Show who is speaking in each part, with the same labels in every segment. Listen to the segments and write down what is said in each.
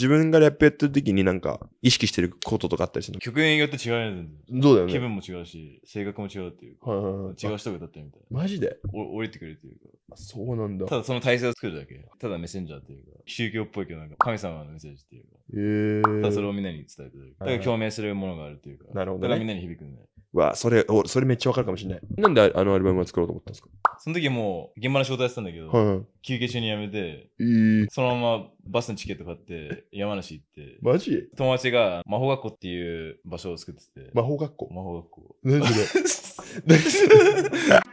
Speaker 1: 自分がラップやってる時になんか意識してることとかあったりする
Speaker 2: 曲によって違うんだよ
Speaker 1: のどうだよね。
Speaker 2: 気分も違うし、性格も違うっていうか。
Speaker 1: はいはいはい。
Speaker 2: 違う
Speaker 1: あ
Speaker 2: 人が歌ってるみたい
Speaker 1: マジで
Speaker 2: な。お降りてくれっていうか。
Speaker 1: あそうなんだ。
Speaker 2: ただその体制を作るだけ。ただメッセンジャーっていうか、宗教っぽいけどなんか神様のメッセージっていうか。
Speaker 1: え
Speaker 2: ただそ
Speaker 1: ー。
Speaker 2: れをみんなに伝えてる
Speaker 1: はい
Speaker 2: だけ。だか
Speaker 1: は
Speaker 2: ら
Speaker 1: い
Speaker 2: 共鳴するものがあるっていうか。
Speaker 1: なるほどね
Speaker 2: だからみんなに響くんだよ。
Speaker 1: わあ、それ、おそれめっちゃわかるかもしれない。なんであのアルバムは作ろうと思ったんですか
Speaker 2: その時もう現場の仕事やってたんだけど、
Speaker 1: はいはい。
Speaker 2: 休憩中に辞めて、
Speaker 1: えー、
Speaker 2: そのままバスのチケット買って山梨行って、
Speaker 1: マジ
Speaker 2: 友達が魔法学校っていう場所を作ってて、
Speaker 1: 魔法学校。
Speaker 2: 魔法学 校。
Speaker 1: 何それ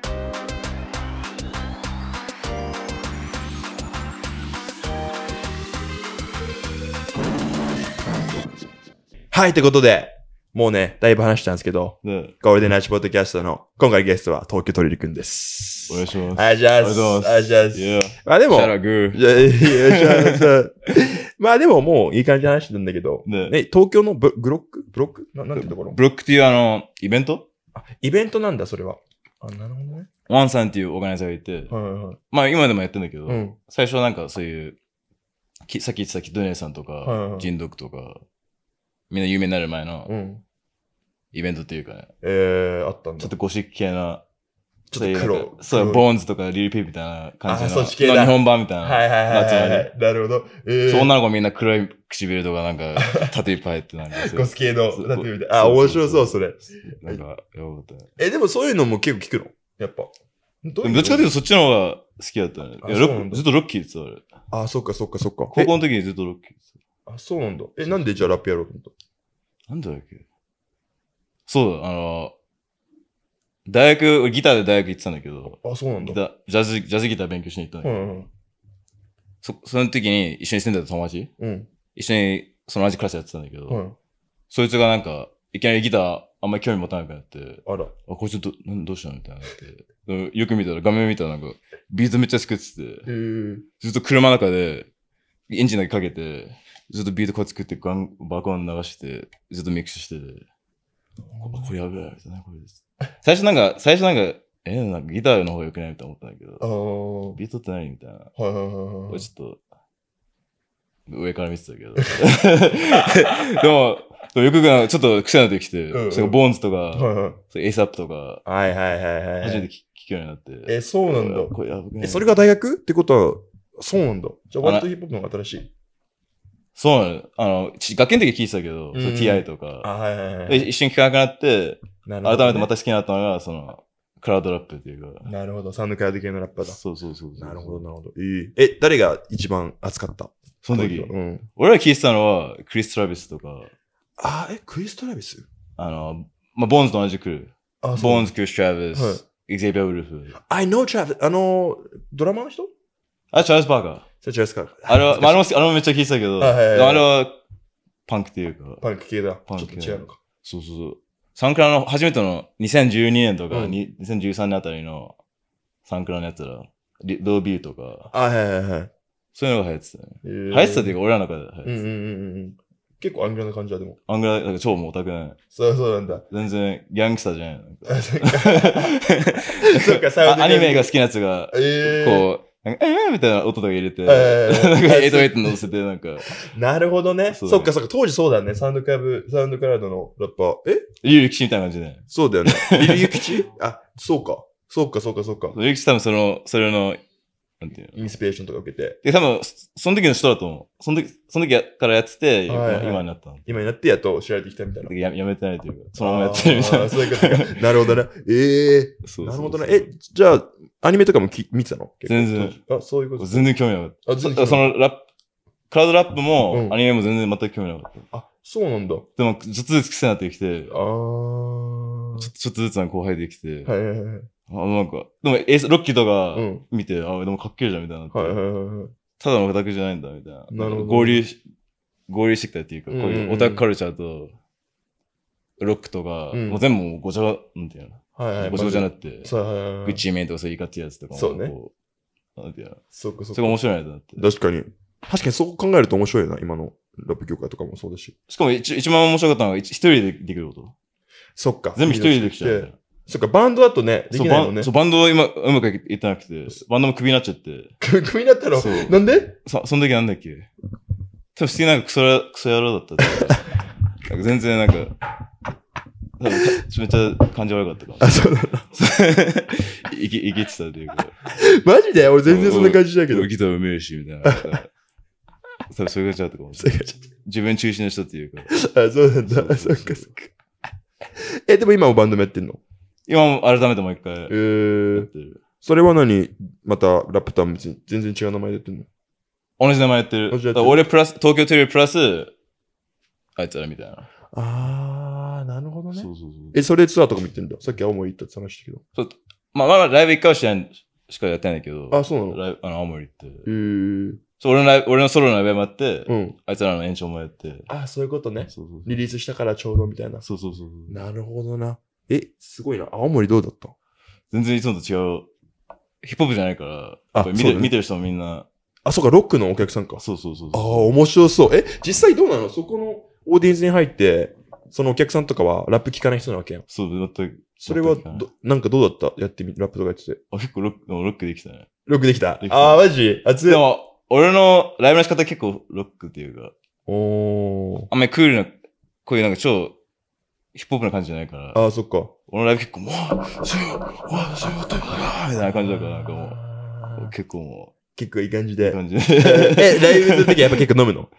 Speaker 1: はい、ってことで、もうね、だいぶ話したんですけど、
Speaker 2: ね
Speaker 1: ゴールデンナイチポッドキャストの今回のゲストは東京鳥りくんです。
Speaker 2: お願いします。
Speaker 1: ありがとうござい
Speaker 2: あ
Speaker 1: ます。ありがとうござい
Speaker 2: い
Speaker 1: ます。
Speaker 2: や、
Speaker 1: あ、で
Speaker 2: で
Speaker 1: も、
Speaker 2: も、
Speaker 1: い
Speaker 2: シャ
Speaker 1: や
Speaker 2: ラグー。
Speaker 1: いやいやいやまあでももういい感じの話なんだけど、
Speaker 2: ね
Speaker 1: ね、東京のブブロックブロックななんていうところ
Speaker 2: ブロックっていうあの、イベント
Speaker 1: あイベントなんだ、それは。あ、なるほどね。
Speaker 2: ワンさんっていうオーガナイザーがいて、
Speaker 1: はいはいはい。
Speaker 2: まあ今でもやってんだけど、
Speaker 1: うん。
Speaker 2: 最初はなんかそういう、きさっき言ってたキッドネイさんとか、
Speaker 1: はいはいはい
Speaker 2: ジンドクとか、みんな有名になる前
Speaker 1: う
Speaker 2: の
Speaker 1: ん。
Speaker 2: イベントっていうかね、
Speaker 1: えー、あったん
Speaker 2: ち
Speaker 1: だ。
Speaker 2: ょっとゴシック系な、
Speaker 1: ちょっと
Speaker 2: そういうなん
Speaker 1: 黒
Speaker 2: か。そう、
Speaker 1: 黒い
Speaker 2: ボーンズとかリルピーみたいな感じの
Speaker 1: あそっち系だ
Speaker 2: の日本版みたいな。
Speaker 1: はいはいはいはいは
Speaker 2: 夏
Speaker 1: い。なるほど。えー、
Speaker 2: そう女の子みんな黒い唇とかなん か、縦いっぱい入ってなんかそうい
Speaker 1: ゴ
Speaker 2: う、
Speaker 1: ス系の
Speaker 2: そう
Speaker 1: なんていうみたいあ、面白そう、それ。。
Speaker 2: なんか、やばかったね。
Speaker 1: え、でもそういうのも結構聞くのやっぱ。ど
Speaker 2: でもどっちかという
Speaker 1: と。
Speaker 2: とそっちの方が好きだったね。
Speaker 1: あ
Speaker 2: いやロ
Speaker 1: そうなん
Speaker 2: ック
Speaker 1: だ
Speaker 2: ずっとロッキーって言ってた
Speaker 1: あ、そっかそっかそっか。
Speaker 2: 俺。高校の時にずっとロッキーって言って。
Speaker 1: えあ、そうなんだ。え、なんでじゃあラップやろうと思った
Speaker 2: なんだっけそうだ、あの、大学、俺ギターで大学行ってたんだけど、
Speaker 1: たあ、そうなん
Speaker 2: ギ
Speaker 1: だ。
Speaker 2: タージャズ、ジャズギター勉強しに行ったんだ
Speaker 1: う
Speaker 2: けど、
Speaker 1: んうん。
Speaker 2: そ、その時に一緒に住んでた友達
Speaker 1: うん。
Speaker 2: 一緒にその同じクラスやってたんだけど、
Speaker 1: はい。
Speaker 2: そいつがなんか、いきなりギターあんまり興味持たなくなって、
Speaker 1: あら。
Speaker 2: あ、こいつどなんどうしたのみたいになって。でよく見たら、画面見たらなんか、ビートめっちゃ作ってて、
Speaker 1: えー。
Speaker 2: ずっと車の中で、エンジンだけかけて、ずっとビートこう作って、ガン、爆音流して、ずっとミックスしてて、あこれやべえ、みたいな、これです。最初なんか、最初なんか、えなんかギターの方が良くないみたいな思ったんだけ
Speaker 1: あ
Speaker 2: ど、
Speaker 1: ー。
Speaker 2: ビートって何みたいな。
Speaker 1: はいはいはいは
Speaker 2: 俺
Speaker 1: い。
Speaker 2: ちょっと、上から見てたけど。 でも、でもよくよくなんかちょっと癖になってきて、
Speaker 1: うんうん
Speaker 2: それがボーンズとか、
Speaker 1: はいはい。
Speaker 2: そうエイサップとか、
Speaker 1: はいはいはいはい。
Speaker 2: 初めて聞聞くようになって。
Speaker 1: え、そうなんだ。
Speaker 2: これやばくない
Speaker 1: え、それが大学ってことは、そうなんだ。じゃあ、
Speaker 2: あら
Speaker 1: ワットヒップホップの方が新しい。
Speaker 2: そうなの。あの、ち学園の時聞いてたけど、
Speaker 1: うん
Speaker 2: その TI とか。
Speaker 1: はいはい
Speaker 2: で。一瞬聞かなくなって、
Speaker 1: なるほ
Speaker 2: 改
Speaker 1: どね
Speaker 2: めてまた好きになったのが、その、クラウドラップっていうか。
Speaker 1: なるほど。サウンドクラウド系のラッパーだ。
Speaker 2: そうそうそうそう。
Speaker 1: なるほど、なるほど。いいえ、誰が一番熱かった
Speaker 2: その時、
Speaker 1: うん。
Speaker 2: 俺ら聞いてたのは、クリス・トラビスとか、
Speaker 1: あ、え、クリストラビス
Speaker 2: あの、まあ、ボーンズと同じクルー。
Speaker 1: あ
Speaker 2: ボーン
Speaker 1: ズ。
Speaker 2: ズ、クリス・トラビ
Speaker 1: は
Speaker 2: ス、イゼビア・ウルフ。
Speaker 1: I know Travis. あの、ドラマの人
Speaker 2: あ、チャールズ・バーガー。
Speaker 1: それ違うっすか
Speaker 2: あれは、まああ
Speaker 1: あ
Speaker 2: れも好きあれもめっちゃ聞いてたけど、
Speaker 1: あはいはいはい
Speaker 2: あれは、パンクっていうか。
Speaker 1: パンク系だ。ち
Speaker 2: パ
Speaker 1: ょ
Speaker 2: ン
Speaker 1: っ
Speaker 2: ク
Speaker 1: と違うのか。
Speaker 2: そうそうそう。サンクラの初めての2012年とか、
Speaker 1: うん
Speaker 2: に2013年あたりのサンクラのやつら、リロービューとか、
Speaker 1: あ、はいはいはい。
Speaker 2: そういうのが流行ってたね。
Speaker 1: え
Speaker 2: 流
Speaker 1: ー
Speaker 2: 行ってたっていうか、俺らの中で流行ってた。
Speaker 1: うんうんうんうん。結構アングラな感じだ、でも。
Speaker 2: あんぐらい、なんか超もうオタクない。
Speaker 1: そうそうなんだ。
Speaker 2: 全然ギャングスターじゃないなんか
Speaker 1: そうかサウンド
Speaker 2: あアニメが好きなやつが、
Speaker 1: えー
Speaker 2: こう、なんか、えーみたいな音とか入れて、
Speaker 1: はいはいはい
Speaker 2: なんか808乗せて、なんか、
Speaker 1: なるほどね。
Speaker 2: そう
Speaker 1: そっかそっか、当時そうだね。サウンドクラブ、サウンドクラウドのラッパー。え
Speaker 2: リュウキシみたいな感じで。
Speaker 1: そうだよね。リルユキチあ、そうか。そうか、そうか、そうか。
Speaker 2: リュウキシ多分その、それの、なんていうの
Speaker 1: インスピレーションとか受けて、
Speaker 2: で、多分、そその時の人だと思う。その時、その時からやってて、
Speaker 1: はいはい
Speaker 2: 今今になったの。
Speaker 1: 今になってやっと知られてきたみたいな。
Speaker 2: ややめてないというか、そのままやってるみたい
Speaker 1: あー
Speaker 2: な。
Speaker 1: そういうことか。なるほどね。ええ
Speaker 2: そうそうそう
Speaker 1: なるほどね。え、じゃあ、アニメとかもき見てたの結構
Speaker 2: 全然
Speaker 1: 当時あ、そういうこと。
Speaker 2: 全然興味なか
Speaker 1: あ、
Speaker 2: っ
Speaker 1: 全
Speaker 2: た。そ
Speaker 1: 然。
Speaker 2: のラップ、クラウドラップも、
Speaker 1: うん
Speaker 2: アニメも全然全く興味なかった。
Speaker 1: あ、そうなんだ。あ
Speaker 2: でも、ちょっとずつ癖になってきて、ちょ
Speaker 1: ー。
Speaker 2: ちょっとずつなんか後輩できて、
Speaker 1: はいはいはい。
Speaker 2: あなんか、でもエース、ロッキーと
Speaker 1: う
Speaker 2: か
Speaker 1: ん。
Speaker 2: 見て、あ、でもかっけえじゃんみたいになって、
Speaker 1: はいはいはいはい。
Speaker 2: ただのオタクじゃないんだ、みたいな。
Speaker 1: なるほど
Speaker 2: 合流し、合流してきたっていうか、こう
Speaker 1: うんうん
Speaker 2: いううんオタクカルチャーと、ロックとか、
Speaker 1: うん
Speaker 2: もう全部もうごちゃが、なんていうの、
Speaker 1: はいはい。
Speaker 2: ごちゃごちゃにな
Speaker 1: て。
Speaker 2: って、
Speaker 1: そうはいはいは
Speaker 2: グッ
Speaker 1: い。
Speaker 2: チーメンとかそういういかってやつとかも、
Speaker 1: そうね
Speaker 2: こうなんていうの、
Speaker 1: そっかそっ
Speaker 2: それが面
Speaker 1: か。
Speaker 2: 白いなと思って。
Speaker 1: 確かに。確かにそう考えると面白いよな、今のラップ業界とかもそうだし。
Speaker 2: しかも一一番面白かったのが一一人でできること。
Speaker 1: そっか。
Speaker 2: 全部一人でできちゃう。
Speaker 1: そっか、バンドだとね、で
Speaker 2: そ
Speaker 1: き
Speaker 2: う
Speaker 1: ない
Speaker 2: バ
Speaker 1: もんね
Speaker 2: ンそう。バンドは今うまくいってなくて、バンドもクビになっちゃって。
Speaker 1: 組になったの
Speaker 2: そう
Speaker 1: なんで
Speaker 2: そその時なんだっけ多分普通になんかクソやクソ野郎だったと思うなんか全然なんか、多分めっちゃ感じ悪かったかも
Speaker 1: あ、そうなの
Speaker 2: いけ、いけてたというか。
Speaker 1: マジで俺全然そんな感じだけど。
Speaker 2: ギターうめえし、みたいな。多分そういう感じだったかもしれない。自分中心の人っていうか。
Speaker 1: あ、そうなんだ。そ
Speaker 2: そうそうそう
Speaker 1: っかそっか。え、でも今もバンドもやってんの
Speaker 2: 今も改めてもう一回や
Speaker 1: え
Speaker 2: っ
Speaker 1: ー、
Speaker 2: てる。
Speaker 1: それは何またラップとは別に全然違う名前でやってんの
Speaker 2: 同じ名前やってる。
Speaker 1: 同じや
Speaker 2: だ
Speaker 1: っ
Speaker 2: か
Speaker 1: てる
Speaker 2: ら俺プラス、東京テレビプラス、あいつらみたいな。
Speaker 1: あー、なるほど
Speaker 2: そうそうそう。
Speaker 1: え、それツアーとかも行ってんだ。さっき青森行ったって話したけど。
Speaker 2: まあまだライブ一回はしないしかやってないんだけど。
Speaker 1: あ、そうなの
Speaker 2: ライブあの、青森行って。
Speaker 1: えー、
Speaker 2: そう俺のライブ俺のソロのライブもやって、
Speaker 1: うん。
Speaker 2: あいつらの延長もやって。
Speaker 1: あ、そういうことね。
Speaker 2: そうそうそう。
Speaker 1: リリースしたからちょうどみたいな。
Speaker 2: そうそうそうそう
Speaker 1: なるほどな。え、すごいな。青森どうだった
Speaker 2: 全然いつもと違う。ヒップホップじゃないから、
Speaker 1: あ
Speaker 2: やっぱり見
Speaker 1: そう
Speaker 2: て
Speaker 1: だね
Speaker 2: 見てる人もみんな、
Speaker 1: あ、そうか、ロックのお客さんか。
Speaker 2: そうそうそう
Speaker 1: ああ、
Speaker 2: そう。
Speaker 1: 面白そう。え、実際どうなのそこのオーディエンスに入って、そのお客さんとかはラップ聞かない人なわけやん。
Speaker 2: そう、全く。
Speaker 1: それは
Speaker 2: 全く聞かない
Speaker 1: ど、なんかどうだったやってみ、ラップとかやってて。
Speaker 2: あ、結構ロック、でもロックできたね。
Speaker 1: ロックできた。
Speaker 2: できた
Speaker 1: ああ、マジあ、つ
Speaker 2: でも、俺のライブの仕方結構ロックっていうか、
Speaker 1: おー。
Speaker 2: あんまりクールな、こういうなんか超、ヒップホップな感じじゃないから、
Speaker 1: ああ、そっか。
Speaker 2: 俺のライブ結構、もう、そうよ、わそうよ、とよ、みたいな感じだから、なんかも
Speaker 1: あ
Speaker 2: う、
Speaker 1: ー
Speaker 2: 結構も
Speaker 1: 結構いい感じ
Speaker 2: う、いい
Speaker 1: で。
Speaker 2: 感 じ
Speaker 1: え、ライブするときやっぱ結構飲むの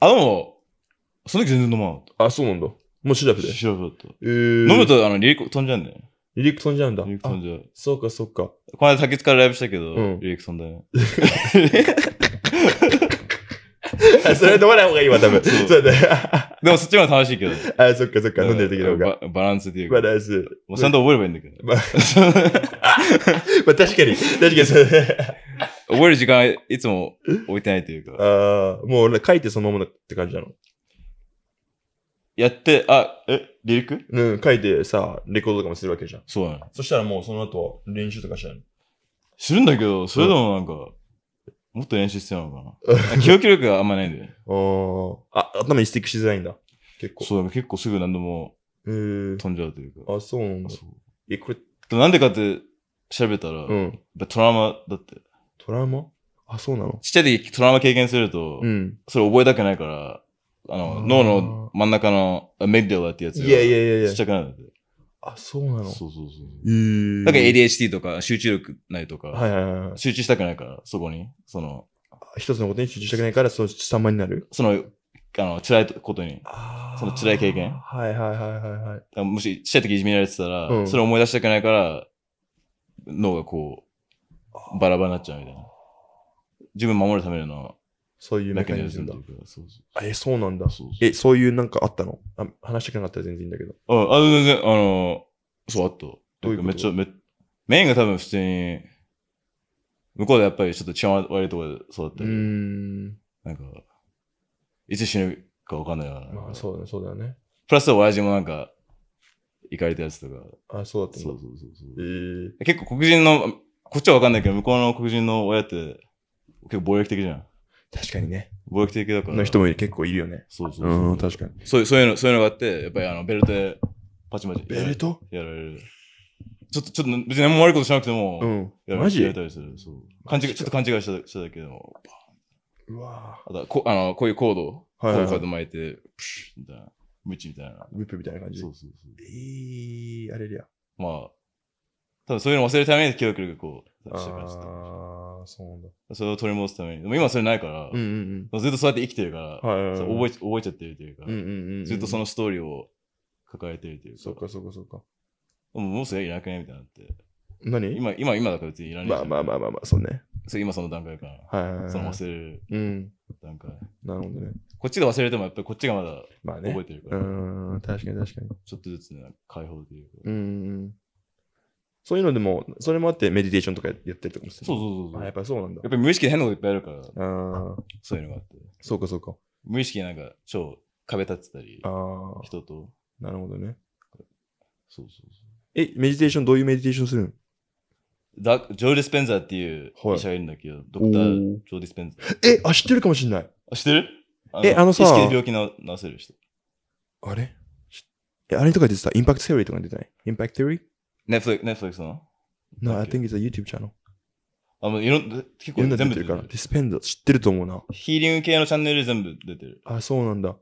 Speaker 2: あ、でも、その時全然飲まなかっ
Speaker 1: あ、そうなんだ。もうシラ
Speaker 2: た。
Speaker 1: フで。
Speaker 2: 知らなかった。
Speaker 1: えー、
Speaker 2: 飲む。と、あの、リリック飛んじゃうんだよね。
Speaker 1: リリック飛んじゃうんだ。
Speaker 2: リリック飛ん
Speaker 1: あ、
Speaker 2: じゃう。
Speaker 1: そうか、そうか。
Speaker 2: この間、竹津からライブしたけど、
Speaker 1: うん
Speaker 2: リリック飛んだよね。
Speaker 1: あ それ飲まない方がいいわ、多分。
Speaker 2: そう
Speaker 1: そうだね。
Speaker 2: でも、そっちも楽しいけど。
Speaker 1: あ、そっか、そっか、飲んでるときの方が。
Speaker 2: ババランスっていう
Speaker 1: バ
Speaker 2: か。
Speaker 1: ランス。
Speaker 2: もうちゃんと覚えればいいんだけど。
Speaker 1: まあ、 まあ確かに、確かに そうね。
Speaker 2: 覚える時間いつも置いてないというか。
Speaker 1: ああ、もう俺書いてそのままだって感じなの。
Speaker 2: やって、あ、え、リリック
Speaker 1: うん、書いてさ、レコードとかもするわけじゃん。
Speaker 2: そうなの。
Speaker 1: そしたらもうその後、練習とかしちゃうの。
Speaker 2: するんだけど、それでもなんか、もっと練習してなのかな。記憶力があんまないん だよね。
Speaker 1: あーあ、頭にスティックしづらいんだ。結構。
Speaker 2: そう、だから結構すぐ何度も
Speaker 1: えー、
Speaker 2: 飛んじゃうというか。
Speaker 1: あ、そうなんだ。
Speaker 2: そう
Speaker 1: え、これ、
Speaker 2: でもなんでかって調べたら、
Speaker 1: う
Speaker 2: やっ
Speaker 1: ん。
Speaker 2: ぱトラウマだって。
Speaker 1: トラウマあ、そうなの
Speaker 2: ちっちゃい時トラウマ経験すると、
Speaker 1: うん。
Speaker 2: それ覚えたくないから、あの、
Speaker 1: あー
Speaker 2: 脳の真ん中のあメッディアってやつ
Speaker 1: い
Speaker 2: が
Speaker 1: やいやいやいや
Speaker 2: ちっち。ゃくなるんだって。
Speaker 1: あ、そうなの
Speaker 2: そうそうそう。
Speaker 1: えー
Speaker 2: なんか ADHD とか集中力ないとか、
Speaker 1: はいはいはいはい。
Speaker 2: 集中したくないから、そこに、その、
Speaker 1: 一つのことに集中したくないから、そう、下まになる。
Speaker 2: その、あの、辛いことに、
Speaker 1: あー
Speaker 2: その辛い経験
Speaker 1: はいはいはいはいはい。
Speaker 2: あもし、ちっちゃい時いじめられてたら、
Speaker 1: うん
Speaker 2: それを思い出したくないから、脳がこう、バラバラになっちゃうみたいな。自分守るための
Speaker 1: そういうメ
Speaker 2: メカ
Speaker 1: カ
Speaker 2: ニ
Speaker 1: ニ
Speaker 2: ズ
Speaker 1: ズ
Speaker 2: ム
Speaker 1: ムだ
Speaker 2: とい。うか、そうそう。
Speaker 1: あえ、そうなんだ。
Speaker 2: そうそう
Speaker 1: え、そういうなんかあったのあ話したくなかったら全然いいんだけど。
Speaker 2: あ、あ全然、あの、そう、あった。
Speaker 1: ういうこと
Speaker 2: なんかめっちゃ、めメインが多分普通に、向こうでやっぱりちょっと治安悪いところで育っ
Speaker 1: う
Speaker 2: た
Speaker 1: ー
Speaker 2: り、
Speaker 1: ん。
Speaker 2: なんか、いつ死ぬかわかんないから。
Speaker 1: まあ、そうだね、そうだね。
Speaker 2: プラス親父もなんか、行かれたやつとか。
Speaker 1: あ、そうだったん
Speaker 2: そ
Speaker 1: だ
Speaker 2: う。そうそうそう
Speaker 1: え。ー、
Speaker 2: 結構黒人の、こっちはわかんないけど、向こうの黒人の親って、結構暴力的じゃん。
Speaker 1: 確かにね。
Speaker 2: 暴力的だから。
Speaker 1: の人もいる結構いるよね。
Speaker 2: そうそう
Speaker 1: う
Speaker 2: そ
Speaker 1: ん、
Speaker 2: う。
Speaker 1: 確かに。
Speaker 2: そういうそういうの、そういうのがあって、やっぱりあの、ベルトでパチパチ。
Speaker 1: ト
Speaker 2: やられる。ちょっと、ちょっと、別に何も悪いことしなくても、
Speaker 1: うん。
Speaker 2: やられ
Speaker 1: マ
Speaker 2: やら
Speaker 1: ジ
Speaker 2: れたりする。そう。
Speaker 1: マ
Speaker 2: 勘
Speaker 1: ジ
Speaker 2: 違
Speaker 1: か
Speaker 2: い、ちょっと勘違いしたしただけでも。
Speaker 1: うわ
Speaker 2: あとはこ、あの、こういうコードを、こ
Speaker 1: は
Speaker 2: う
Speaker 1: いはいいうはい
Speaker 2: こうやって巻いて、プシュッみたいな、ムチみたいな。
Speaker 1: ぁ。グップみたいな感じ
Speaker 2: そ。うそうそう。
Speaker 1: えー、あれりゃ。
Speaker 2: まあ、多分そういうの忘れるために記憶力がこう、してからして
Speaker 1: あー、そうなんだ。
Speaker 2: それを取り戻すために。でも今それないから、
Speaker 1: うんうん
Speaker 2: ずっとそうやって生きてるから、
Speaker 1: うん。はいはいはい。
Speaker 2: そう覚え覚えちゃってるというか、
Speaker 1: うんうんうん。
Speaker 2: ずっとそ
Speaker 1: の。
Speaker 2: のストーリーを抱えてるというか、
Speaker 1: そうかそうかそうか。
Speaker 2: もうもうそれいらなくねみたいになって。
Speaker 1: 何
Speaker 2: 今、今、今だから別にいらないじゃ
Speaker 1: まあ
Speaker 2: ん
Speaker 1: まあまあまあまあ、そうね。
Speaker 2: そう今その段階か
Speaker 1: はいはいはい
Speaker 2: ら、
Speaker 1: はい。
Speaker 2: その忘れる
Speaker 1: うん。
Speaker 2: 段階。
Speaker 1: なるほどね。
Speaker 2: こっちで忘れてもやっぱりこっちがまだ
Speaker 1: まあね。
Speaker 2: 覚えてる
Speaker 1: う
Speaker 2: から、
Speaker 1: ーん、確かに確かに。
Speaker 2: ちょっとずつね、解放というか。
Speaker 1: うんうん。そういうのでも、それもあってメディテーションとかやってるとかもする。
Speaker 2: そうそうそうそ
Speaker 1: あ
Speaker 2: う。や
Speaker 1: や
Speaker 2: っ
Speaker 1: っ
Speaker 2: ぱ
Speaker 1: ぱそうなんだ。
Speaker 2: り無意識で変なこといっぱいあるから、
Speaker 1: ああ、
Speaker 2: そういうのがあって。
Speaker 1: そうかそうか。
Speaker 2: 無意識でなんか超壁立ってたり
Speaker 1: あ、あ、
Speaker 2: 人と。
Speaker 1: なるほどね。
Speaker 2: そうそうそう。
Speaker 1: え、メディテーション、どういうメディテーションするの
Speaker 2: ダジョー・ディスペンザーっていう
Speaker 1: はい
Speaker 2: 医者がいるんだけど、ドクタ
Speaker 1: お
Speaker 2: ー
Speaker 1: ー・
Speaker 2: ジョー・ディスペンザー。
Speaker 1: え、あ、知ってるかもしんない。
Speaker 2: あ、知ってる
Speaker 1: えあのさ
Speaker 2: 意識で病気の治せる人。
Speaker 1: あれしえ、あれとか出てたインパクトセオリーとか出てないインパクトセオリー
Speaker 2: Netflix, Netflix の
Speaker 1: ?No, I
Speaker 2: Okay.
Speaker 1: think it's a YouTube channel.
Speaker 2: あ、もういろん、結
Speaker 1: いろ
Speaker 2: 構
Speaker 1: んな
Speaker 2: 全
Speaker 1: 出
Speaker 2: 部
Speaker 1: てる
Speaker 2: 出て
Speaker 1: から。
Speaker 2: る。
Speaker 1: ディスペンダー知ってると思うな。
Speaker 2: ヒーリング系のチャンネル全部出てる。
Speaker 1: あ、そうなんだ。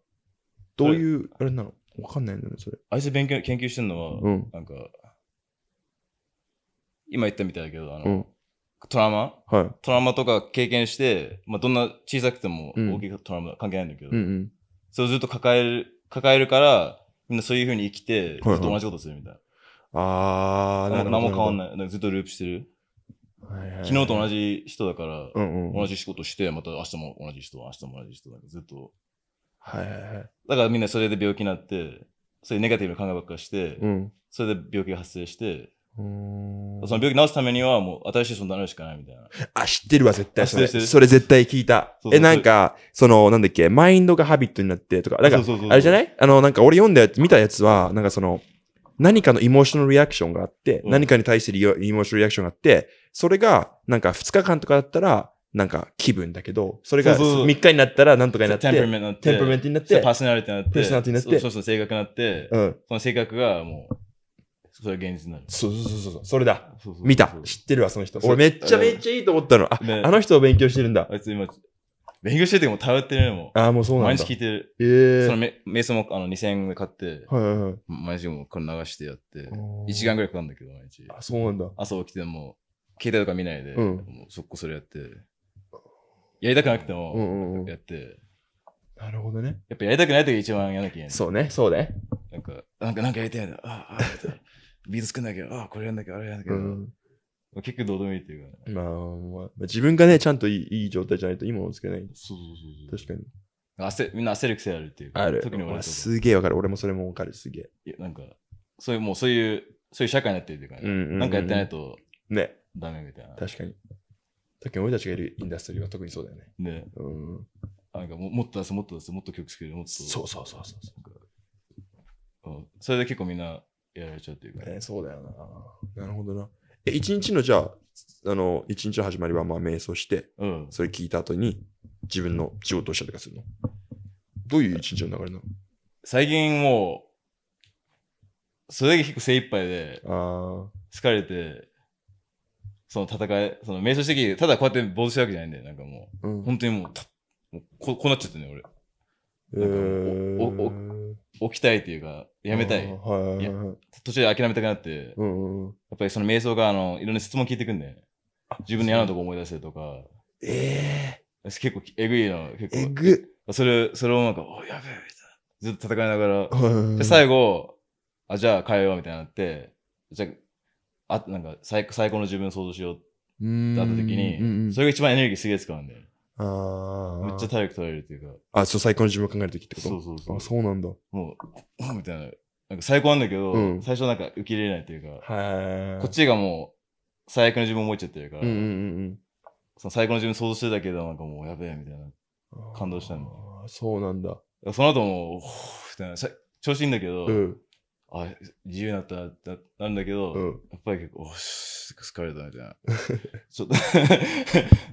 Speaker 1: どういう、あれなのわかんないんだよね、それ。
Speaker 2: あいつ勉強、研究してるのは、
Speaker 1: うん。
Speaker 2: なんか、今言ったみたいだけど、あの、
Speaker 1: うん。
Speaker 2: トラウマ
Speaker 1: はい。
Speaker 2: トラウマとか経験して、まあ、どんな小さくても
Speaker 1: うん
Speaker 2: 大きいトラウマ関係ないんだけど、
Speaker 1: うんうん。
Speaker 2: それをずっと抱える、抱えるから、みんなそういう風に生きて、
Speaker 1: はいは
Speaker 2: ず
Speaker 1: い
Speaker 2: っと同じことするみたい
Speaker 1: あ
Speaker 2: な。
Speaker 1: ー、なるほど。
Speaker 2: 何も変わんない。なんかずっとループしてる。
Speaker 1: はいはいはい
Speaker 2: 昨日と同じ人だから、
Speaker 1: うんうん。
Speaker 2: 同じ仕事して、また明日も同じ人、明日も同じ人、なんかずっと。
Speaker 1: はいはいはい。
Speaker 2: だからみんなそれで病気になって、そういうネガティブな考えばっかりして、
Speaker 1: うん。
Speaker 2: それで病気が発生して、
Speaker 1: うーん
Speaker 2: その病気治すためにはもう新しい人になるしかないみたいな。
Speaker 1: あ、知ってるわ、絶対
Speaker 2: あ
Speaker 1: それ。
Speaker 2: 知ってる知ってる
Speaker 1: それ絶対聞いた
Speaker 2: そ。うそう
Speaker 1: え、なんか、その、なんだっけ、マインドがハビットになってとか、なんか、
Speaker 2: そうそうそうそう
Speaker 1: あれじゃないあの、なんか俺読んだやつ、見たやつは、なんかその、何かのイモーショナルリアクションがあって、
Speaker 2: うん
Speaker 1: 何かに対してリオイモーショナルリアクションがあって、それが、なんか2日間とかだったら、なんか気分だけど、それが
Speaker 2: そうそうそう
Speaker 1: 3日になったらなんとかになって、
Speaker 2: テンプメントになって、
Speaker 1: テンプメントになっ、
Speaker 2: そしてパーソナリティになっ
Speaker 1: パ
Speaker 2: て、
Speaker 1: ーソナリティになって
Speaker 2: そうそうそう、性格になって、
Speaker 1: うん。
Speaker 2: その性格がもう、それが現実になる。
Speaker 1: そうそうそうそう、それだ。
Speaker 2: そうそうそう
Speaker 1: 見た。知ってるわ、その人。
Speaker 2: そう
Speaker 1: 俺めっちゃめっちゃいいと思ったの。あ、
Speaker 2: ね
Speaker 1: あの人を勉強してるんだ
Speaker 2: あ。いつ今、勉強しててもう頼ってるね、も。
Speaker 1: ああ、もうそううなん
Speaker 2: 毎
Speaker 1: だ。
Speaker 2: 日聞いてる。
Speaker 1: え
Speaker 2: その
Speaker 1: ー。
Speaker 2: め瞑想もあの2000円で買って、
Speaker 1: はいはいはい。
Speaker 2: 毎日もうこれ流してやって、1時
Speaker 1: 一
Speaker 2: 間ぐらいかかるんだけど、毎日。
Speaker 1: あ、そうなんだ。
Speaker 2: 朝起きても、携帯とか見ないで、
Speaker 1: うん
Speaker 2: もう速攻それやって、やりたくなくて
Speaker 1: う
Speaker 2: も、
Speaker 1: んうんうん。
Speaker 2: やって、
Speaker 1: なるほどね。
Speaker 2: やっぱやりたくない時が一番やらなきゃいけない。
Speaker 1: そうね、そうね。
Speaker 2: なんか、なんか、なんかやりたいな。ああ、ああ、やりたいビート作んなきゃ、ああ、これやんなきゃ、あれやんなきゃ。
Speaker 1: うん。
Speaker 2: 結局どうでもいいっていうか、ね。
Speaker 1: まあ、まあ自分がね、ちゃんといいいい状態じゃないといいものをつけない。
Speaker 2: そうそう
Speaker 1: 確かに。
Speaker 2: 焦みんな焦る癖あるっていうか。
Speaker 1: ある。
Speaker 2: 特に俺
Speaker 1: まあ
Speaker 2: とか
Speaker 1: すげえわかる。俺もそれもわかる。すげえ。
Speaker 2: いやなんか、そういう、もうそういう、そういう社会になってるっていうか、ね
Speaker 1: うんうんうん
Speaker 2: なんかやってないと
Speaker 1: ね、
Speaker 2: ダメみたいな。
Speaker 1: 確かに。特に俺たちがいるインダストリーは特にそうだよね。
Speaker 2: ね、
Speaker 1: うん。
Speaker 2: なんかももっと出す、もっと出す、もっと曲作る、もっと。
Speaker 1: そうそうそうそうそ
Speaker 2: うんそれで結構みんなやられちゃうっていうか、
Speaker 1: う。ね、そうだよな。なるほどな。え、一日のじゃあ、あの、一日の始まりはまあ瞑想して、
Speaker 2: うん。
Speaker 1: それ聞いた後に自分の仕事をしたりとかするの。どういう一日の流れな
Speaker 2: 最近もう、それだけ結構精一杯で、
Speaker 1: のああ。
Speaker 2: 疲れて、その戦い、その瞑想してきて、ただこうやって坊主してるわけじゃないんだよ。なんかも
Speaker 1: う
Speaker 2: う、
Speaker 1: ん。
Speaker 2: 本当にもう、たもうここうなっちゃってね、俺。
Speaker 1: えー
Speaker 2: おお起きたいっていうか、やめた
Speaker 1: あー
Speaker 2: い。
Speaker 1: はいはいはい。
Speaker 2: 途中で諦めたくなって、や
Speaker 1: うんうんうん。
Speaker 2: っぱりその瞑想が、あの、いろんな質問聞いてくんだよね。自分の嫌なとこ思い出せとか、
Speaker 1: え
Speaker 2: 結構、えぐいの、結
Speaker 1: え
Speaker 2: 構。
Speaker 1: ぐ。
Speaker 2: それ、それをなんか、おやべえ、みたいな。ずっと戦いながら、で、
Speaker 1: は
Speaker 2: 最後、あ、じゃあ変えようみたいになって、じゃあ、あなんか最高、最高の自分を想像しようって
Speaker 1: い。うん
Speaker 2: なった時に、
Speaker 1: うんうん
Speaker 2: それが一番エネルギーすげえ使うんだよ。
Speaker 1: あー
Speaker 2: めっちゃ体力取られるっていうか、
Speaker 1: あ、そう、最高の自分を考える時ってこと
Speaker 2: そうそうそう
Speaker 1: あ、そうなんだ。
Speaker 2: もう、 うんみたいな。なんか最高なんだけど、
Speaker 1: うん
Speaker 2: 最初なんか受け入れれないっていうか、
Speaker 1: はい。
Speaker 2: こっちがもう、最悪の自分を思いちゃってるから、
Speaker 1: うんうんうん
Speaker 2: その最高の自分を想像してるだけでなんかもうやべえみたいな。
Speaker 1: うん。
Speaker 2: 感動したんだ
Speaker 1: あーそうなんだ。
Speaker 2: その後も、ほーみたいな。さ調子いいんだけど、
Speaker 1: うん。
Speaker 2: あ、自由になったってなるんだけど、
Speaker 1: うん。
Speaker 2: やっぱり結構、おし疲れたみた いな。ちょっと、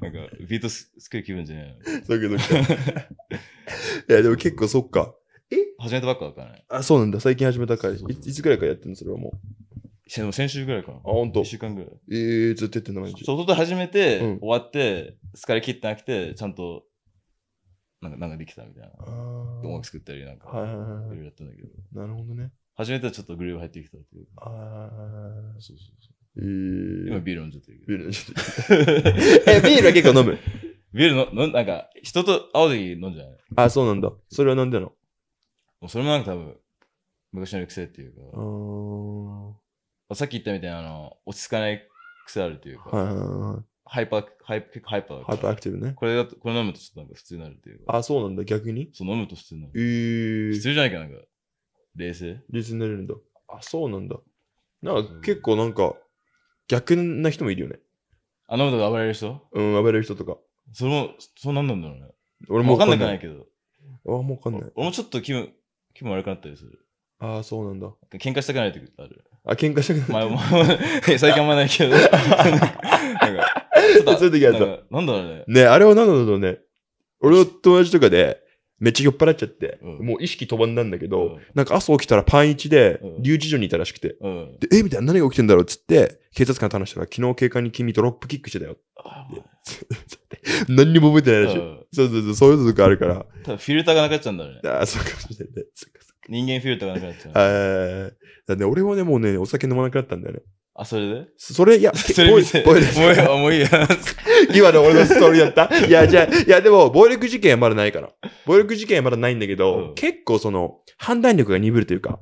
Speaker 2: なんか、ビートす作る気分じゃないの。
Speaker 1: そういうこと か。いや、でも結構そっか。
Speaker 2: 始めたばっかだからね。
Speaker 1: あ、そうなんだ。最近始めたから。い
Speaker 2: そうそうそう
Speaker 1: いつぐらいからやってんのそれはも
Speaker 2: しでも先週ぐらいかな。あ、
Speaker 1: ほんと
Speaker 2: 1週間ぐらい。
Speaker 1: う。えー、ずっとやってんの毎日。
Speaker 2: そう、と始めて、
Speaker 1: うん
Speaker 2: 終わって、疲れ切ってなくて、ちゃんと、なんか、なんかできたみたいな。
Speaker 1: あ
Speaker 2: 音楽
Speaker 1: ー
Speaker 2: 作ったり、なんか、
Speaker 1: はいはいはいはい
Speaker 2: いろいろやったんだけど。
Speaker 1: なるほどね。
Speaker 2: 始めたらちょっとグルーブ入ってきたっていう。
Speaker 1: あー
Speaker 2: そうそうそ
Speaker 1: え
Speaker 2: う。
Speaker 1: ー。
Speaker 2: 今ビール飲んじゃってるけ
Speaker 1: ビ
Speaker 2: ど。
Speaker 1: ールちょっと え、ビールは結構飲む。
Speaker 2: ビールの、のなんか、人と会う時飲んじゃないも
Speaker 1: あ、そうなんだ。それはなんでな
Speaker 2: うそれもなんか多分、昔の癖っていうか。
Speaker 1: の
Speaker 2: さっき言ったみたいなあの落ち着かない癖あるというか、
Speaker 1: あーはいはいはいは
Speaker 2: ハイパー、ハイ結構ハイパー
Speaker 1: い。
Speaker 2: だか
Speaker 1: ハ
Speaker 2: ら
Speaker 1: イパーアクティブね。
Speaker 2: これだと、これ飲むとちょっとなんか普通になるっていうか、
Speaker 1: あ、そうなんだ。逆に
Speaker 2: そう飲むと普通にな
Speaker 1: え
Speaker 2: る。普
Speaker 1: ー。
Speaker 2: 通じゃないか、なんか、冷静
Speaker 1: リズになれるんだ。あ、そうなんだ。なんか結構なんか、逆な人もいるよね。
Speaker 2: あ、飲むと暴れる人
Speaker 1: うん、暴れる人とか。
Speaker 2: それも、そうなんなんだろうね。
Speaker 1: 俺も
Speaker 2: わかんなくないけど、
Speaker 1: あ、もうわかんない。
Speaker 2: 俺もちょっと気分、気分悪くなったりする。
Speaker 1: あ、そうなんだ。
Speaker 2: 喧嘩したくない時ある。
Speaker 1: あ、喧嘩したくな
Speaker 2: 前
Speaker 1: い。
Speaker 2: も、最近あんまないけど、なんか、ちょっと
Speaker 1: そういう時ある
Speaker 2: なんかなんだろうね。
Speaker 1: ね、あれは何なんだろうね。俺の友達とかで、めっちゃ酔っ払っちゃって、
Speaker 2: うん
Speaker 1: もう意識飛ばんなんだけど、
Speaker 2: うん
Speaker 1: なんか朝起きたらパン1で
Speaker 2: うん
Speaker 1: 留置所にいたらしくて、
Speaker 2: うん。
Speaker 1: でえみたいな何が起きてんだろうっつって、警察官と話したら、昨日警官に君ドロップキックしてたよ。
Speaker 2: あ
Speaker 1: 何にも覚えてないらしい。
Speaker 2: うん
Speaker 1: そうそうそう、そういうのとかあるから。
Speaker 2: 多分フィルターがなくなっちゃうんだろうね。
Speaker 1: ああ、そうかもしれない。そうかそう
Speaker 2: 人間フィルターがなくなっちゃう
Speaker 1: か。。あだね、俺はね、もうね、お酒飲まなくなったんだよね。
Speaker 2: あ、それで
Speaker 1: そそれ、いや、
Speaker 2: それ
Speaker 1: ボイ
Speaker 2: 見せ
Speaker 1: ボイル
Speaker 2: もういいよ、もういい よ。
Speaker 1: 今の俺のストーリーだ ったいや、じゃあ、いや、でも、暴力事件はまだないから。暴力事件はまだないんだけど、
Speaker 2: うん
Speaker 1: 結構その、判断力が鈍るというか、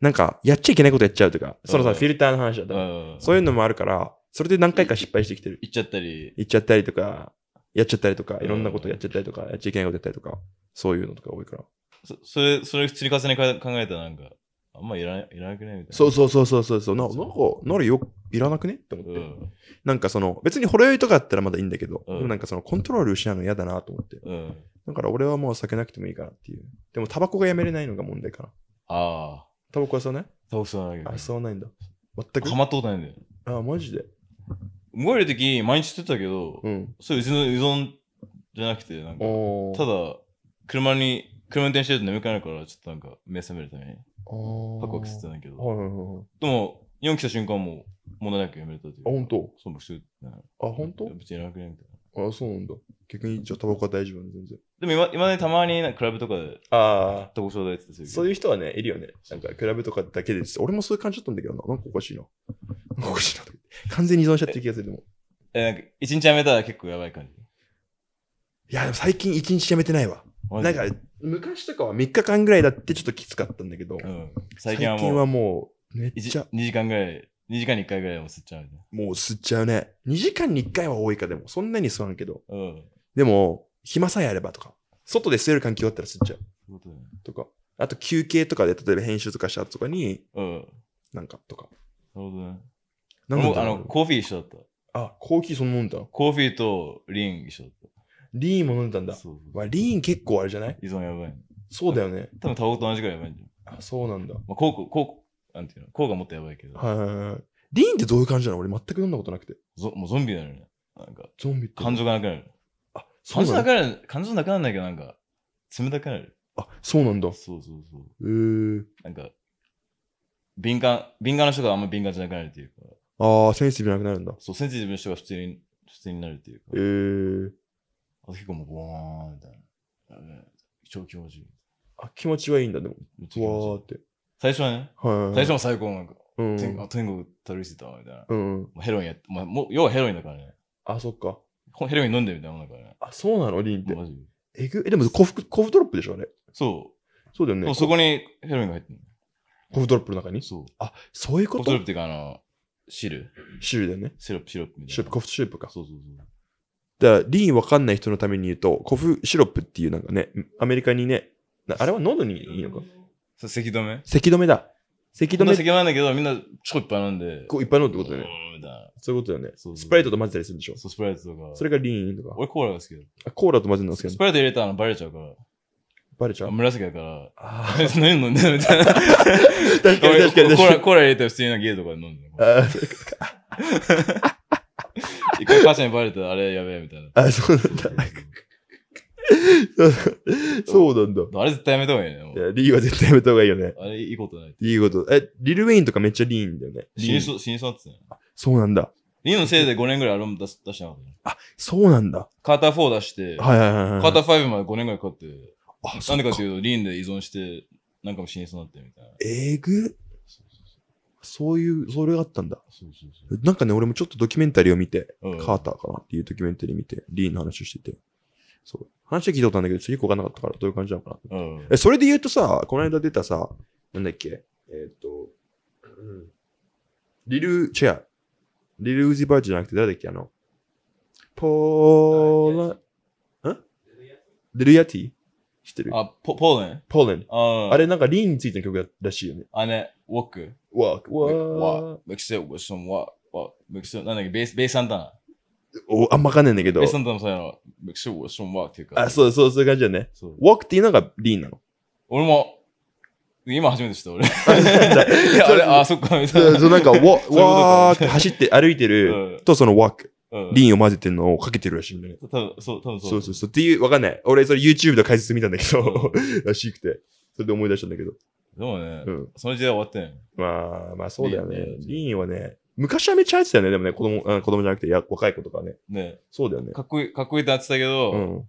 Speaker 1: なんか、やっちゃいけないことやっちゃうというか、そのさ、
Speaker 2: うん
Speaker 1: フィルターの話だった、
Speaker 2: うん。
Speaker 1: そういうのもあるから、それで何回か失敗してきてる。
Speaker 2: 行っちゃったり。
Speaker 1: 行っちゃったりとか、やっちゃったりとか、
Speaker 2: うん
Speaker 1: いろんなことやっちゃったりとか、やっちゃいけないことやったりとか、そういうのとか多いから。
Speaker 2: そそれ、それ、釣り重ねか考えたらなんか、あんまいらない、いらなくないみたいな。
Speaker 1: そうそうそうそうそうそう、ななんか、なるよ、いらなくねって思って。
Speaker 2: うん。
Speaker 1: なんかその、別にほろ酔いとかだったらまだいいんだけど、
Speaker 2: うん
Speaker 1: でもなんかその、コントロールしないの嫌だなと思って。
Speaker 2: うん。
Speaker 1: だから俺はもう避けなくてもいいかなっていう。でもタバコがやめれないのが問題かな。
Speaker 2: ああ。
Speaker 1: タバコは吸わない
Speaker 2: タバコ吸わないけど。
Speaker 1: あ、吸わないんだ。全く
Speaker 2: ハ。マったことないんだよ。
Speaker 1: あ、マジで。
Speaker 2: 動いるとき、毎日吸ってたけど、
Speaker 1: うん。
Speaker 2: そう、うちの依存じゃなくて、なんか、
Speaker 1: おー
Speaker 2: ただ、車に、車運転してると眠くなるから、ちょっとなんか、目覚めるために、
Speaker 1: おー
Speaker 2: パクパク吸ってたんだけど。
Speaker 1: はいはいはいはい。
Speaker 2: でも、4来た瞬間もう問題なくやめれたというか。
Speaker 1: あ本当
Speaker 2: そう、僕吸ってない。
Speaker 1: あ、本当
Speaker 2: 別にいらなくないみたいな。
Speaker 1: あ、そうなんだ。逆に、じゃあタバコは大丈夫なんだ全然。
Speaker 2: でも今、今ね、たまになんかクラブとかで、
Speaker 1: ああ。
Speaker 2: タバコちょうだいって言って
Speaker 1: そう
Speaker 2: いう
Speaker 1: いう人はね、いるよね。なんか、クラブとかだけです。俺もそういう感じだったんだけどな。なんかおかしいな。なんかおかしいなとか言って。完全に依存しちゃってる気がするでも。
Speaker 2: え、なんか、一日やめたら結構やばい感じ。
Speaker 1: いや、でも最近一日やめてないわ。
Speaker 2: マ
Speaker 1: な
Speaker 2: ジ
Speaker 1: ん
Speaker 2: で
Speaker 1: か、昔とかは3日間ぐらいだってちょっときつかったんだけど、
Speaker 2: うん。最
Speaker 1: 最
Speaker 2: 近
Speaker 1: 近
Speaker 2: はもう、
Speaker 1: はもう、めっ
Speaker 2: い
Speaker 1: ち
Speaker 2: ち
Speaker 1: ゃ、
Speaker 2: 2時間ぐらい、2時間に1回ぐらいも吸っちゃうみたい
Speaker 1: もう吸っちゃうね。2時間に1回は多いかでも、そんなに吸わんけど。
Speaker 2: な。うん。
Speaker 1: でも、暇さえあればとか、外で吸える環境だったら吸っちゃう
Speaker 2: そういうことだよね。
Speaker 1: とか、あと休憩とかで、例えば編集とかした後とかに、
Speaker 2: うん。
Speaker 1: なんかとか。
Speaker 2: なるほどね。
Speaker 1: なん
Speaker 2: 俺
Speaker 1: だ
Speaker 2: もあ
Speaker 1: ろ
Speaker 2: の、
Speaker 1: う
Speaker 2: コーヒー一緒だった。
Speaker 1: あ、コーヒーその飲んだ。
Speaker 2: コーヒーとリン一緒だっ
Speaker 1: リーンも飲んだん
Speaker 2: た。
Speaker 1: だ。
Speaker 2: そうそう
Speaker 1: まあ、リーン結構あれじゃない
Speaker 2: 依存やばい、ね。
Speaker 1: そうだよね。
Speaker 2: 多分タバコと同じぐらいやばいんじゃん。
Speaker 1: あ、そうなんだ。
Speaker 2: まあ、コーク、コーク、なんていうの、コークはもっとやばいけど、
Speaker 1: はいはいはいはい。リーンってどういう感じなの俺全く飲んだことなくて。
Speaker 2: ゾもうゾンビになるね。なんか、
Speaker 1: ゾンビって。
Speaker 2: 感情がなくなる。
Speaker 1: あ、そ
Speaker 2: 感
Speaker 1: う
Speaker 2: 情
Speaker 1: な
Speaker 2: なんく
Speaker 1: だ。
Speaker 2: なる、感情なくならないけど、なんか、冷たくなる。
Speaker 1: あ、そうなんだ。へ
Speaker 2: そうそうそう。
Speaker 1: えー。
Speaker 2: なんか、敏感、敏感な人があんま敏感じゃなくなるっていうか、
Speaker 1: ああ、センシティブなくなるんだ。
Speaker 2: そう、センシティブな人が普通に、普通になるっていうか、
Speaker 1: えー。
Speaker 2: あと結構もう、ボーンみたいな。やべえ超気持ちいい。
Speaker 1: あ、気持ちはいいんだ、でも。
Speaker 2: めっちゃ気持
Speaker 1: わ
Speaker 2: ち
Speaker 1: ー
Speaker 2: いい
Speaker 1: って。
Speaker 2: 最初はね、
Speaker 1: はいはいはい。
Speaker 2: 最初も最高なんか、
Speaker 1: うん
Speaker 2: 天あ天国たるいてたわ、みたいな。
Speaker 1: うんうん。
Speaker 2: もうヘロインやって、まあ、もう、要はヘロインだからね。
Speaker 1: あ、そっか。
Speaker 2: ほヘロイン飲んでるみたいなもんだからね。
Speaker 1: あ、そうなのリーンって。
Speaker 2: マジで
Speaker 1: えぐえ、でもコフ、コフドロップでしょあれ。
Speaker 2: そう。
Speaker 1: そうだよね。
Speaker 2: もうそこにヘロインが入ってる
Speaker 1: コフドロップの中に
Speaker 2: そう。
Speaker 1: あ、そういう
Speaker 2: コ
Speaker 1: こ
Speaker 2: フト
Speaker 1: と
Speaker 2: ロップっていうか、あの、汁。
Speaker 1: シルだよね。
Speaker 2: シロップ、シロップみたいな。
Speaker 1: シュープ、コフシュープか。
Speaker 2: そうそうそ
Speaker 1: だから、リーンわかんない人のために言うと、コフシロップっていうなんかね、アメリカにね、なあれは喉に
Speaker 2: う。
Speaker 1: いいのか
Speaker 2: そう、咳止め
Speaker 1: 咳止めだ。咳
Speaker 2: み
Speaker 1: 止
Speaker 2: んな
Speaker 1: め、
Speaker 2: 咳止めなんだけど、みんな超いっぱい飲んで。
Speaker 1: こういっぱい飲むってことだよね。
Speaker 2: うーんみたいな。
Speaker 1: そういうことだよね。
Speaker 2: そうそう
Speaker 1: スプライトと混ぜたりするんでしょ。
Speaker 2: そう、スプライトとか。
Speaker 1: それがリーンとか。
Speaker 2: 俺コーラが好きだ。
Speaker 1: あコーラと混ぜるの好きな
Speaker 2: ス
Speaker 1: の
Speaker 2: プライト入れたらバレちゃうから。
Speaker 1: バレちゃ
Speaker 2: あ
Speaker 1: う
Speaker 2: 紫だから。
Speaker 1: あ ー
Speaker 2: 何飲んでんのみたい
Speaker 1: 確
Speaker 2: な。
Speaker 1: かに確かに
Speaker 2: 俺コ
Speaker 1: 確
Speaker 2: ー
Speaker 1: か
Speaker 2: ラ、
Speaker 1: に。
Speaker 2: コーラ入れたら普通になんか家とかで飲ん でる。
Speaker 1: あー
Speaker 2: 一回母ちゃんにバレたらあれやべえみた いな。
Speaker 1: あ、そうなんだ。そうそうなんだ。
Speaker 2: あれ絶対やめた方がいいね。もう
Speaker 1: いやリーンは絶対やめた方がいいよね。
Speaker 2: あれいいことない。
Speaker 1: いいこと。え、リル・ウェインとかめっちゃリーンだよね。
Speaker 2: 死
Speaker 1: リ
Speaker 2: に
Speaker 1: ーン。
Speaker 2: そう、死にそうだってたね。
Speaker 1: そうなんだ。
Speaker 2: リンのせいで5年ぐらいアルバム出し出してなかったね。
Speaker 1: そうなんだ。
Speaker 2: カーター4出して、
Speaker 1: はいはいはい、はい。
Speaker 2: カーター5まで5年ぐらいかかって、
Speaker 1: あ、そ
Speaker 2: なん
Speaker 1: う
Speaker 2: で
Speaker 1: か
Speaker 2: かっていうと、リンで依存して、なんかも死にそうになってみたいな。
Speaker 1: えぐ。そういう、それがあったんだ。
Speaker 2: そうそう
Speaker 1: なんかね、俺もちょっとドキュメンタリーを見て、
Speaker 2: そう。うん
Speaker 1: カーターかなっていうドキュメンタリー見て、リーンの話をしてて。そう。話は聞いたことあるんだけど、ちょっとよくわかんなかったから、どういう感じなのかな。
Speaker 2: うん。
Speaker 1: え、それで言うとさ、この間出たさ、なんだっけ、えーっと、うんリル、違う、リル・ウジ・バーチじゃなくて誰だっけ、あの、ポーラ、んリル・ヤティ知ってる
Speaker 2: あ、ポポーラン
Speaker 1: ポーランド。
Speaker 2: あ
Speaker 1: あ
Speaker 2: れ
Speaker 1: れなんかリーンについての曲だらしいよね。
Speaker 2: あね、ウォック。
Speaker 1: わー
Speaker 2: ウ
Speaker 1: わー
Speaker 2: メキシコ、ウォッション、ワワメキシコ、なんだっけ、ベース、ベースサンタナ。
Speaker 1: おあんまわかんないんだけど
Speaker 2: ベース。サンタナもそうやろ。メキシコ、ウォッション、ワーっていうか。
Speaker 1: あ、そうそう、そういう感じだね。
Speaker 2: そう。
Speaker 1: ウォークっていうのがリーンなの。
Speaker 2: 俺も、今初めて知った 俺。い
Speaker 1: い
Speaker 2: や、あれ、あ、そっか、みたい
Speaker 1: そう
Speaker 2: な。
Speaker 1: そうなんか、ウォ
Speaker 2: とか
Speaker 1: わーって走って歩いてると、そのワーク。
Speaker 2: うん
Speaker 1: リンを混ぜてるのをかけてるらしいんだね。
Speaker 2: 多分そう、多分
Speaker 1: そ
Speaker 2: そうう。
Speaker 1: そうそう。っていう、わかんない。俺、それ YouTube で解説見たんだけど、らしくて。それで思い出したんだけど。
Speaker 2: でもね、
Speaker 1: うん。
Speaker 2: その時代は終わってない。
Speaker 1: まあ、まあそうだよね。
Speaker 2: リ
Speaker 1: リンはね、昔はめっちゃ入ってたよね。でもね、子供、あ子供じゃなくて、いや若い子とかね。
Speaker 2: ね
Speaker 1: そうだよね。
Speaker 2: かっこいい、かっこいいってなってたけど、
Speaker 1: うん。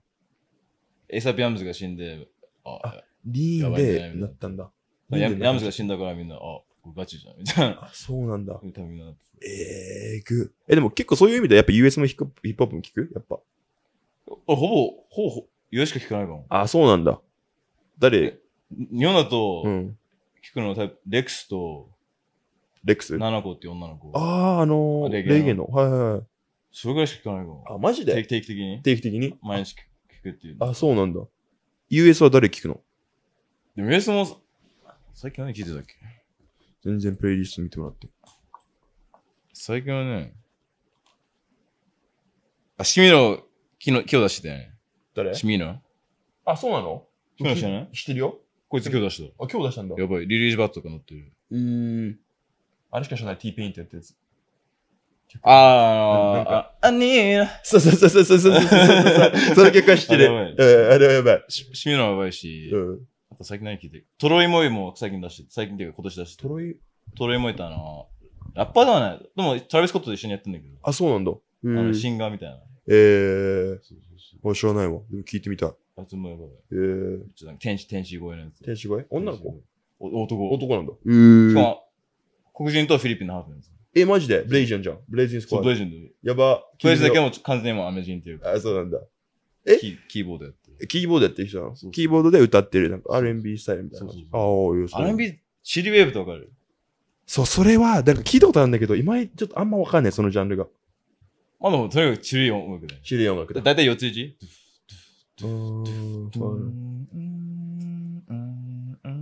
Speaker 2: エイサピアムズが死んで、あ、
Speaker 1: あリーン
Speaker 2: やばい
Speaker 1: で
Speaker 2: ね
Speaker 1: なったんだ。
Speaker 2: ヤ
Speaker 1: リンで
Speaker 2: ヤ
Speaker 1: なった
Speaker 2: ムズが死んだからみんな、あ、これガチじゃん、みたいな。
Speaker 1: あそうなんだ
Speaker 2: 多。分みんななって
Speaker 1: えーぐ。え、でも結構そういう意味でやっぱ US のヒップヒップホップも聞くやっぱ。
Speaker 2: あほぼ、ほぼ、ほぼ、よしか聞かないかも。
Speaker 1: あ、そうなんだ。誰
Speaker 2: 日本だと、
Speaker 1: うん。
Speaker 2: 聞くのはタイプ、レクスと、
Speaker 1: レックスあ
Speaker 2: ナナコっていう女の子。
Speaker 1: あー、あのー、
Speaker 2: レゲエの
Speaker 1: レゲエの。はいはいはい。
Speaker 2: それぐらいしか聞かないかも。
Speaker 1: あ、マジ
Speaker 2: 定
Speaker 1: で
Speaker 2: 期定期的に
Speaker 1: 定期的に
Speaker 2: 毎日聞くっていう。
Speaker 1: あ、そうなんだ。US は誰聞くの
Speaker 2: でも、エースも、最近何聞いてたっけ
Speaker 1: 全然プレイリスト見てもらって。
Speaker 2: 最近はね、あ、シミロ、昨日、今日出してたよね。
Speaker 1: 誰
Speaker 2: シミロ
Speaker 1: あ、そうなの
Speaker 2: そうなんじゃない
Speaker 1: してるよ。
Speaker 2: こいつ今日出した。
Speaker 1: あ、今日出したんだ
Speaker 2: やばい、リリースバットとか載ってる。
Speaker 1: うーん。あれしか知らない T ペインってやったやつ。なん
Speaker 2: あー、あ、あにー
Speaker 1: そうそうそうそうそうそうそうそう。 その曲は知ってる。
Speaker 2: あれやばい
Speaker 1: うん、あれはやばい。
Speaker 2: シシミロやばいし、
Speaker 1: うん。
Speaker 2: あと最近何聞いてるトロイモイも最近出して、最近っていうか今年出して
Speaker 1: ト
Speaker 2: る。
Speaker 1: ロイ、
Speaker 2: トロイモイってあの、ラッパーではない。でも、トラビス・コットと一緒にやってんだけど、
Speaker 1: あ、そうなんだ。う
Speaker 2: あの
Speaker 1: ん。
Speaker 2: シンガーみたいな。
Speaker 1: えー、
Speaker 2: そうそう
Speaker 1: あ知らないわ。でも聞いてみたい。
Speaker 2: そう。あいつもやばい。
Speaker 1: えー、
Speaker 2: ちょっとなんか天使、天使声のやつ。
Speaker 1: 天使声女の子
Speaker 2: お男。
Speaker 1: 男なんだ。う
Speaker 2: しか
Speaker 1: ーん。
Speaker 2: も、黒人とフィリピンのハーフなんですよ。
Speaker 1: え、マジでブレイジンじゃん。ブレイジンスコ
Speaker 2: そう、
Speaker 1: ア
Speaker 2: ブ。レジェンド。
Speaker 1: やば。
Speaker 2: ブレジェンドだけも完全にもうアメ人っていうか、
Speaker 1: あ、そうなんだ。え
Speaker 2: キーキーボードやってる。
Speaker 1: キーボードやってる人なの
Speaker 2: そうそう
Speaker 1: キーボードで歌ってる、なんか R&B スタイルみたいな。
Speaker 2: そうそう
Speaker 1: あ
Speaker 2: そ
Speaker 1: あー、よ
Speaker 2: R&B、チリウェーブってわかる
Speaker 1: そう、それは、なんか聞いたことあるんだけど、今ちょっとあんまわかんない、そのジャンルが。
Speaker 2: まあでも、とにかくチリ音楽だよ。
Speaker 1: 種類音楽
Speaker 2: だ。いたい四つ打ち
Speaker 1: うーんそうだね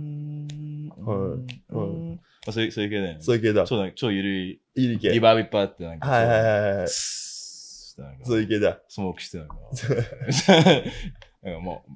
Speaker 1: はい
Speaker 2: はいまあ、そういう、そういう系だよね。
Speaker 1: そういう系だ。
Speaker 2: 超なんか超ゆるい、
Speaker 1: いい系。
Speaker 2: リバーブいっぱいあって、なんか、
Speaker 1: はいはいはいはい。
Speaker 2: スーッてなんか
Speaker 1: そういう系だ。
Speaker 2: スモークしてな んか、なんかもう、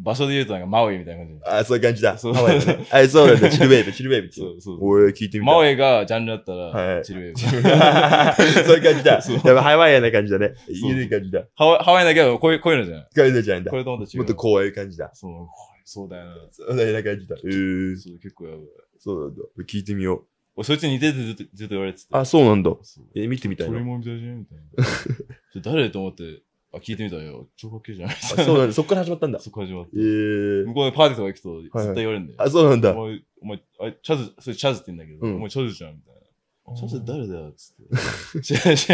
Speaker 2: 場所で言うとなんかマウイみたいな感じ。
Speaker 1: あ、そういう感じだ。
Speaker 2: そう
Speaker 1: ハワイだねあ、そうなんだ。チルベイブ、チルベイブって。
Speaker 2: そうそう。
Speaker 1: おい、聞いてみたい。
Speaker 2: マウイがジャンルだった
Speaker 1: はいは
Speaker 2: ら、
Speaker 1: い
Speaker 2: チルウェーブ。
Speaker 1: そういう感じだ。
Speaker 2: そう
Speaker 1: やっぱハワイアンな感じだね。い
Speaker 2: そう
Speaker 1: い感じだ。
Speaker 2: ハワイハワイだけど、こういうこういうのじゃない
Speaker 1: 疲れたじゃないんだ。
Speaker 2: こ
Speaker 1: も
Speaker 2: れと思って違う。
Speaker 1: っとこういう感じだ。
Speaker 2: そうそうだよな。
Speaker 1: そういう感じだ。うーん。
Speaker 2: そう結構やばい。
Speaker 1: そうなんだ。聞いてみよう。
Speaker 2: 俺、そいつに似ててずっとずっと言われてて。
Speaker 1: あ、そうなんだ。
Speaker 2: そう、
Speaker 1: え、見てみたい
Speaker 2: 鳥
Speaker 1: な。
Speaker 2: もみたいじゃんみたいな。 それ誰と思って、あ、聞いてみたらよ。超かっけえじゃん。
Speaker 1: あそうなんだ。そっから始まったんだ。
Speaker 2: そこ始まって
Speaker 1: え。ー
Speaker 2: 向。こうでパーティーとか行くと、絶対言われるんだよ。
Speaker 1: あ、そうなんだ。
Speaker 2: お前、お前、あれチャズ、それチャズって言うんだけど、
Speaker 1: うん
Speaker 2: お前チャズじゃんみたいな。チャズ誰だよっつって。 しし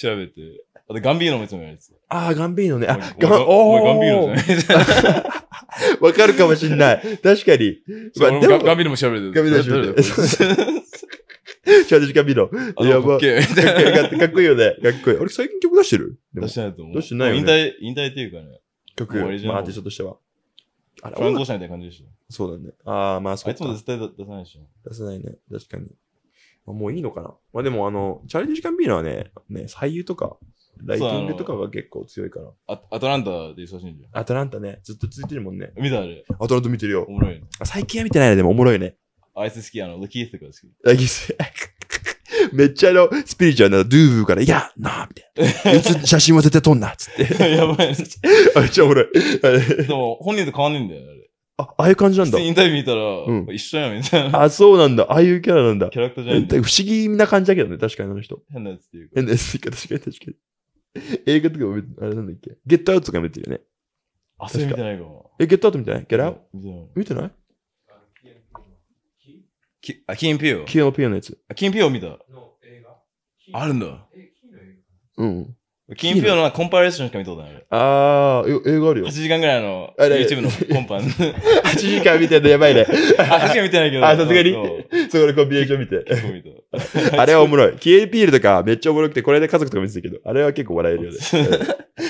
Speaker 2: 調べて。あと、ガンビーノもいつも言われてた。
Speaker 1: あー、ガンビーノね。あ、
Speaker 2: お前
Speaker 1: ガン、おー。
Speaker 2: お前ガンビーノじゃないみたいな。
Speaker 1: わかるかもしんない。確かに。ま
Speaker 2: そ
Speaker 1: あ、
Speaker 2: う俺
Speaker 1: で
Speaker 2: もガ
Speaker 1: も、
Speaker 2: ガンビーノも調べてる。
Speaker 1: ガンビーノ調べてる
Speaker 2: 誰だよこいつ
Speaker 1: チャージガンビー ノ。
Speaker 2: あ
Speaker 1: や
Speaker 2: でもか
Speaker 1: ば
Speaker 2: っけえみたいな。
Speaker 1: かっこいいよね。かっこいい。俺最近曲出してるでも
Speaker 2: 出してないと思う。
Speaker 1: 出してないよね
Speaker 2: もう引退、引退っていうかね、
Speaker 1: 曲、
Speaker 2: もうあれじゃん
Speaker 1: まあ、アーティストとしては。あれ、
Speaker 2: フラン
Speaker 1: 音
Speaker 2: コ
Speaker 1: 楽
Speaker 2: さんみたいな感じでしょ。
Speaker 1: そうだね。ああ、まあ、そ
Speaker 2: あ
Speaker 1: う
Speaker 2: いつも
Speaker 1: か
Speaker 2: 絶対出出さないでしょ。
Speaker 1: 出せないね。確かに。まあ、もういいのかな。まあでも、あの、チャーリー・ジ・ガンビーノはね、ね、俳優とか、ライティングとかが結構強いから。
Speaker 2: アアトランタで忙しいんじゃ
Speaker 1: アトランタね、ずっと続いてるもんね。
Speaker 2: ん。見たあれ。
Speaker 1: アトランタ見てるよ
Speaker 2: お。もろいね。
Speaker 1: あ最近は見てないね、でもおもろいね。
Speaker 2: あいつ好き、あの、ルキースとか好き。
Speaker 1: あギスめっちゃあの、スピリチュアルな、ドゥーブーから、いや、なあ、みた いな。写写真は絶対撮んな、つって。
Speaker 2: やばいね。
Speaker 1: あ、めっちゃおもろい。あれ
Speaker 2: でも、本人と変わんねえんだよね、あれ。
Speaker 1: あ、ああいう感じなん
Speaker 2: 普
Speaker 1: だ
Speaker 2: 通。にインタビュー見たら、
Speaker 1: うん
Speaker 2: 一緒やん、みたいな。
Speaker 1: あ、そうなんだ。ああいうキャラなんだ。
Speaker 2: キャラクターじゃ
Speaker 1: 不
Speaker 2: ない
Speaker 1: 思
Speaker 2: んだよ。
Speaker 1: 議な感じだけどね、確かにあの人。
Speaker 2: 変なやつっていうか。
Speaker 1: 変なやついいか、確かに確かに。映画とかも見て、あれなんだっけゲットアウトとか見てるよね。
Speaker 2: あ、それ見てないかも。
Speaker 1: え、ゲットアウト見てないゲラウ
Speaker 2: 見てない。
Speaker 1: 見てない
Speaker 2: きあ、キンピオ。
Speaker 1: キアノピアのやつ。
Speaker 2: あキンピオ見た。
Speaker 3: の映画。
Speaker 2: あるんだ。
Speaker 3: え、金の映
Speaker 1: うん。
Speaker 2: キンピオのコンパレーションしか見たことないあれ。
Speaker 1: あー、よ映画あるよ
Speaker 2: 8。時間ぐらいの
Speaker 1: あれ
Speaker 2: YouTube のコ ンパ。
Speaker 1: 8時間見てるのやばいね。
Speaker 2: あ、8時間見てないけど。
Speaker 1: あさすがにそ
Speaker 2: そう
Speaker 1: こでコンビネーション見 て。
Speaker 2: 結構見た。
Speaker 1: あれはおもろい。キエピールとかめっちゃおもろくて、これで家族とか見てたけど、あれは結構笑えるよね。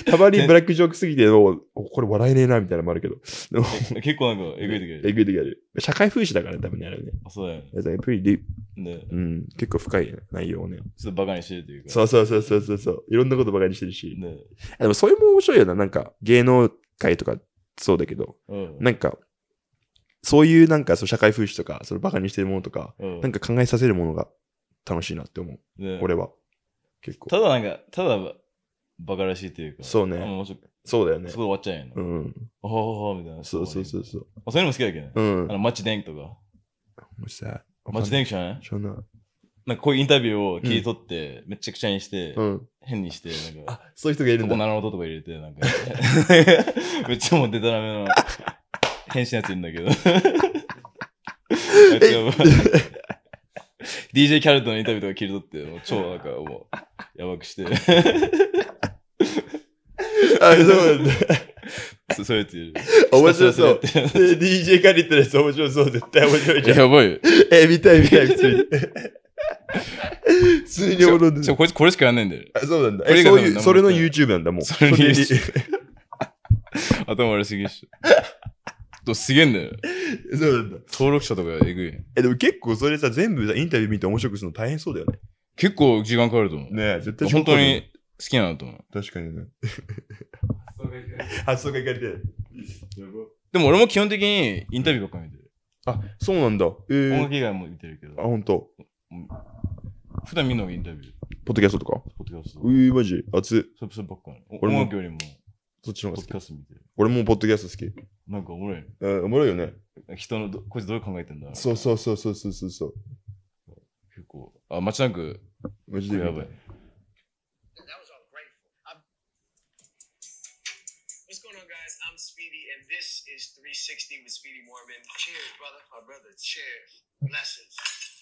Speaker 1: たまにブラックジョークすぎて、もう、おこれ笑えねえな、みたいなのもある けど。でも
Speaker 2: 結構なんか、えぐい時あ
Speaker 1: え
Speaker 2: る。
Speaker 1: ぐい時ある。社会風刺だからね、多分ね、あれはね。
Speaker 2: あそうだよね。
Speaker 1: だからやっぱりリ
Speaker 2: で、
Speaker 1: うん、結構深い内容をね。
Speaker 2: ちょっとバカにしてるというか。
Speaker 1: そうそうそうそうそうそう。いろんなことばかりにしてるし。
Speaker 2: ね。
Speaker 1: でもそれも面白いよな。なんか芸能界とかそうだけど、
Speaker 2: うん。
Speaker 1: なんか、そういうなんかそう社会風刺とか、そのバカにしてるものとか、
Speaker 2: うん
Speaker 1: なんか考えさせるものが楽しいなって思う。
Speaker 2: ね
Speaker 1: 俺は。結構。
Speaker 2: ただなんか、ただバカらしいというか。
Speaker 1: そうね
Speaker 2: あもう面白く
Speaker 1: そうだよね
Speaker 2: そ。こで終わっちゃうんや
Speaker 1: う
Speaker 2: な。
Speaker 1: ん。
Speaker 2: おほほほみたいな。
Speaker 1: そうそうそうそう。
Speaker 2: まあそういうのも好きだけどね。
Speaker 1: うん
Speaker 2: あ。の、マッチ電機とか。
Speaker 1: What's that?
Speaker 2: マッチ電機じゃない
Speaker 1: そんな。
Speaker 2: なんかこういうインタビューを切り取って、めちゃくちゃにして、
Speaker 1: うん。
Speaker 2: 変にして、なんか、
Speaker 1: あ、そういう人がいる
Speaker 2: こ
Speaker 1: ん
Speaker 2: こ
Speaker 1: だ。
Speaker 2: 7の音とか入れて、 なんか、めっちゃもうデタラメの変身やついるんだ けど。めっちゃもう DJ キャルトのインタビューとか切り取って、もう超なんかもう、やばくして。
Speaker 1: あ、そうなんだ。
Speaker 2: そそういうやついる。
Speaker 1: 面白そう。
Speaker 2: ひたすらそれやって
Speaker 1: で DJ 借りてるやつ面白そう。絶対面白いじゃん。
Speaker 2: やばいよ。
Speaker 1: え、見たい見たい、普 通に。普通に踊るん
Speaker 2: ち
Speaker 1: だ
Speaker 2: ょ、。こいつこれしかやんないんだよ。
Speaker 1: あそうなんだ。
Speaker 2: これ
Speaker 1: え、
Speaker 2: 以外
Speaker 1: そうい
Speaker 2: 多分何
Speaker 1: う、
Speaker 2: も
Speaker 1: それの YouTube なんだ、もう。
Speaker 2: それの
Speaker 1: それ
Speaker 2: YouTube 頭悪すぎっしょ。どうすげえんだよ。
Speaker 1: そうなんだ。
Speaker 2: 登録者とかえぐい。
Speaker 1: え、でも結構それさ、全部さ、インタビュー見て面白くするの大変そうだよね。
Speaker 2: 結構時間かかると思う。
Speaker 1: ねえ、絶対
Speaker 2: 本当。に好きなんだと思う。
Speaker 1: 確かにね。発想がいかれてる。
Speaker 2: でも俺も基本的にインタビューばっか見てる。
Speaker 1: あ、そうなんだ。え
Speaker 2: 音
Speaker 1: ー、
Speaker 2: 楽以外も見てるけ
Speaker 1: あ、
Speaker 2: ど、
Speaker 1: ほんと。
Speaker 2: 普段見るのがインタビュー、
Speaker 1: ポッドキャストとか。
Speaker 2: ポッドキャスト
Speaker 1: う。ー、マジ。熱
Speaker 2: それそればっかり。お
Speaker 1: 俺
Speaker 2: 音
Speaker 1: も
Speaker 2: 楽よりも、
Speaker 1: そっちの
Speaker 2: ポ
Speaker 1: 方
Speaker 2: ッ
Speaker 1: が
Speaker 2: ド
Speaker 1: 好き。
Speaker 2: キャスト見てる。
Speaker 1: 俺もポッドキャスト好き。
Speaker 2: なんかおもろいね。
Speaker 1: うん、おもろいよね。
Speaker 2: 人のど、こいつどう考えてんだろ
Speaker 1: そうそうそうそうそうそうそう。
Speaker 2: 結構。あ、街なく、
Speaker 1: マジ
Speaker 2: こ
Speaker 1: で
Speaker 2: れ やばい。
Speaker 3: That was ungrateful. I'm... What's going on, guys? I'm Speedy, and this is 360 with Speedy Mormon. Cheers, brother. My brother, cheers. Blessings.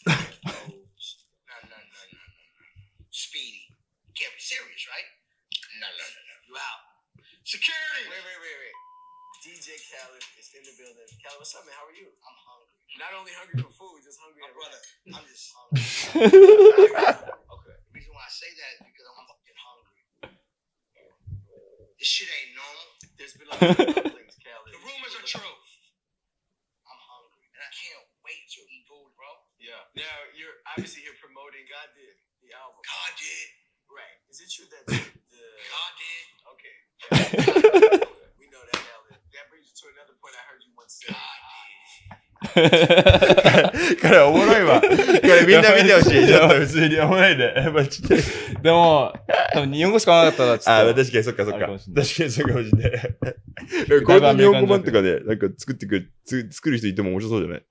Speaker 3: oh, s- no, no, no, no, no. Speedy, you can't be serious, right? No, no, no, no. You out. Security! Wait, wait, wait, wait. DJ Khaled is in the building. Khaled, what's up, man? How are you? I'm hungry. Not only hungry for food, just hungry. My brother, I'm just hungry. okay. The reason why I say that is because I'm fucking hungry. This shit ain't normal. There's been like rumblings, Khaled. The rumors are true. I'm hungry, and I can't wait to eat food, bro. Yeah. Now you're obviously here promoting God did the album. God did. Right. Is it true that the, the God did? Okay. we know that, Khaled. That brings you to another point I heard you once say. God did.
Speaker 1: 彼おもろい わ。これみんな見てほしい。ちょっと普通におもろいね。 マジで。
Speaker 2: でも、多分日本語しかわなかったら、ち
Speaker 1: あ、
Speaker 2: ょっと。
Speaker 1: 確かにそっかそっ
Speaker 2: あ
Speaker 1: か。
Speaker 2: る
Speaker 1: 確か
Speaker 2: かも
Speaker 1: に
Speaker 2: し
Speaker 1: そう
Speaker 2: ん
Speaker 1: か
Speaker 2: ない
Speaker 1: もし れない。これの日本語版とかで、なんか作ってくる、つ作る人いても面白そうじゃない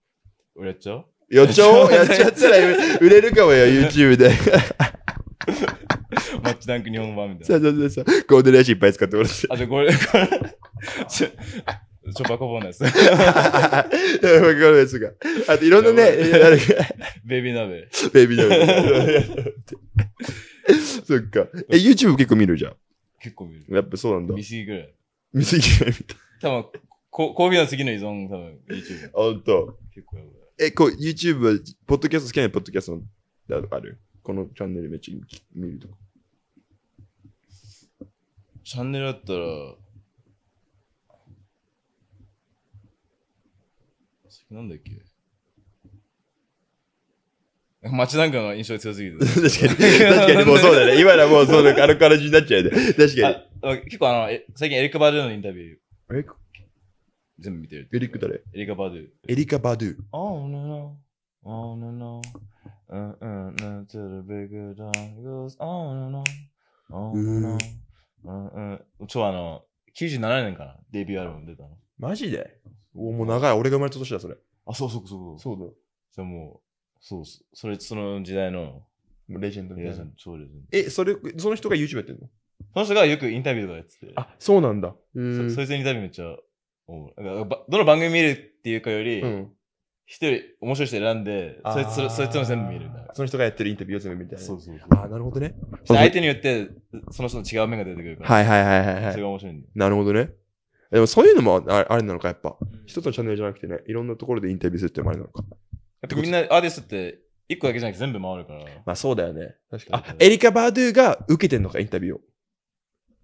Speaker 2: 俺やっちゃう
Speaker 1: やっちゃお うやっちゃったら売れるかもよ、YouTube で。
Speaker 2: マッチダンク日本語版みたい
Speaker 1: そ
Speaker 2: な。
Speaker 1: うそうそうそう。コードレーシーい っぱい使って もらって。
Speaker 2: あ、じゃあこれ、これ、ちょ、ちょ、バカボーナやつ。
Speaker 1: わかるやつが。あといろんなね、なんか
Speaker 2: ベビー鍋。
Speaker 1: ベイビーダメ。 そっか。え、YouTube 結構見るじゃん。
Speaker 2: 結構見る。
Speaker 1: やっぱそうなんだ
Speaker 2: 見。すぎぐらい。
Speaker 1: 見すぎないみたい。
Speaker 2: 多分こコーヒーの次の依存、多分 YouTube。
Speaker 1: ほんと。
Speaker 2: 結構やばい。
Speaker 1: え、こう、YouTube は、ポッドキャスト好きなポッドキャストあるこのチャンネルめっちゃ見るとか。
Speaker 2: チャンネルだったら、なんだっけ 街なんかの印象 強すぎて。
Speaker 1: 確かに。確かに、もうそうだね。今らもうそうだ、あの感じになっちゃうね。確かに。
Speaker 2: ああ結構あの、え最近エリカ・バドゥのインタビュー
Speaker 1: エリック
Speaker 2: 全部見てる。
Speaker 1: エリック誰
Speaker 2: エリカ・バドゥ。
Speaker 1: エリカ・バドゥ。
Speaker 2: Oh no no, oh no no, uh uh no to the bigger dog goes. Oh no no, oh no no, uh uh. 超あの97年かなデビューアルバム出たの。
Speaker 1: マジでおもう長い。俺が生まれた年だ、それ。
Speaker 2: あそうそうそうそう。
Speaker 1: うだ。
Speaker 2: じゃあもうそうそそれその時代の
Speaker 1: もうレジェンドみ
Speaker 2: レ
Speaker 1: た
Speaker 2: ジ
Speaker 1: い
Speaker 2: ェ
Speaker 1: な
Speaker 2: ン。超レジェンド。
Speaker 1: え、それ、その人が YouTube やってるの
Speaker 2: その人がよくインタビューとかやってて。
Speaker 1: あ、そうなんだ。う
Speaker 2: そ
Speaker 1: ん
Speaker 2: そいつのインタビューめっちゃおもろい。なんかばどの番組見るっていうかより、
Speaker 1: うん。
Speaker 2: 一人面白い人選んで、そいつそれそいつの全部見るんだ。
Speaker 1: その人がやってるインタビューを全部見たいな。
Speaker 2: そうそうそう。
Speaker 1: あー、なるほどね。
Speaker 2: 相手によって、その人の違う面が出てくるから。
Speaker 1: はいはいはいはいは
Speaker 2: そ
Speaker 1: い
Speaker 2: れ。が面白いんだよ。
Speaker 1: なるほどね。でもそういうのもああれなのか、やっぱ。一つのチャンネルじゃなくてね、いろんなところでインタビューするってのもあれなのか。
Speaker 2: やっぱみんなアーティストって、一個だけじゃなくて全部回るから。
Speaker 1: まあそうだよね。
Speaker 2: 確かに。
Speaker 1: あ、エリカ・バードゥが受けてんのか、インタビューを。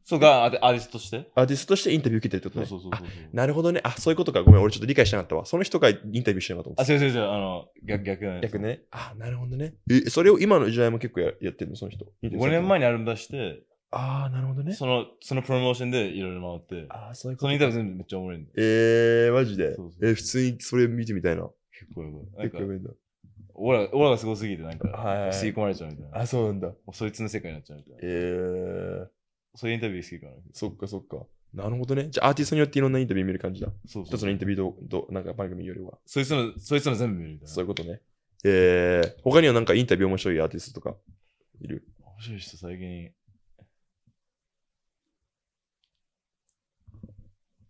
Speaker 2: そうが、アーティアーティストとして
Speaker 1: アーティストとしてインタビュー受けてるってこと
Speaker 2: そう
Speaker 1: ね。
Speaker 2: そうそうそう。
Speaker 1: なるほどね。あ、そういうことか。ごめん、俺ちょっと理解してなかったわ。その人がインタビューしてなかった
Speaker 2: あ、
Speaker 1: と思って
Speaker 2: 違う違う違う、あの、逆、逆な
Speaker 1: た
Speaker 2: やつ
Speaker 1: 逆。ね。あ、なるほどね。え、それを今の時代も結構ややってるの、その人。
Speaker 2: 5年前にアルバム出して、
Speaker 1: ああ、なるほどね。
Speaker 2: その、そのプロモーションでいろいろ回って、
Speaker 1: ああ、そういうこと
Speaker 2: そのインタビュー全部めっちゃおもろいんだよ。
Speaker 1: えー、マジで
Speaker 2: そうそう。
Speaker 1: え、普通にそれ見てみたいな。
Speaker 2: 結構やばい。なん
Speaker 1: 結
Speaker 2: か
Speaker 1: 構、やばいんだ。
Speaker 2: オーラ、オーラがすごすぎて、なんか、
Speaker 1: はいはい
Speaker 2: 吸い込まれちゃうみたいな。
Speaker 1: あ、そうなんだ。
Speaker 2: もうそいつの世界になっちゃうみたいな。
Speaker 1: えー、
Speaker 2: そういうインタビュー好きかな。
Speaker 1: そっかそっか。なるほどね。じゃあアーティストによっていろんなインタビュー見る感じだ。
Speaker 2: そうそ
Speaker 1: 一
Speaker 2: う。
Speaker 1: つのインタビューと、どなんか番組よりは。
Speaker 2: そいつの、そいつの全部見るみたいな。
Speaker 1: そういうことね。えー、他にはなんかインタビュー面白いアーティストとかいる
Speaker 2: 面白い人、最近。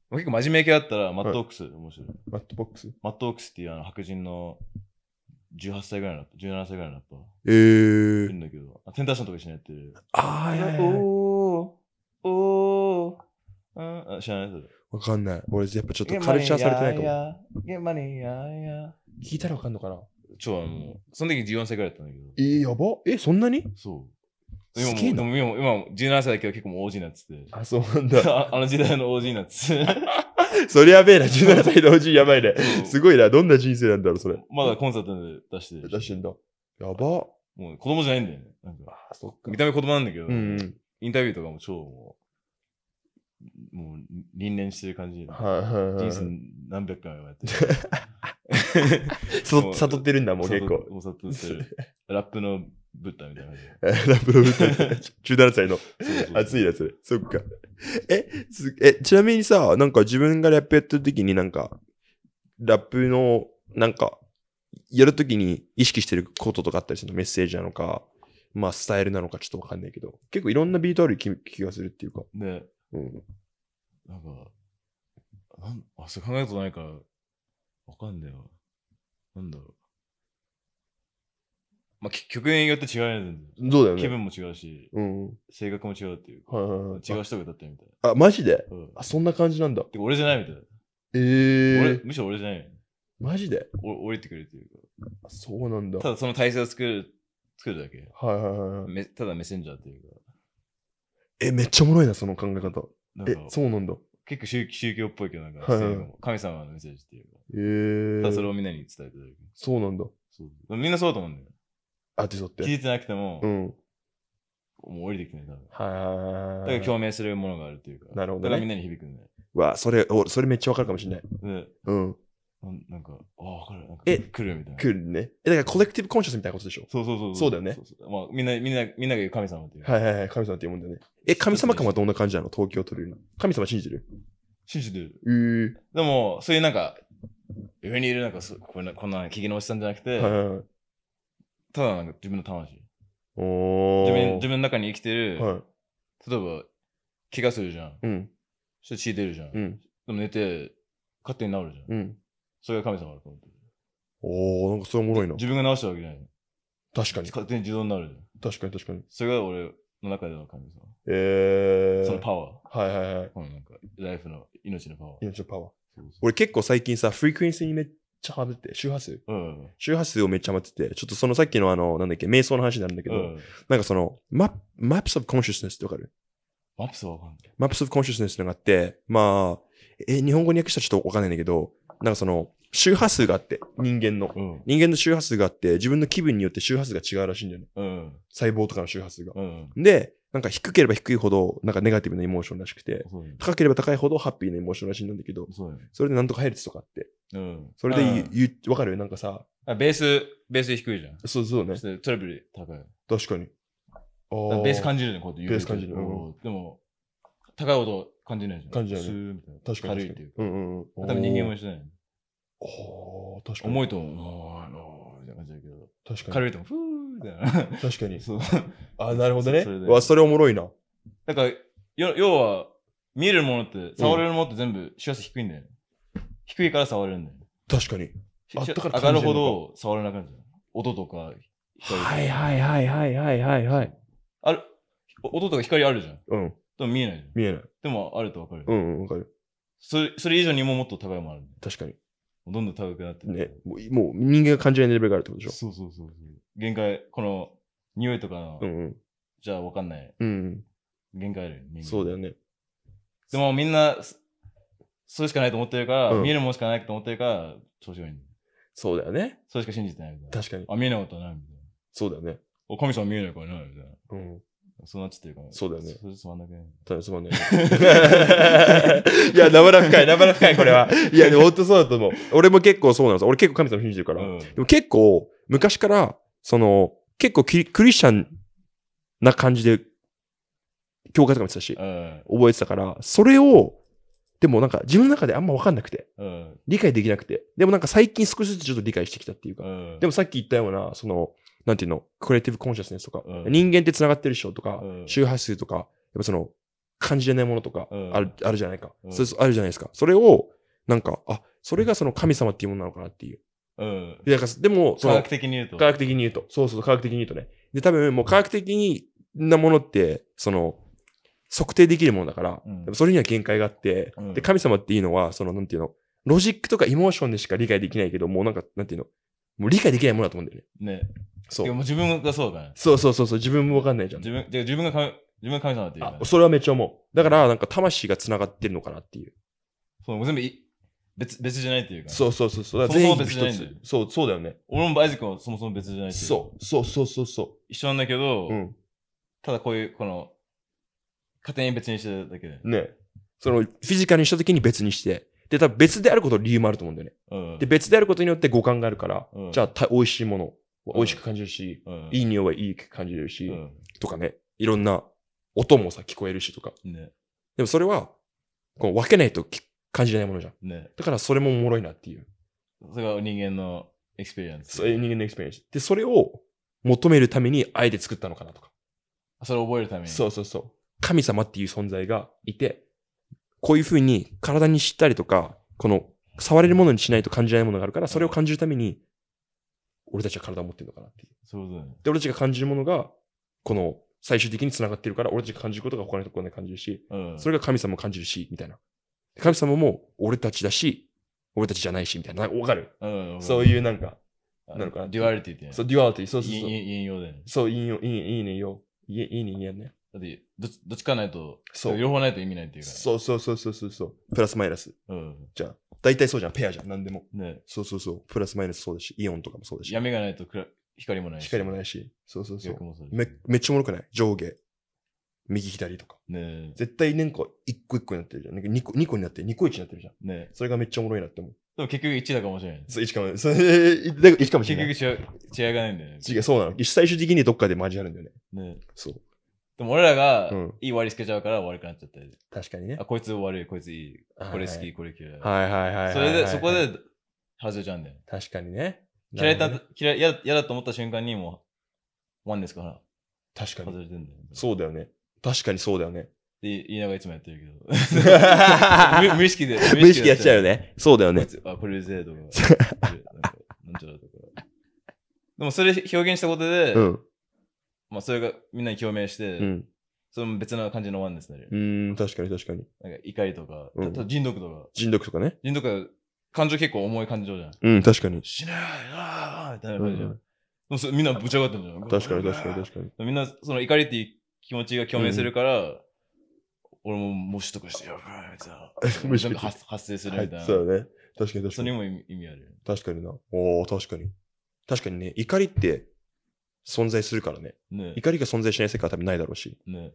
Speaker 2: まあ結構真面目系だったら、マットオークス、面白い。
Speaker 1: マットボックス
Speaker 2: マットオークスっていうあの白人の18歳ぐらいのラッパー、17歳ぐらいのラッパー。
Speaker 1: え
Speaker 2: いる
Speaker 1: ー、
Speaker 2: んだけど、あテンダーションとか一緒にやってる。
Speaker 1: あー、いやいやいや
Speaker 2: おー、おー、ああ知らないそれ。
Speaker 1: わかんない。俺、やっぱちょっとカルチャーされてないかも。
Speaker 2: も。ゲマニやや。
Speaker 1: 聞いたらわかんのかな
Speaker 2: ちょ、あの、その時14歳ぐらいだったんだけど。
Speaker 1: えー、やばえ、そんなに
Speaker 2: そう。今
Speaker 1: す
Speaker 2: も
Speaker 1: げえ
Speaker 2: で
Speaker 1: な
Speaker 2: も今も今も17歳だけど結構もう OG になってて。
Speaker 1: あ、そうなんだ。
Speaker 2: ああの時代の OG になってて。
Speaker 1: それやべえな、17歳のおじいやばいね。す
Speaker 2: そう
Speaker 1: ごいな、どんな人生なんだろう、それ。
Speaker 2: まだコンサートで出してる。
Speaker 1: 出してんだ。やば。
Speaker 2: もう子供じゃないんだよね。なんか
Speaker 1: あ、そっ
Speaker 2: 見た目子供なんだけど、
Speaker 1: うんうん。
Speaker 2: インタビューとかも超もう、もう輪廻してる感じ。
Speaker 1: はいはいはい
Speaker 2: 人生何百回もやってる。
Speaker 1: そ悟ってるんだ、もう結構。
Speaker 2: お砂糖ってる。ラップのブッダみたいな感じ。
Speaker 1: ラブロブ17歳 の
Speaker 2: そうそう
Speaker 1: 熱いやつね。 そっか。え、すえ、ちなみにさ、なんか自分がラップやってる時になんか、ラップの、なんか、やるときに意識してることとかあったりするのメッセージなのか、まあスタイルなのかちょっとわかんないけど、結構いろんなビートある気気がするっていうか。
Speaker 2: で、
Speaker 1: うん。
Speaker 2: なんか、なんあ、それ考えたことないから、わかんないよ。なんだろう。まあ、き曲によって違うんだよ
Speaker 1: そうだよね。
Speaker 2: 気分も違うし、
Speaker 1: うん。
Speaker 2: 性格も違うっていうか。
Speaker 1: はいはいはい。
Speaker 2: 違う人が歌ってるみたい
Speaker 1: あ、マジで
Speaker 2: な。うん。
Speaker 1: あ、そんな感じなんだ。
Speaker 2: てか俺じゃないみたいな。
Speaker 1: ええ
Speaker 2: 俺
Speaker 1: ー。
Speaker 2: むしろ俺じゃない。
Speaker 1: マジで
Speaker 2: お降りてくれるっていう
Speaker 1: あそうなんだ。
Speaker 2: か。ただその体制を作る、作るだけ。
Speaker 1: はいはいはいはい。
Speaker 2: めただメッセンジャーっていうか。
Speaker 1: え、めっちゃおもろいな、その考え方。
Speaker 2: なん
Speaker 1: え
Speaker 2: か、
Speaker 1: そうなんだ。
Speaker 2: 結構宗宗教っぽいけど、なんか、
Speaker 1: はいはいはい
Speaker 2: そういうのも神様のメッセージっていうか。
Speaker 1: ええ
Speaker 2: ただそれ
Speaker 1: ー。
Speaker 2: をみんなに伝えてるだけ。
Speaker 1: そうなんだ。
Speaker 2: そうみんなそうだと思うんだよ。
Speaker 1: アーティストって。
Speaker 2: 聞いてなくても、
Speaker 1: うん。
Speaker 2: もう降りてきてね、多分。
Speaker 1: はいはいはい
Speaker 2: だ
Speaker 1: は
Speaker 2: か
Speaker 1: い。
Speaker 2: ら共鳴するものがあるっていうか。
Speaker 1: なるほどね
Speaker 2: だからみんなに響くんだよ。
Speaker 1: わ、それ、おそれめっちゃわかるかもしれない。
Speaker 2: で、
Speaker 1: うん。
Speaker 2: なんなんか、ああ、わかる。なんか
Speaker 1: え
Speaker 2: 来るみたいな。
Speaker 1: 来るね。え、だからコレクティブコンシャスみたいなことでしょ。
Speaker 2: そうそうそう。
Speaker 1: そうだよね
Speaker 2: そうまあ、みんな、みんな、みんなが言う神様っていう。
Speaker 1: はいはいはい。神様っていうもんだね。え、神様感はどんな感じなの東京取るの。神様信じてる
Speaker 2: 信じてる。
Speaker 1: えー
Speaker 2: でも、そういうなんか、上にいるなんかそうこんな、こんな、キゲのおっさんじゃなくて、
Speaker 1: はいはいはい。
Speaker 2: ただなんか自分の魂。
Speaker 1: お
Speaker 2: 自
Speaker 1: ー。
Speaker 2: 分自分の中に生きてる、
Speaker 1: はい。
Speaker 2: 例えば、怪我するじゃん。
Speaker 1: うん。
Speaker 2: それ血出るじゃん。
Speaker 1: う
Speaker 2: で
Speaker 1: ん。
Speaker 2: も寝て、勝手に治るじゃん。
Speaker 1: うん。
Speaker 2: それが神様だと思ってる。
Speaker 1: おー、なんかそれおもろいな。
Speaker 2: 自分が治したわけじゃない。
Speaker 1: 確かに。
Speaker 2: 勝手に自動になるじゃん。
Speaker 1: 確かに確かに。
Speaker 2: それが俺の中での神様。
Speaker 1: えー。
Speaker 2: そのパワー。
Speaker 1: はいはいはい。
Speaker 2: このなんか、ライフの命のパワー。
Speaker 1: 命のパワー。
Speaker 2: そうそう
Speaker 1: 俺結構最近さ、フリクエンシーにめっちゃハマってて、周波数
Speaker 2: うんうん
Speaker 1: 周波数をめっちゃハマってて、ちょっとそのさっきのあの、なんだっけ、瞑想の話になるんだけ
Speaker 2: う
Speaker 1: ど、
Speaker 2: ん。
Speaker 1: なんかその、ママップスオブコンシ s スネスってわかる
Speaker 2: マップスはわかんない。
Speaker 1: マップスオブコンシ s スネスってのがあって、まあ、え、日本語に訳したらちょっとわかんないんだけど、なんかその、周波数があって、人間の。
Speaker 2: うん。
Speaker 1: 人間の周波数があって、自分の気分によって周波数が違うらしいんだよね。
Speaker 2: うん。
Speaker 1: 細胞とかの周波数が。
Speaker 2: うん。
Speaker 1: で、なんか低ければ低いほど、なんかネガティブなエモーションらしくて、
Speaker 2: そうだね。
Speaker 1: 高ければ高いほどハッピーなエモーションらしいんだけど、
Speaker 2: そうだね。
Speaker 1: それでなんとか配列とかあって、
Speaker 2: うん。
Speaker 1: それで
Speaker 2: うん
Speaker 1: 言う、言うわかるなんかさ、
Speaker 2: あベース、ベース低いじゃん。
Speaker 1: そうそうね
Speaker 2: そし。てトラブル高い。だか
Speaker 1: 確かに。あ
Speaker 2: ら
Speaker 1: ー
Speaker 2: ベース感じるね、こうやって
Speaker 1: ベース感じる
Speaker 2: 揺れておーでも、高い音感じないじゃん。
Speaker 1: 感じないね
Speaker 2: スーみたいな。
Speaker 1: 確かに。
Speaker 2: 軽いっていう
Speaker 1: 確かにうんうんう
Speaker 2: 多
Speaker 1: ん。
Speaker 2: 分人間も一緒だよね。
Speaker 1: おー。おー確かに。
Speaker 2: 重いと、おー、おー、みたいな感じだけど、
Speaker 1: 確かに。
Speaker 2: 軽いと、ふー、みたいな。
Speaker 1: 確かに。
Speaker 2: そう。
Speaker 1: あ、なるほどね。
Speaker 2: それで
Speaker 1: うわ、それおもろいな。
Speaker 2: だから、よ要は、見えるものって、触れるものって全部、周波数低いんだよね。低いから触れるんだよね。
Speaker 1: 確かに。
Speaker 2: し
Speaker 1: あ
Speaker 2: し
Speaker 1: だから
Speaker 2: 上がるほど触れなくなるじゃん。音とか光とか。
Speaker 1: はいはいはいはいはいはいはい。
Speaker 2: あるお音とか光あるじゃん。
Speaker 1: うん。
Speaker 2: でも見えないじゃん。
Speaker 1: 見えない。
Speaker 2: でもあるとわかる、
Speaker 1: うんうん、わかる。
Speaker 2: それ。それ以上にももっと高いものあるんだよ。
Speaker 1: 確かに。
Speaker 2: どんどん高くなって
Speaker 1: ね。。もう、もう人間が感じないレベルがあるってことでし
Speaker 2: そうそうそうそう。限界、この匂いとかの、
Speaker 1: ょ。うんうん。
Speaker 2: じゃあわかんない。
Speaker 1: うん
Speaker 2: 限界あるよね。
Speaker 1: うん。
Speaker 2: 人間
Speaker 1: そうだよね。
Speaker 2: でもみんな、そそれしかないと思ってるから、
Speaker 1: うん
Speaker 2: 見えるものしかないと思ってるから、調子がいいんだよ。
Speaker 1: そうだよね。
Speaker 2: それしか信じてないみたいな。
Speaker 1: 確かに。
Speaker 2: あ、見えないことはないみたいな。
Speaker 1: そうだよね。
Speaker 2: お、神様見えないからないみたいな。
Speaker 1: うん。
Speaker 2: そうなっちゃってるから。
Speaker 1: そうだよね
Speaker 2: それつまんなくない。
Speaker 1: ただすまん ね。 いや、生ら深い、 生ら深い、これは。いや、でも本当そうだと思う。俺も結構そうなんです。俺結構神様信じてるから。
Speaker 2: うん
Speaker 1: でも結構、昔から、その、結構キリクリスチャンな感じで、教会とかも言ってたし、
Speaker 2: うん。
Speaker 1: 覚えてたから、それを、でもなんか自分の中であんま分かんなくて、
Speaker 2: うん。
Speaker 1: 理解できなくて、でもなんか最近少しずつちょっと理解してきたっていうか、
Speaker 2: うん。
Speaker 1: でもさっき言ったような、その、なんていうの、クリエイティブコンシャスネスとか、
Speaker 2: うん
Speaker 1: 人間って繋がってるでしょとか、
Speaker 2: うん
Speaker 1: 周波数とか、やっぱその、感じれないものとか
Speaker 2: うん
Speaker 1: ある、あるじゃないか、
Speaker 2: うん
Speaker 1: それあるじゃないですか。それを、なんか、あ、それがその神様っていうものなのかなっていう。
Speaker 2: うん。
Speaker 1: でなんかでも、そ
Speaker 2: 科
Speaker 1: の
Speaker 2: 学、的に言うと。
Speaker 1: 科学的に言うと、そうそう、科学的に言うとね。で、多分もう科学的になものって、その、測定できるものだから、
Speaker 2: うん
Speaker 1: やっぱそれには限界があって、
Speaker 2: うん
Speaker 1: で、神様っていうのは、その、なんていうの、ロジックとかエモーションでしか理解できないけど、もうなんか、なんていうの、もう理解できないものだと思うんだよね。
Speaker 2: ね。
Speaker 1: そ
Speaker 2: でも
Speaker 1: う。
Speaker 2: 自分がそうだね。
Speaker 1: そうそうそうそう、自分もわかんないじゃん。
Speaker 2: 自分、で自分が神、自分が神様っていう、ね
Speaker 1: あ。それはめっちゃ思う。だから、なんか魂が繋がってるのかなっていう。
Speaker 2: そう、もう全部い別、別じゃないっていうか。
Speaker 1: そうそうそうそう。だから
Speaker 2: そ
Speaker 1: 全
Speaker 2: も
Speaker 1: 員一
Speaker 2: そも別じゃないんだよ
Speaker 1: つ。そう、そうだよね。
Speaker 2: 俺もバイズ君はそもそも別じゃないっていうか
Speaker 1: そう、そうそうそうそ
Speaker 2: 一緒なんだけど、
Speaker 1: う。うん。
Speaker 2: ただこういう、この、家庭に別にしてるだけで。
Speaker 1: ね。その、フィジカルにした時に別にして。で、多分別であることの理由もあると思うんだよね。
Speaker 2: うん。
Speaker 1: で、別であることによって五感があるから、
Speaker 2: うん
Speaker 1: じゃあた、美味しいものを美味しく感じるし、
Speaker 2: うん、
Speaker 1: いい匂いはいい感じるし、
Speaker 2: うん。
Speaker 1: とかね、いろんな音もさ、聞こえるしとか。
Speaker 2: ね。
Speaker 1: でもそれは、こう分けないとき感じれないものじゃん。
Speaker 2: ね。
Speaker 1: だからそれもおもろいなっていう。
Speaker 2: それが人間のエクスペリエンス。
Speaker 1: そういう人間のエクスペリエンス。で、それを求めるためにあえて作ったのかなとか。
Speaker 2: それを覚えるために。。
Speaker 1: そううそうそう。神様っていう存在がいて、こういうふうに体に知ったりとか、この触れるものにしないと感じないものがあるから、それを感じるために、俺たちは体を持ってるのかなっていう。
Speaker 2: そういうことだね。
Speaker 1: で、俺たちが感じるものが、この最終的に繋がってるから、俺たちが感じることが他のところで感じるし、
Speaker 2: うん。
Speaker 1: それが神様も感じるし、みたいな。神様も俺たちだし、俺たちじゃないし、みたいな。なんかわかる
Speaker 2: うん。
Speaker 1: そう
Speaker 2: う、
Speaker 1: いうなんか、
Speaker 2: な
Speaker 1: なのかな
Speaker 2: デュアリティってね。
Speaker 1: そう、デュアリティ、そうそう
Speaker 2: い
Speaker 1: そう。
Speaker 2: い引用だよね。
Speaker 1: そう、いいよ、いい、いいねよ。いい、いいね、いいねね。
Speaker 2: だって、どっちどっちかないと、
Speaker 1: そう
Speaker 2: 両方ないと意味ないっていうから。
Speaker 1: そうそうそうそうそうそう。プラスマイナス。
Speaker 2: う。うん。
Speaker 1: じゃあ、大体そうじゃん。ペアじゃん。何でも。
Speaker 2: ね。
Speaker 1: そうそうそう。プラスマイナスそうだし、イオンとかもそうだし、
Speaker 2: 闇がないと暗光もないし。
Speaker 1: 光も
Speaker 2: い。
Speaker 1: ないし。そうそうそう
Speaker 2: 逆。もそうだし
Speaker 1: め、めっちゃおもろくない上下。右左とか。
Speaker 2: ね
Speaker 1: 絶対なんか一個一個になってるじゃん。なんか二個、二個になってる。二個一になってるじゃん。
Speaker 2: ね
Speaker 1: それがめっちゃおもろいなって思う。
Speaker 2: でも結局一だかもしれない。
Speaker 1: そう、一かも、それ、 一かもし
Speaker 2: 結
Speaker 1: れな
Speaker 2: 局
Speaker 1: い。
Speaker 2: 違う違いがないんだよね。
Speaker 1: 違う、そうなの。最終的にどっかで交わるんだよね。
Speaker 2: ね
Speaker 1: そう。
Speaker 2: でも俺らが
Speaker 1: うん
Speaker 2: いい割りつけちゃうから悪くなっちゃったり。
Speaker 1: 確かにね
Speaker 2: あ、。こいつ悪い、こいついい、これ好
Speaker 1: はい
Speaker 2: き、これ嫌い。
Speaker 1: はいはいはいはいはいはい。
Speaker 2: それで、そこで外れちゃうんだよね。
Speaker 1: 確かにね。
Speaker 2: 嫌いだ
Speaker 1: なるほどね、
Speaker 2: 嫌い、嫌だ嫌だと思った瞬間にもう、ワンですから、
Speaker 1: 確か
Speaker 2: 外
Speaker 1: に。
Speaker 2: れてんだよね。
Speaker 1: そうだよね。確かにそうだよね。
Speaker 2: で、言いながらいつもやってるけ ど。無無意識で。
Speaker 1: 無意識やっちゃうよ
Speaker 2: ね。
Speaker 1: ね。そうだよ
Speaker 2: こい
Speaker 1: ね。
Speaker 2: つあ、これうぜえとか。なんかなんちゃらとか。でもそれ表現したことで、
Speaker 1: うん。
Speaker 2: まあそれがみんなに共鳴して、
Speaker 1: うん。
Speaker 2: それも別な感じのワンですね。
Speaker 1: うーん、確かに確かに。
Speaker 2: なんか怒りとか、
Speaker 1: うん
Speaker 2: たた人読とか、
Speaker 1: 人読とかね。
Speaker 2: 人読は感情結構重い感情じゃん。
Speaker 1: うん、確かに。
Speaker 2: 死ねーあーみたいな
Speaker 1: う
Speaker 2: 感じじゃん。
Speaker 1: ん、
Speaker 2: でもそれみんなぶち上がってるじゃん。
Speaker 1: 確かに確かに確かに。
Speaker 2: みんなその怒りっていう気持ちが共鳴するから、俺も模試とかしてやばいみたいな。
Speaker 1: 無意識
Speaker 2: 全部発発生する
Speaker 1: は
Speaker 2: みたい
Speaker 1: い、
Speaker 2: な。
Speaker 1: そうだね。確かに確
Speaker 2: そ
Speaker 1: か
Speaker 2: れに
Speaker 1: に。
Speaker 2: も意味意味あるよね。
Speaker 1: 確かにな。おー、確かに。確かにね、怒りって存在するからね。
Speaker 2: ね
Speaker 1: 怒りが存在しない世界は多分ないだろうし。
Speaker 2: ね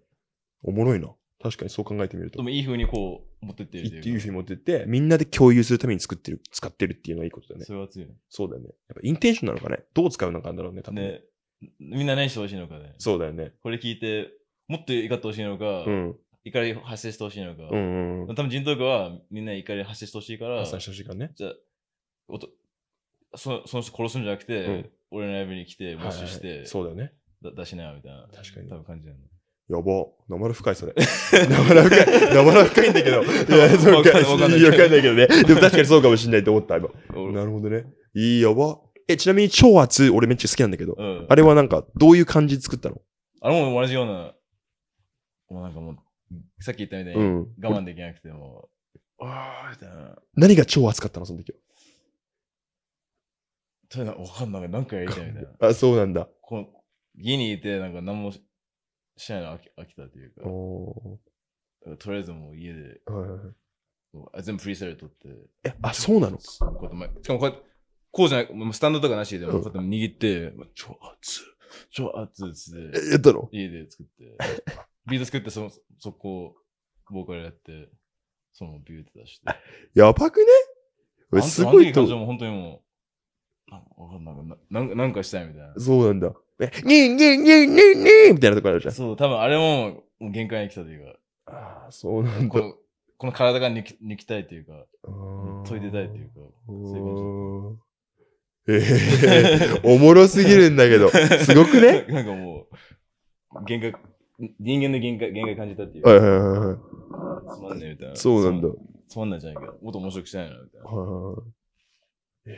Speaker 1: おもろいな。確かにそう考えてみる
Speaker 2: で
Speaker 1: と。
Speaker 2: もいい風にこう持ってってる
Speaker 1: い
Speaker 2: と
Speaker 1: っ
Speaker 2: いう
Speaker 1: て
Speaker 2: か
Speaker 1: いうふうに持ってって、みんなで共有するために作ってる、使ってるっていうのはいいことだね。
Speaker 2: それは強いね。
Speaker 1: そうだよね。やっぱインテンションなのかね。どう使うのかなんだろうね、多分。
Speaker 2: ねみんな何してほしいのかね。
Speaker 1: そうだよね。
Speaker 2: これ聞いて、もっと怒ってほしいのか、
Speaker 1: うん。
Speaker 2: 怒り発生してほしいのか。
Speaker 1: うんうんうん。
Speaker 2: 多分人徳はみんな怒り発生してほしいから、
Speaker 1: 発散してほしいからね。
Speaker 2: じゃあおとそその人殺すんじゃなくて、
Speaker 1: うん
Speaker 2: 俺のライブに来て、募集し
Speaker 1: はい
Speaker 2: て、
Speaker 1: はいはいそうだよね。
Speaker 2: だ出しなよみたいな。
Speaker 1: 確かに
Speaker 2: 多分感じなの。
Speaker 1: やば。生ら深い、それ。生ら深い。生ら深いんだけ ど。いや、そう
Speaker 2: わか
Speaker 1: か。
Speaker 2: んないわかんない
Speaker 1: いやわかんないけどね。でも確かにそうかもしんないと思った、今。
Speaker 2: 俺
Speaker 1: なるほどね。いい、やば。え、ちなみに超熱、俺めっちゃ好きなんだけど。
Speaker 2: うん。
Speaker 1: あれはなんか、どういう感じで作ったの
Speaker 2: あれも同じような、もうなんかもう、さっき言ったみたいうに、
Speaker 1: ん。
Speaker 2: 我慢できなくてもう、ああ、みたいな。
Speaker 1: 何が超熱かったの、その時
Speaker 2: とにかくわかんない。なんかやりたいみたいな。
Speaker 1: は。あ、そうなんだ。
Speaker 2: この家にいて、なんか何もししないの飽き飽きたというか、だ
Speaker 1: お
Speaker 2: からとりあえずもう家で、
Speaker 1: ーはいはいはい
Speaker 2: こうあ全部プリセル取って、
Speaker 1: え、あ、そうなの
Speaker 2: こうやって前しかもこうやって、こうじゃない、もうスタンドとかなしで、
Speaker 1: うん
Speaker 2: もうこうやって握って、もう超熱い、超熱いっつって
Speaker 1: え、、やったの
Speaker 2: 家で作って、 ビート作って、その、そこ、ボーカルやって、そのビューって出して。
Speaker 1: やばくねえすごい
Speaker 2: あの時の感情
Speaker 1: と。
Speaker 2: も本当にもなんかわかんないなんかなんかしたいみたいな。
Speaker 1: そうなんだ。え、にんにんにんにんにんみたいなとこあるじゃん。
Speaker 2: そう、多分あれももう限界に来たという
Speaker 1: ああ、そうなん
Speaker 2: か、こ
Speaker 1: だ。
Speaker 2: のこの体が抜き抜きたいというか、
Speaker 1: 研
Speaker 2: 研いでたいというか、そういう感じ。
Speaker 1: うえー、おもろすぎるんだけど、すごくね
Speaker 2: なんかもう、限界、人間の限界限界感じたっていう
Speaker 1: は
Speaker 2: か、
Speaker 1: いはいはいはい。
Speaker 2: つまんねえみたいな。
Speaker 1: そうなんだ。
Speaker 2: つま。つまんないじゃないけど、もっと面白くしたいな、みたいな。
Speaker 1: はいへ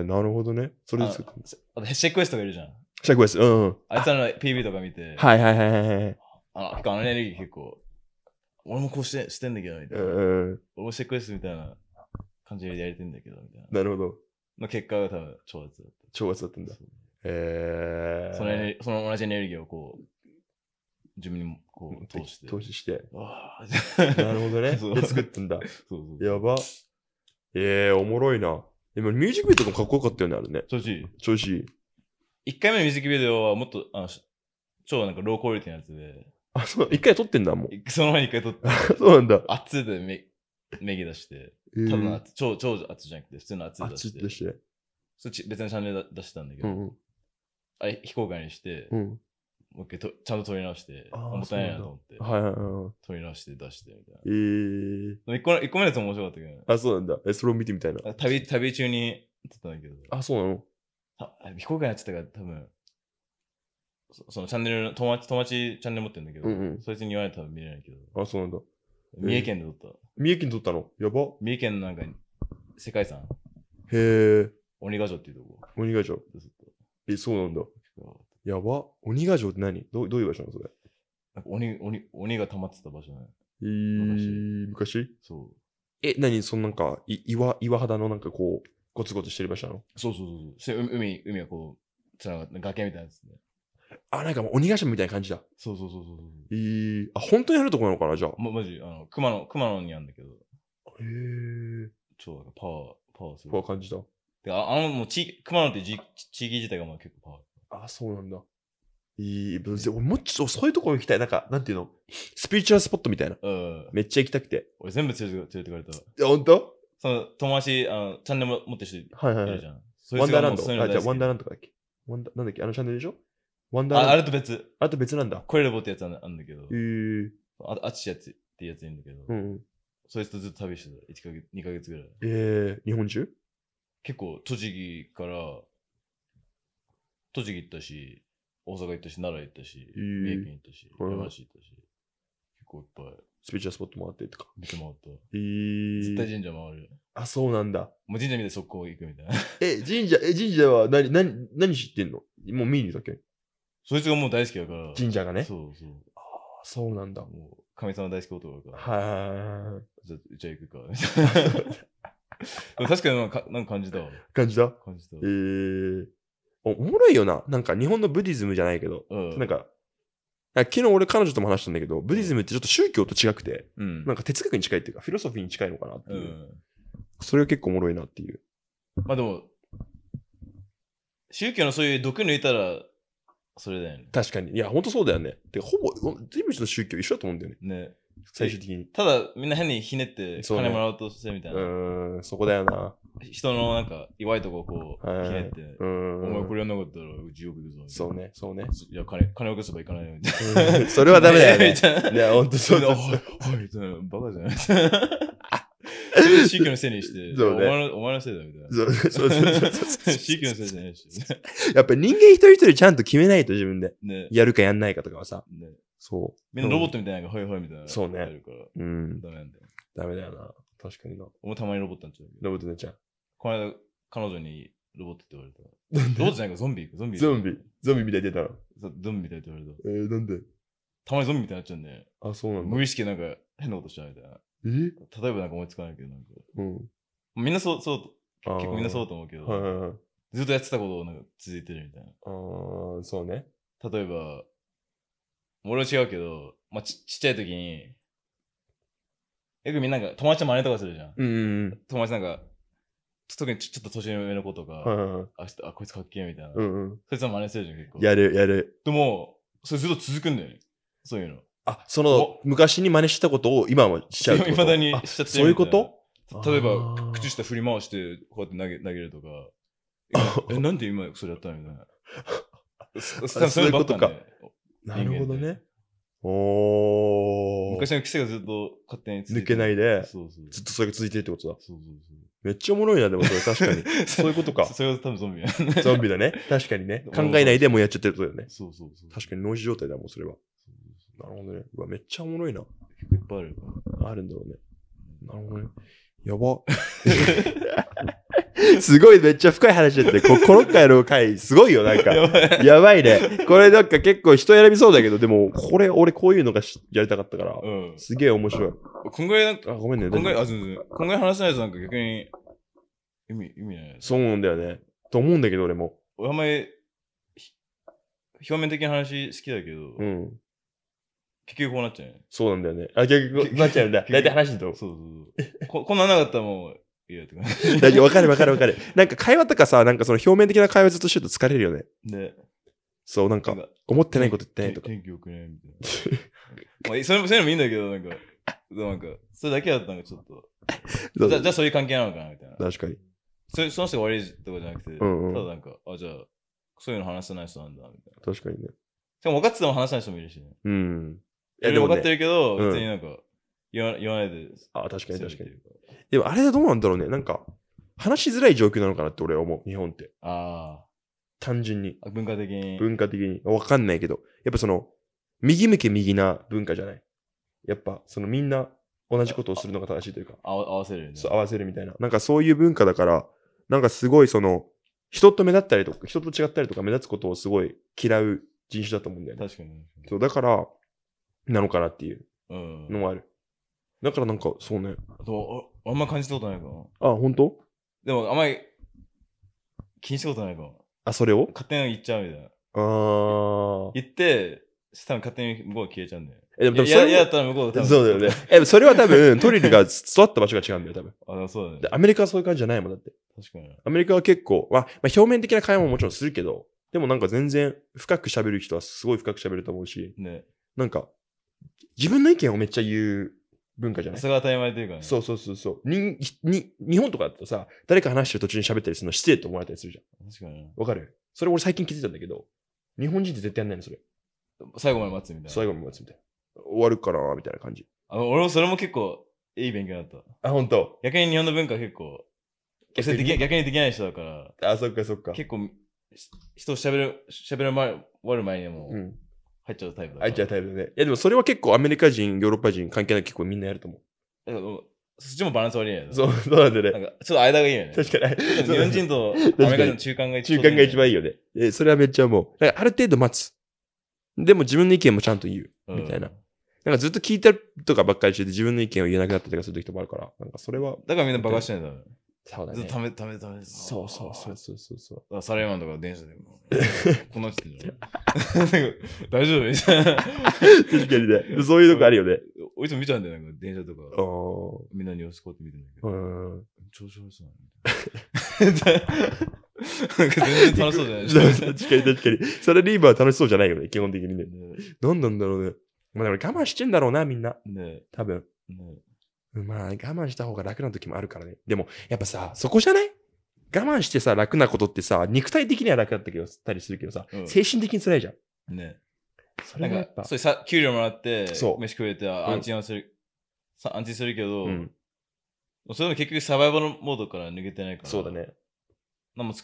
Speaker 1: え、なるほどね。それで作った。
Speaker 2: あと、シェックエストがいるじゃん。
Speaker 1: シャクエス、うんうん。
Speaker 2: あいつらの PV とか見て、
Speaker 1: はいはいはいはいはい。
Speaker 2: あの、結構あのエネルギー結構、俺もこうしてしてんだけど、みたいな。
Speaker 1: うんうん
Speaker 2: 俺もシェックエストみたいな感じでやれてんだけど、みたいな。
Speaker 1: なるほど。
Speaker 2: の結果が多分、超絶だっ
Speaker 1: 超圧だったん
Speaker 2: た
Speaker 1: だ。。へえ。
Speaker 2: そのエネルその同じエネルギーをこう、自分にもこう通して。
Speaker 1: 投資して。
Speaker 2: ああ、
Speaker 1: なるほどね。
Speaker 2: そう
Speaker 1: で、作ったんだ。
Speaker 2: そうそう。
Speaker 1: やば。ええ、おもろいな。でもミュージックビデオとかもかっこよかったよね、あれね。
Speaker 2: 調子いい。
Speaker 1: 調子いい。
Speaker 2: 1回目のミュージックビデオはもっと、あの、し超なんかロークオリティのやつで、
Speaker 1: あ、そう、一回撮ってんだ、もう。
Speaker 2: いその前に1回撮って、
Speaker 1: そうなんだ。
Speaker 2: 熱でめ、 めぎ出して、
Speaker 1: え
Speaker 2: 多分
Speaker 1: ー、
Speaker 2: 熱、超、超熱じゃなくて、普通の熱
Speaker 1: あ
Speaker 2: で
Speaker 1: っ
Speaker 2: 出
Speaker 1: ち
Speaker 2: して、
Speaker 1: として。
Speaker 2: そっち別のチャンネルで出してたんだけ
Speaker 1: う
Speaker 2: ど、
Speaker 1: ん
Speaker 2: あれ非公開にして、
Speaker 1: うん。うん。
Speaker 2: もう一回とちゃんと撮り直して、
Speaker 1: あー
Speaker 2: もったいないなと思って、
Speaker 1: はいはいは。
Speaker 2: 撮り直して出してみたいない
Speaker 1: え。ー。
Speaker 2: でも一個の一個目のやつも面白かったけどね、
Speaker 1: あ、そうなんだ。え、それを見てみたいな。
Speaker 2: あ旅、旅中に撮ったんだけど、
Speaker 1: あ、そうなの
Speaker 2: たあ非公開になっちゃったから多分、そそのチャンネルの、友達、友達チャンネル持ってるんだけど、
Speaker 1: うんうん
Speaker 2: そいつに言われたら多分見れないけど、
Speaker 1: あ、そうなんだ。
Speaker 2: 三重県で撮った。
Speaker 1: 三重県撮ったのやば。
Speaker 2: 三重県のなんか、世界遺産、
Speaker 1: へえ。
Speaker 2: 鬼ヶ城っていうとこ。
Speaker 1: 鬼ヶ城。
Speaker 2: で撮った
Speaker 1: え、そうなんだ。やば。鬼ヶ城って何どうどういう場所なのそれ。
Speaker 2: なんか鬼、鬼、鬼が溜まってた場所ね。
Speaker 1: えー、昔
Speaker 2: そう。
Speaker 1: え、何そのなんか、い岩、岩肌のなんかこう、ゴツゴツしてる場所なの
Speaker 2: そうそうそうそう。してう海、海がこう、つながって、崖みたいなやつね。
Speaker 1: あ、なんかもう鬼ヶ城みたいな感じだ。
Speaker 2: そうそうそうそうそう。
Speaker 1: えー、あ、本当にあるとこなのかなじゃあ。
Speaker 2: ま、マジ、あの、熊野、熊野にあるんだけど、
Speaker 1: へー。
Speaker 2: 超なんかパワー、パワーす
Speaker 1: こ
Speaker 2: る
Speaker 1: う。感じだ。
Speaker 2: で、ああの、もう地域、熊野って地地地域自体がまあ結構パワー。
Speaker 1: あ、そうなんだ。いい、でももうちょっとそういうところ行きたい。なんか、なんていうのスピリチュアルスポットみたいな。
Speaker 2: うん。
Speaker 1: めっちゃ行きたくて。
Speaker 2: 俺全部連れて連れてかれた。
Speaker 1: いや、ほんと
Speaker 2: その、友達、あの、チャンネルも持ってる人い
Speaker 1: はいはいは
Speaker 2: る
Speaker 1: い
Speaker 2: じ。ゃん。そい
Speaker 1: ワン
Speaker 2: つ
Speaker 1: ダー
Speaker 2: が
Speaker 1: ラン
Speaker 2: もう
Speaker 1: ド。
Speaker 2: そういう
Speaker 1: あ、
Speaker 2: の
Speaker 1: じゃ
Speaker 2: 大
Speaker 1: あ
Speaker 2: 好
Speaker 1: ワン
Speaker 2: き
Speaker 1: ダーランドだっけワンダなんだっけあのチャンネルでしょワンダーランド。
Speaker 2: ああれと別。
Speaker 1: あれと別なんだ。
Speaker 2: コレルボってやつなんなんだけど
Speaker 1: え、ー、
Speaker 2: ああっちやつってやついるんだけど、
Speaker 1: うんうん。
Speaker 2: そいつとずっと旅してた。1ヶ月、2ヶ月ぐらい。
Speaker 1: えー、日本中
Speaker 2: 結構、栃木から、栃木行ったし、大阪行ったし、奈良行ったし、
Speaker 1: え
Speaker 2: 三重県
Speaker 1: ー、
Speaker 2: 行ったし、
Speaker 1: はい
Speaker 2: 山梨行ったし、結構いっぱい
Speaker 1: スピリチュアルスポットもあってとか。
Speaker 2: 見て回った。
Speaker 1: え
Speaker 2: 絶対
Speaker 1: ー、
Speaker 2: 神社回る。
Speaker 1: あ、そうなんだ。
Speaker 2: もう神社見て速攻行くみたいな。
Speaker 1: え、神社、え、神社は何、何、何知ってんのもう見に行ったっけ
Speaker 2: そいつがもう大好きだから。
Speaker 1: 神社がね。
Speaker 2: そうそう。
Speaker 1: あそうなんだ。
Speaker 2: もう、神様大好き男だから。
Speaker 1: は
Speaker 2: じゃあ、じゃあ行くか。みたいな でも確かになんかなんか感じたわ。
Speaker 1: い。感じだ。
Speaker 2: 感じたわ
Speaker 1: え。ー、おおもろいよな。なんか日本のブディズムじゃないけど、
Speaker 2: うん。
Speaker 1: なんか、あ昨日俺彼女とも話したんだけど、ブディズムってちょっと宗教と違くて、
Speaker 2: うん。
Speaker 1: なんか哲学に近いっていうか、フィロソフィーに近いのかなっていうう。
Speaker 2: ん。
Speaker 1: それが結構おもろいなっていう。
Speaker 2: まあでも、宗教のそういう毒抜いたら、それだよね。
Speaker 1: 確かに。いや、ほんとそうだよね。てかほぼ、全部の宗教一緒だと思うんだよね。
Speaker 2: ね。
Speaker 1: 最終的に。
Speaker 2: ただ、みんな変にひねって、
Speaker 1: そうね
Speaker 2: 金もらおうとするみたいうな。
Speaker 1: ーん、そこだよな。
Speaker 2: 人のなんか、弱いとこをこう、
Speaker 1: はい
Speaker 2: ひねって
Speaker 1: う、ー
Speaker 2: お前こ
Speaker 1: ん。
Speaker 2: れやんなかったら、うちよく行くぞ。みたいな
Speaker 1: そう。ね、そう ね。
Speaker 2: いや、金、金を貸せば行かないよ。みたいな
Speaker 1: うんそれはダメだよね
Speaker 2: み。たいない
Speaker 1: や、ほんと そうそう
Speaker 2: おい
Speaker 1: そう。
Speaker 2: おいみたいなバカじゃない 宗教のせいにして、
Speaker 1: そうね
Speaker 2: お前のお前のせいだみたいな。
Speaker 1: そうそうそう そう
Speaker 2: 宗教のせいじゃないし。
Speaker 1: やっぱ人間一人一人ちゃんと決めないと自分で。
Speaker 2: ね
Speaker 1: やるかやんないかとかはさ。
Speaker 2: ね
Speaker 1: そ
Speaker 2: みんなロボットみたいなのが、はいはいみたいな。
Speaker 1: そうね
Speaker 2: やるから
Speaker 1: う。うん。
Speaker 2: ダメなんだよ。
Speaker 1: ダメだよな。確かにな。
Speaker 2: 俺もたまにロボットになっちゃうけど。
Speaker 1: ロボットねちゃん。
Speaker 2: この間、彼女にロボットって言われた。ロボットじゃないか、ゾンビ。ゾンビ。
Speaker 1: ゾンビ。ゾンビみたいに出たの。
Speaker 2: そう。ゾンビみたいって言われた。
Speaker 1: えー、なんで
Speaker 2: たまにゾンビみたいになっちゃうんで、
Speaker 1: あ、そうなんだ。
Speaker 2: 無意識でなんか変なことしちゃうみたいな。
Speaker 1: え
Speaker 2: 例えばなんか思いつかないけど、なんか。
Speaker 1: うん。
Speaker 2: みんなそう、そう、
Speaker 1: あー
Speaker 2: 結構みんなそうだと思うけ
Speaker 1: はいは
Speaker 2: ど、
Speaker 1: いはい。
Speaker 2: ずっとやってたことをなんか続いてるみたいな。
Speaker 1: あー、そうね。
Speaker 2: 例えば、俺は違うけど、まあ、ちちっちゃい時に、よくみんなが友達の真似とかするじゃん。
Speaker 1: うんうん
Speaker 2: 友達なんか、ちょ特にちょちょっと年上の子とか、
Speaker 1: うん。はいはいはい。
Speaker 2: あしあ、こいつかっけえみたいな。
Speaker 1: うんうん。
Speaker 2: そいつは真似するじゃん、結構。
Speaker 1: やるやる。
Speaker 2: でも、それずっと続くんだよね。そういうの。
Speaker 1: あ、その、昔に真似したことを今はしちゃうってこと。
Speaker 2: 未だに
Speaker 1: あ
Speaker 2: しちゃってるみたいな
Speaker 1: そういうこと
Speaker 2: 例えば
Speaker 1: あー、
Speaker 2: 靴下振り回して、こうやって投げ投げるとか、え、なんで今それやったのみたいな。そ
Speaker 1: あそういうことか
Speaker 2: ればっかね
Speaker 1: なるほど
Speaker 2: 人間
Speaker 1: ね。おー。
Speaker 2: 昔の癖がずっと勝手について
Speaker 1: 抜けないで、
Speaker 2: そうそう。
Speaker 1: ずっとそれが続いてるってことだ。
Speaker 2: そうそうそう。
Speaker 1: めっちゃおもろいな、でもそれ確かに。 そういうことか
Speaker 2: そそれは多分ゾンビや。
Speaker 1: ゾンビだね。確かにね。考えないでもうやっちゃってるってことだよね。
Speaker 2: そうそうそう。
Speaker 1: 確かに脳死状態だもん、それは。
Speaker 2: そうそう
Speaker 1: なるほどね。うわ、めっちゃおもろいな。
Speaker 2: そう。いっぱいあるから。
Speaker 1: あるんだろうね。なるほどね。や ば。すごい、めっちゃ深い話だって。こコロッカやろう回、すごいよ、なんか。
Speaker 2: やばい。
Speaker 1: やばいね。これなんか結構人選びそうだけど、でも、これ、俺こういうのがしやりたかったから、
Speaker 2: うん。
Speaker 1: すげえ面白い。
Speaker 2: こんぐらいなんか、
Speaker 1: あ、ごめんね。
Speaker 2: こんぐらい、
Speaker 1: 大丈
Speaker 2: あ、
Speaker 1: 夫
Speaker 2: 全然。こんぐらい話せないとなんか逆に、意味、意味ない。
Speaker 1: そうなんだよね。と思うんだけど、俺も。
Speaker 2: 俺あんまり、ひ表面的な話好きだけど、
Speaker 1: うん。
Speaker 2: 結局こうなっちゃうね。
Speaker 1: そうなんだよね。あ、 結局、なっちゃうんだ。
Speaker 2: 結局
Speaker 1: 大体話にと
Speaker 2: そう。そうそう。ここんなんなかったらもう、いいやって感じ。
Speaker 1: 大丈夫、わかるわかるわかる。なんか会話とかさ、なんかその表面的な会話ずっとしてると疲れるよね。
Speaker 2: で、
Speaker 1: そう、なんか、思ってないこと言ってないとか。
Speaker 2: 天気良くねみたいな。まあ、それも、そういうのもいいんだけど、なんか、でもなんか、それだけだったのがちょっと、
Speaker 1: そう
Speaker 2: じゃあじゃあ そういう関係なのかなみたいな。
Speaker 1: 確かに。
Speaker 2: それその人が悪いとかじゃなくて、
Speaker 1: うんうん
Speaker 2: ただなんか、あ、じゃあ、そういうの話せない人なんだ、みたいな。
Speaker 1: 確かにね。
Speaker 2: でも分かってても話せない人もいるしね。
Speaker 1: うん。
Speaker 2: いや、でも分かって
Speaker 1: る。
Speaker 2: るけど、
Speaker 1: うん
Speaker 2: 別になんか、言わ言わないで。
Speaker 1: あ、確かに確
Speaker 2: 攻
Speaker 1: か
Speaker 2: め
Speaker 1: に
Speaker 2: て。るら
Speaker 1: でもあれはどうなんだろうね。なんか、話しづらい状況なのかなって俺は思う。日本って。
Speaker 2: あ
Speaker 1: 単純に。
Speaker 2: あ、文化的に。
Speaker 1: 文化的に。わかんないけど。やっぱその、右向け右な文化じゃない。やっぱ、そのみんな同じことをするのが正しいというか、
Speaker 2: あわ合わせるよね。
Speaker 1: そう合わせるみたいな。なんかそういう文化だから、なんかすごいその、人と目立ったりとか、人と違ったりとか目立つことをすごい嫌う人種だと思うんだよね。
Speaker 2: 確かに。
Speaker 1: そう、だから、なのかなっていう
Speaker 2: うん。
Speaker 1: のはある。だからなんか、そうね。
Speaker 2: あとああんま感じたことないかも。
Speaker 1: あ、本当
Speaker 2: でも、あんまり気にしたことないかも。
Speaker 1: あ、それを
Speaker 2: 勝手に言っちゃうみたいな。
Speaker 1: あー。
Speaker 2: 言って、多分勝手に向こうが消えちゃうんだよ。
Speaker 1: え、でも多分
Speaker 2: い
Speaker 1: そ
Speaker 2: や、いや
Speaker 1: れ
Speaker 2: だったら向こうが多分
Speaker 1: そうだよね。。え、それは多分、トリルが育った場所が違うんだよ、多分。
Speaker 2: あ、でもそうだね
Speaker 1: で。アメリカはそういう感じじゃないもん、だって。
Speaker 2: 確かに。
Speaker 1: アメリカは結構、まあ、まあ表面的な会話ももちろんするけど、でもなんか全然深く喋る人はすごい深く喋ると思うし、
Speaker 2: ね。
Speaker 1: なんか、自分の意見をめっちゃ言う文化じゃない
Speaker 2: それが当たり前というかね。
Speaker 1: そうそうそうそう。に、に、日本とかだとさ、誰か話してる途中に喋ったりするの失礼と思われたりするじゃん。
Speaker 2: 確かに。
Speaker 1: わかるそれ俺最近気づいたんだけど、日本人って絶対やんないの、それ。
Speaker 2: 最後まで待つみたいな。
Speaker 1: 最後まで待つみたいな。終わるかなみたいな感じ。
Speaker 2: あの俺もそれも結構いい勉強になった。
Speaker 1: あ、本当。
Speaker 2: 逆に日本の文化は結構、
Speaker 1: 逆
Speaker 2: 逆
Speaker 1: に
Speaker 2: にでき逆にできない人だから、
Speaker 1: あ、そっかそっか。
Speaker 2: 結構、し人を喋る、喋る前、終わる前にはも
Speaker 1: う。
Speaker 2: うん入っちゃうタイプだから。
Speaker 1: 入っちゃうタイプだね。いやでもそれは結構アメリカ人、ヨーロッパ人関係なく結構みんなやると思
Speaker 2: だからもうそっちもバランス悪いよね。
Speaker 1: う。そう、そうなんだよ
Speaker 2: なん
Speaker 1: ね。
Speaker 2: か、ちょっと間がいいよね。
Speaker 1: 確かに。
Speaker 2: 日本人とアメリカ人の中間が
Speaker 1: 中間が一番い
Speaker 2: い。
Speaker 1: いよね。えそれはめっちゃもう。だからある程度待つ。でも自分の意見もちゃんと言う。
Speaker 2: うん
Speaker 1: みたいな。なんかずっと聞いたりとかばっかりしてて自分の意見を言えなくなったりとかする時ともあるから、なんかそれは、
Speaker 2: だからみんなバカしてないんだろ。
Speaker 1: そうだ
Speaker 2: ずっ
Speaker 1: ね
Speaker 2: と。ため、ため、ため。
Speaker 1: そうそうそう。そうそうそう。
Speaker 2: あサラリーマンとか電車で も。この人じゃん。 なんか大丈夫みたいな。
Speaker 1: 確かにね。そういうとこあるよね。
Speaker 2: おいつも見ちゃうんだよ、なんか電車と
Speaker 1: あ
Speaker 2: か。
Speaker 1: ー
Speaker 2: みんなに様子こうやって見てんだけど
Speaker 1: う。ん。
Speaker 2: 調子悪そうなの。なんか全然楽しそうじゃ ない
Speaker 1: 確かに確かに。それリーバーは楽しそうじゃないよね、基本的にね。
Speaker 2: ね
Speaker 1: 何なんだろうね。まあでも我慢してんだろうな、みんな。
Speaker 2: ね
Speaker 1: 多分。
Speaker 2: ね
Speaker 1: まあ、我慢した方が楽な時もあるからね。でも、やっぱさ、そこじゃない我慢してさ、楽なことってさ、肉体的には楽だったけど、たりするけどさ、
Speaker 2: うん
Speaker 1: 精神的に辛いじゃん。
Speaker 2: ね
Speaker 1: そ
Speaker 2: な
Speaker 1: れがや
Speaker 2: ん
Speaker 1: っぱ
Speaker 2: か、、そうさ、給料もらって、飯
Speaker 1: そう
Speaker 2: 食えて、あ
Speaker 1: うん
Speaker 2: 安心はする、さ安心するけど、
Speaker 1: うん、
Speaker 2: それでも結局サバイバルモードから抜けてないから、
Speaker 1: そうだ。ね。
Speaker 2: なんもつ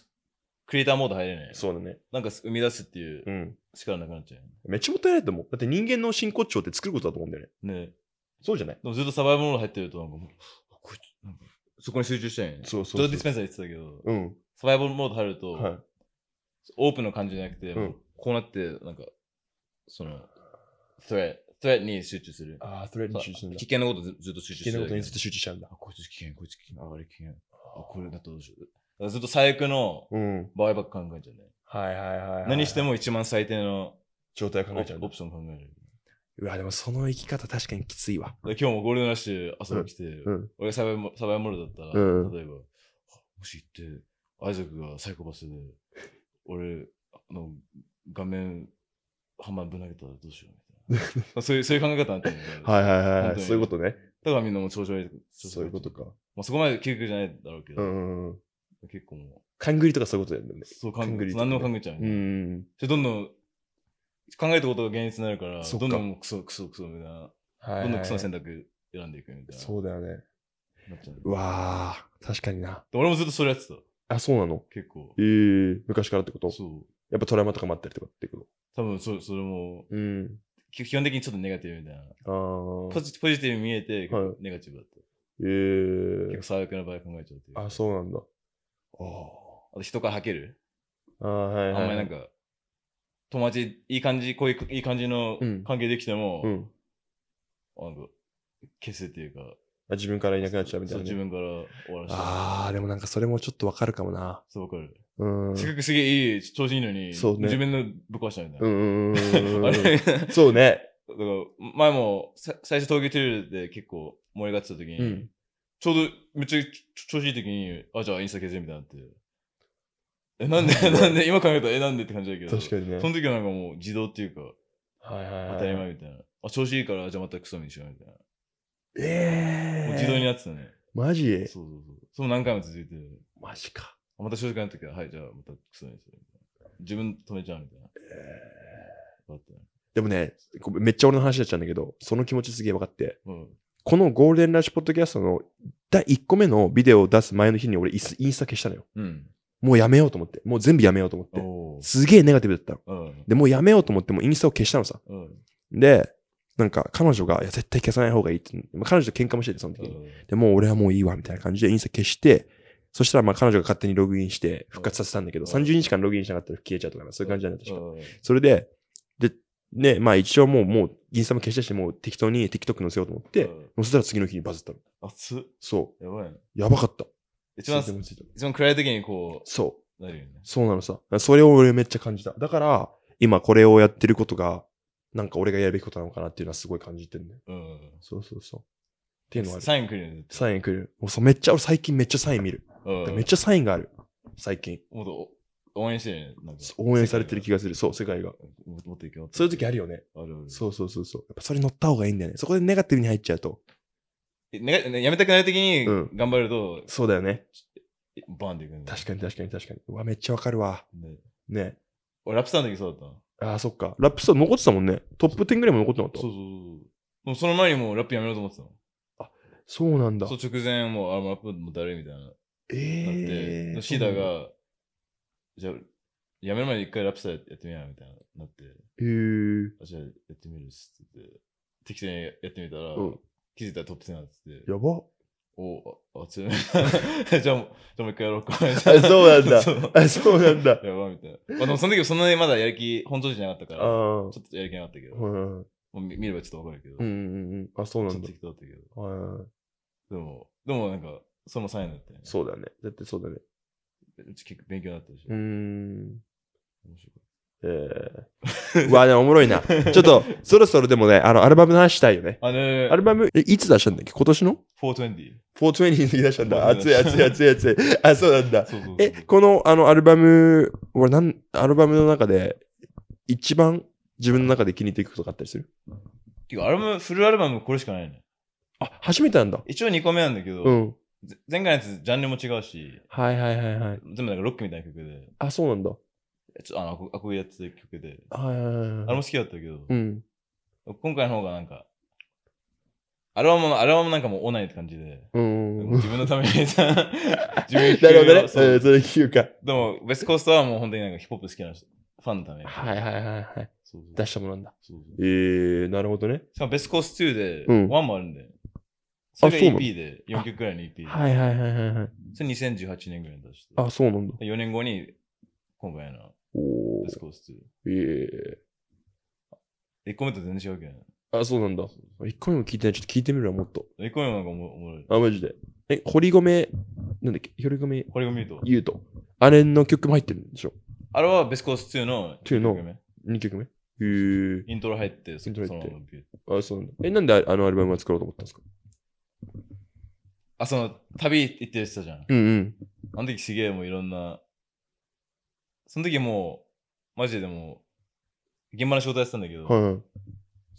Speaker 2: クリエイターモード入れない。
Speaker 1: そうだね。
Speaker 2: なんか生み出すっていう
Speaker 1: うん。
Speaker 2: 力なくなっちゃうよ
Speaker 1: めっちゃもったいないと思う。だって人間の真骨頂って作ることだと思うんだよね。
Speaker 2: ね。ね
Speaker 1: そうじゃない
Speaker 2: でもずっとサバイバルモード入ってると、なんかもう、あこいつなんかそこに集中したいよね。
Speaker 1: そう
Speaker 2: ジ
Speaker 1: そうそ
Speaker 2: ョー
Speaker 1: う
Speaker 2: ディスペンサー言ってたけど、
Speaker 1: うん。
Speaker 2: サバイバルモード入ると、
Speaker 1: はい。
Speaker 2: オープンの感じじゃなくて、
Speaker 1: うん
Speaker 2: こうなって、なんか、その、トレットレッに集中する。
Speaker 1: ああ、それに集中するんだ
Speaker 2: 危。険なことずずっと集
Speaker 1: 危
Speaker 2: 中す
Speaker 1: 険
Speaker 2: る。
Speaker 1: なことにずっと集中しちゃうんだ。
Speaker 2: あ、こいつ危険、こいつ危険、ああれ危険。あ、これだとどうしよう。だからずっと最悪の
Speaker 1: うん。
Speaker 2: 場合ばっか考えちゃうね。
Speaker 1: はいはいはいはい、
Speaker 2: 何しても一番最低の
Speaker 1: 状態を
Speaker 2: オ
Speaker 1: 考えちゃうんだ
Speaker 2: オプション考える。
Speaker 1: うわ、でもその生き方確かにきついわ。
Speaker 2: で今日もゴールデンラッシュ朝起きて、
Speaker 1: ん
Speaker 2: 俺がサバイモサバイモールだったら、
Speaker 1: うん
Speaker 2: 例えば、あもし行って、アイザックがサイコパスで、俺、あの、画面半分ぶん投げたらどうしようみ たいな。そういう、そういう考え方なんて、
Speaker 1: はいはいはいは
Speaker 2: 本
Speaker 1: い。
Speaker 2: 当に
Speaker 1: そういうことね。
Speaker 2: だからみんなもう調子悪い。調子悪
Speaker 1: そういうことか。
Speaker 2: まあ、そこまで究極じゃないだろうけど、
Speaker 1: うんうんうん。
Speaker 2: 結結構も
Speaker 1: 勘ぐりとかそういうことやるん
Speaker 2: う、
Speaker 1: ね。
Speaker 2: そう考え
Speaker 1: 勘ぐりとかね
Speaker 2: 何でも考えちゃう。
Speaker 1: う
Speaker 2: で、
Speaker 1: ん。
Speaker 2: どんどん、考えたことが現実になるから、
Speaker 1: そっ
Speaker 2: ど
Speaker 1: か
Speaker 2: んどんもうクソクソクソみたいな、
Speaker 1: は
Speaker 2: どんどんクソの
Speaker 1: い。
Speaker 2: 選択選んでいくみたいな。
Speaker 1: そうだよね。
Speaker 2: なっちゃう。で
Speaker 1: うわあ、確かにな。
Speaker 2: 俺もずっとそれやってた。
Speaker 1: あ、そうなの
Speaker 2: 結構
Speaker 1: え。ー、昔からってこと
Speaker 2: そう。
Speaker 1: やっぱトラウマとかもあったりとかってこと
Speaker 2: 多分そ、それも、
Speaker 1: うん。
Speaker 2: 基基本的にちょっとネガティブみたいな。
Speaker 1: あ
Speaker 2: ポ
Speaker 1: ー。
Speaker 2: ジポジティブに見えて、結
Speaker 1: はい
Speaker 2: 構ネガティブだった。
Speaker 1: え
Speaker 2: 結
Speaker 1: ー
Speaker 2: 構。最悪な場合考えちゃうっていう。
Speaker 1: あ、そうなんだ。あ
Speaker 2: あと人から吐ける
Speaker 1: ーあー、はい
Speaker 2: あん
Speaker 1: はい。
Speaker 2: まりなんか、友達、いい感じ、こういう、いい感じの
Speaker 1: うん
Speaker 2: 関係できても、
Speaker 1: うん。
Speaker 2: なんか、消すっていうか、
Speaker 1: あ自分からいなくなっちゃうみたいなね、
Speaker 2: そう自分から終わらせた。
Speaker 1: ああ、でもなんかそれもちょっとわかるかもな。
Speaker 2: そうわかる。
Speaker 1: うん。うん
Speaker 2: すごくすげえいい、調子いいのに、
Speaker 1: そうね
Speaker 2: 自分のぶっ壊したみたいな。
Speaker 1: うんうんうんうん
Speaker 2: あ れ、だか
Speaker 1: そうね。
Speaker 2: ら前も、さ最初東京テレビで結構盛り上がってた時に、
Speaker 1: うん
Speaker 2: ちょうどめっちゃ調子いい時に、あ、じゃあインスタ消せみたいになって。え、なんで、なんで、今考えたら、え、なんでって感じだけど。
Speaker 1: 確かにね。
Speaker 2: その時はなんかもう自動っていうか、
Speaker 1: はいはいはい。
Speaker 2: 当たり前みたいな。あ、調子いいから、じゃあまたクソにしようみたいな。
Speaker 1: ええー。
Speaker 2: もう自動になってたね。
Speaker 1: マジ
Speaker 2: そうそうそう。それも何回も続いて、
Speaker 1: マジか。
Speaker 2: あまた正直な時は、はい、じゃあまたクソにしようみたいな。自分止めちゃうみたいな。だったね。
Speaker 1: でもね、こめっちゃ俺の話になっちゃうんだけど、その気持ちすげえ分かって。
Speaker 2: うん。
Speaker 1: このゴールデンラッシュポッドキャストの第1個目のビデオを出す前の日に俺イスインスタ消したのよ。
Speaker 2: うん。
Speaker 1: もうやめようと思って。もう全部やめようと思って。
Speaker 2: おー
Speaker 1: すげえネガティブだったの。
Speaker 2: うん。
Speaker 1: で、もうやめようと思ってもうインスタを消したのさ。
Speaker 2: うん。
Speaker 1: で、なんか彼女が、いや、絶対消さない方がいいって。まあ彼女と喧嘩もしてて、その時
Speaker 2: う
Speaker 1: に。
Speaker 2: ん
Speaker 1: で、もう俺はもういいわ、みたいな感じでインスタ消して、そしたらまあ彼女が勝手にログインして復活させたんだけど、
Speaker 2: うん
Speaker 1: 30日間ログインしなかったら消えちゃうとかな、そういう感じなんだ、確か。
Speaker 2: うん
Speaker 1: それで、で、ね、まあ一応もう、もう、インスタも消したし、もう適当に TikTok 載せようと思って、
Speaker 2: うん
Speaker 1: 載せたら次の日にバズったの。
Speaker 2: 熱っ。
Speaker 1: そ
Speaker 2: やばいね。
Speaker 1: う。やばかった。
Speaker 2: 一番
Speaker 1: ついてもついても
Speaker 2: 一番暗い時にこ
Speaker 1: そう。
Speaker 2: う、なるよね。
Speaker 1: そうなのさ。それを俺めっちゃ感じた。だから、今これをやってることが、なんか俺がやるべきことなのかなっていうのはすごい感じてるね。
Speaker 2: うん。
Speaker 1: そうそうそう。っていうのはある。
Speaker 2: サインくるよね。
Speaker 1: サイン来る。もうそうめっちゃ、俺最近めっちゃサイン見る。
Speaker 2: うん
Speaker 1: めっちゃサインがある。最近。
Speaker 2: もっとお応援してるよね。なんか
Speaker 1: 応援されてる気がする。そう、世界が。
Speaker 2: もっともっといけよ。
Speaker 1: そういう時あ
Speaker 2: る
Speaker 1: るよね。
Speaker 2: あるある。
Speaker 1: そうそうそうそう。やっぱそれ乗った方がいいんだよね。そこでネガティブに入っちゃうと。
Speaker 2: えねねやめたくない時に
Speaker 1: うん
Speaker 2: 頑張ると、
Speaker 1: そうだよね。
Speaker 2: バンっていくんだ。
Speaker 1: 確かに確かに確かに。うわ、めっちゃわかるわ。
Speaker 2: に。
Speaker 1: ね。
Speaker 2: 俺、ラップさんの時そうだったの
Speaker 1: ああ、そっか。ラップスター残ってたもんね。トップ10ぐらいも残ってなかった。
Speaker 2: そ
Speaker 1: そう
Speaker 2: そう
Speaker 1: う
Speaker 2: そう。もうその前にもうラップやめようと思ってたの。
Speaker 1: なんだ。
Speaker 2: そう直前、もう、あ、もうラップもうだるいみたいな。だっ
Speaker 1: ええ
Speaker 2: て、シーダ。が、じゃあ、やめる前に一回ラップさんやってみなよみたいな、なって、
Speaker 1: ええ
Speaker 2: あじゃあやってみるっすって言って、適当にやってみたら
Speaker 1: うん、
Speaker 2: 気づいたらトップ10なんつって、
Speaker 1: やば。
Speaker 2: おあ、強い。 じゃあもう、じゃあもう一回やろうか。あ、
Speaker 1: あそうなんだ
Speaker 2: そう
Speaker 1: あ、そうなん だ。
Speaker 2: やばみたいな。まあでもその時はそんなにまだやる気、本当じゃなかったから、
Speaker 1: ああ。
Speaker 2: ちょっとやる気なかったけど、
Speaker 1: う
Speaker 2: も
Speaker 1: ん
Speaker 2: う見見ればちょっとわかるけど、
Speaker 1: うんう
Speaker 2: ち
Speaker 1: んうん。あ、そう
Speaker 2: ょ
Speaker 1: な
Speaker 2: っ
Speaker 1: んだ。
Speaker 2: と適当だったけど、
Speaker 1: はい
Speaker 2: でも、でもなんか、そのサインだったよね。
Speaker 1: そうだよね。だってそうだね。
Speaker 2: う。ちょっと結構勉強になったでしょ。
Speaker 1: うーん。
Speaker 2: 面白かっ
Speaker 1: ええうわ、でもおもろい な。ちょっと、そろそろでもね、あの、アルバムの話したいよね。
Speaker 2: た。あれ、
Speaker 1: アルバム、えいつ出したんだっけ今年の
Speaker 2: ?420。
Speaker 1: 420の時出したんだ。
Speaker 2: 420
Speaker 1: 熱い熱い熱い熱い。 あ、そうなんだ。
Speaker 2: そうそうそう
Speaker 1: え、この、あの、アルバム、俺、なん、アルバムの中で、一番自分の中で気に入っていくことがあったりする
Speaker 2: てか、アルバム、フルアルバムこれしかないね。
Speaker 1: あ、初めてなんだ。
Speaker 2: 一応2個目なんだけど、
Speaker 1: うん。
Speaker 2: ぜ前回のやつジャンルも違うし、
Speaker 1: はいはいはいはい。
Speaker 2: 全部なんかロックみたいな曲で、
Speaker 1: あ、そうなんだ。
Speaker 2: ちょっとあの、アコアコギやってた曲で、
Speaker 1: はいはいはい
Speaker 2: あ
Speaker 1: は
Speaker 2: れ
Speaker 1: い。
Speaker 2: も好きだったけど、
Speaker 1: うん。
Speaker 2: 今回の方がなんか、アルバムも、アルバムもなんかもうオナニーって感じで、
Speaker 1: うん。なる
Speaker 2: 自分のためにさ、 自分
Speaker 1: ほどね。
Speaker 2: を
Speaker 1: うん
Speaker 2: そ
Speaker 1: そうれ聞くか。
Speaker 2: でも、ベストコーストはもう本当になんかヒップホップ好きな人ファンのため。
Speaker 1: はいはいはいはい。
Speaker 2: そうそう
Speaker 1: 出したものなんだ。
Speaker 2: そうそう
Speaker 1: えー、なるほどね。
Speaker 2: しかもベストコースト2で、
Speaker 1: うん
Speaker 2: 1もあるんだよ。それが
Speaker 1: そうなの
Speaker 2: EP で、4曲くらいの EP で。
Speaker 1: はいはいはいはいはい。
Speaker 2: それ2018年ぐらいに出して。
Speaker 1: あ、そうなんだ。
Speaker 2: 4年後に、今回の
Speaker 1: おー
Speaker 2: ベストコース
Speaker 1: え
Speaker 2: 2。1個目と全然違うけどね。
Speaker 1: ー。あ、そうなんだ。一個目も聞いてない。ちょっと聞いてみるわ、もっと。
Speaker 2: 1個目もなんかおもおもろい。
Speaker 1: あ、マジで。え、堀米、なんだっけ堀米
Speaker 2: これを見ると。
Speaker 1: 優斗。あれの曲も入ってるんでしょ
Speaker 2: あれはベストコースト2の
Speaker 1: 2の
Speaker 2: 一曲目
Speaker 1: ?2 曲目。へ
Speaker 2: イントロ入って、そ
Speaker 1: イントロ
Speaker 2: そ
Speaker 1: 入
Speaker 2: の
Speaker 1: って
Speaker 2: ままビュー
Speaker 1: え。あ、そうなんだ。え、なんでああのアルバムを作ろうと思ったんですか
Speaker 2: あ、その、旅行ってたじゃん。
Speaker 1: うんうん。
Speaker 2: あの時すげえもういろんな、その時もう、マジでもう、現場の仕事やってたんだけど、
Speaker 1: はいはい。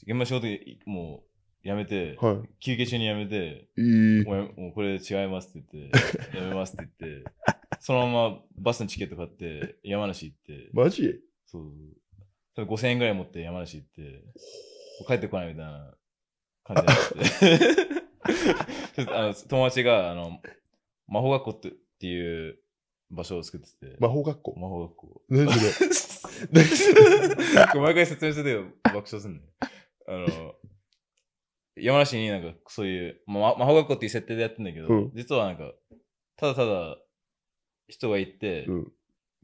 Speaker 2: 現場の仕事でもやめて、
Speaker 1: は
Speaker 2: 休憩中にやめて、
Speaker 1: い。え
Speaker 2: もうやもうこれ違いますって言 って、やめますって言って、そのままバスのチケット買って、山梨行って、
Speaker 1: マジ
Speaker 2: そう。それ5000円ぐらい持って山梨行って、帰ってこないみたいな感じ になって。ちょっとあの友達が、あの、魔法学校ってっていう場所を作ってて、
Speaker 1: 魔法学校
Speaker 2: 魔法学校。
Speaker 1: 何それ何そ
Speaker 2: これ毎回説明しててよ、爆笑すんね。あの、山梨になんかそういう、ま、魔法学校っていう設定でやってんだけど、
Speaker 1: うん
Speaker 2: 実はなんか、ただただ人が行って、
Speaker 1: うん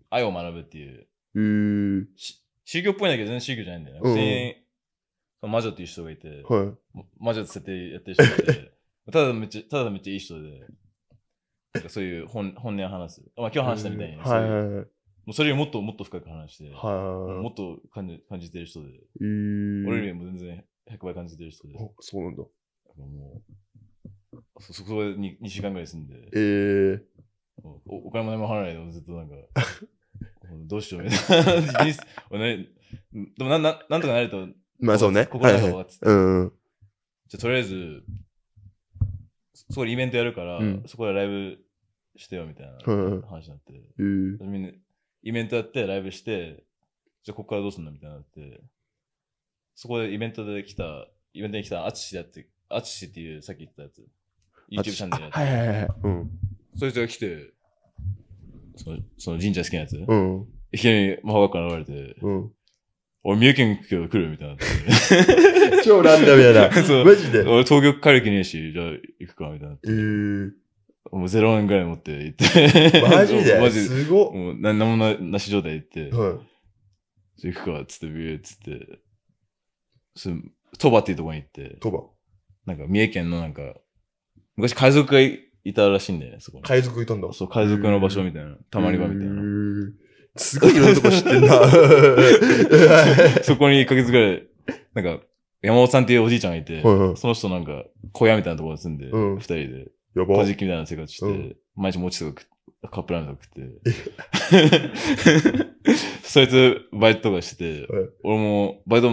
Speaker 2: 愛を学ぶっていう、
Speaker 1: えー、
Speaker 2: し宗教っぽいんだけど全然宗教じゃないんだよ、
Speaker 1: うん
Speaker 2: ね。全員、その魔女っていう人がいて、
Speaker 1: はい。
Speaker 2: 魔女って設定やってる人がいて、ただめっちゃ、ただめっちゃいい人で、なんかそういう本本音を話す。まあ今日話したみたいに、
Speaker 1: はい
Speaker 2: そういう
Speaker 1: はいはい。
Speaker 2: もうそれよりもっともっと深く話して、も
Speaker 1: は
Speaker 2: っと感じ感じてる人で、
Speaker 1: い。えー、
Speaker 2: 俺よりも全然100倍感じてる人で、
Speaker 1: おそうなんだ。
Speaker 2: もう、そそこに2週間ぐらい住んで、
Speaker 1: えー、
Speaker 2: おお金も何も払わないで、ずっとなんか、 もうどうしようみたい な。人生俺ねでもなんなんなんとかなると、
Speaker 1: まあそうね。
Speaker 2: ここ
Speaker 1: は
Speaker 2: だ
Speaker 1: い
Speaker 2: よ、
Speaker 1: はい。
Speaker 2: つって
Speaker 1: うんうん。
Speaker 2: じゃあとりあえず、そこでイベントやるから、
Speaker 1: うん
Speaker 2: そこでライブしてよみたいな
Speaker 1: うんうん
Speaker 2: 話になって、
Speaker 1: えー、
Speaker 2: みんなイベントやって、ライブして、じゃあここからどうすんのみたいになって、そこでイベントで来た、イベントに来たアツシだって、アツシっていうさっき言ったやつ、YouTube チャンネルやっ
Speaker 1: あはいはいはいはい。うん。
Speaker 2: て、そいつが来て、そのその神社好きなやつ、
Speaker 1: うん。
Speaker 2: いきなり魔法学校現れて、
Speaker 1: うん。
Speaker 2: 俺三重県行くけど来るみたいになっ て。。
Speaker 1: 超ランダムやな
Speaker 2: そう
Speaker 1: マジで。
Speaker 2: 俺東京帰る気ねえし、じゃあ行くか、みたいになって。
Speaker 1: えー、
Speaker 2: もう0円ぐらい持って行って。
Speaker 1: マジで
Speaker 2: マジで。
Speaker 1: すごっ。
Speaker 2: もう何もななし状態で行って。
Speaker 1: は
Speaker 2: 行くか、つって、ビューっつって、それ鳥羽っていうとこに行って
Speaker 1: い。、鳥羽。
Speaker 2: なんか三重県のなんか、昔海賊がいいたらしいんだよね、そこに。
Speaker 1: 海賊いたんだ。
Speaker 2: そう、海賊の場所みたいな、たまり場みたい
Speaker 1: え
Speaker 2: な。
Speaker 1: ー。すごいいろんなとこ知ってん な。
Speaker 2: そ こに1ヶ月ぐらい、なんか、山本さんっていうおじいちゃんがい
Speaker 1: は
Speaker 2: て、
Speaker 1: いはい
Speaker 2: その人なんか、小屋みたいなところに住んで、
Speaker 1: うん
Speaker 2: 二人で、
Speaker 1: やば
Speaker 2: 小。じきみたいな生活して、
Speaker 1: うん
Speaker 2: 毎日餅とか食っカップラーメンとか食って、 そいつバイトとかしてて
Speaker 1: はい、
Speaker 2: 俺もバイト、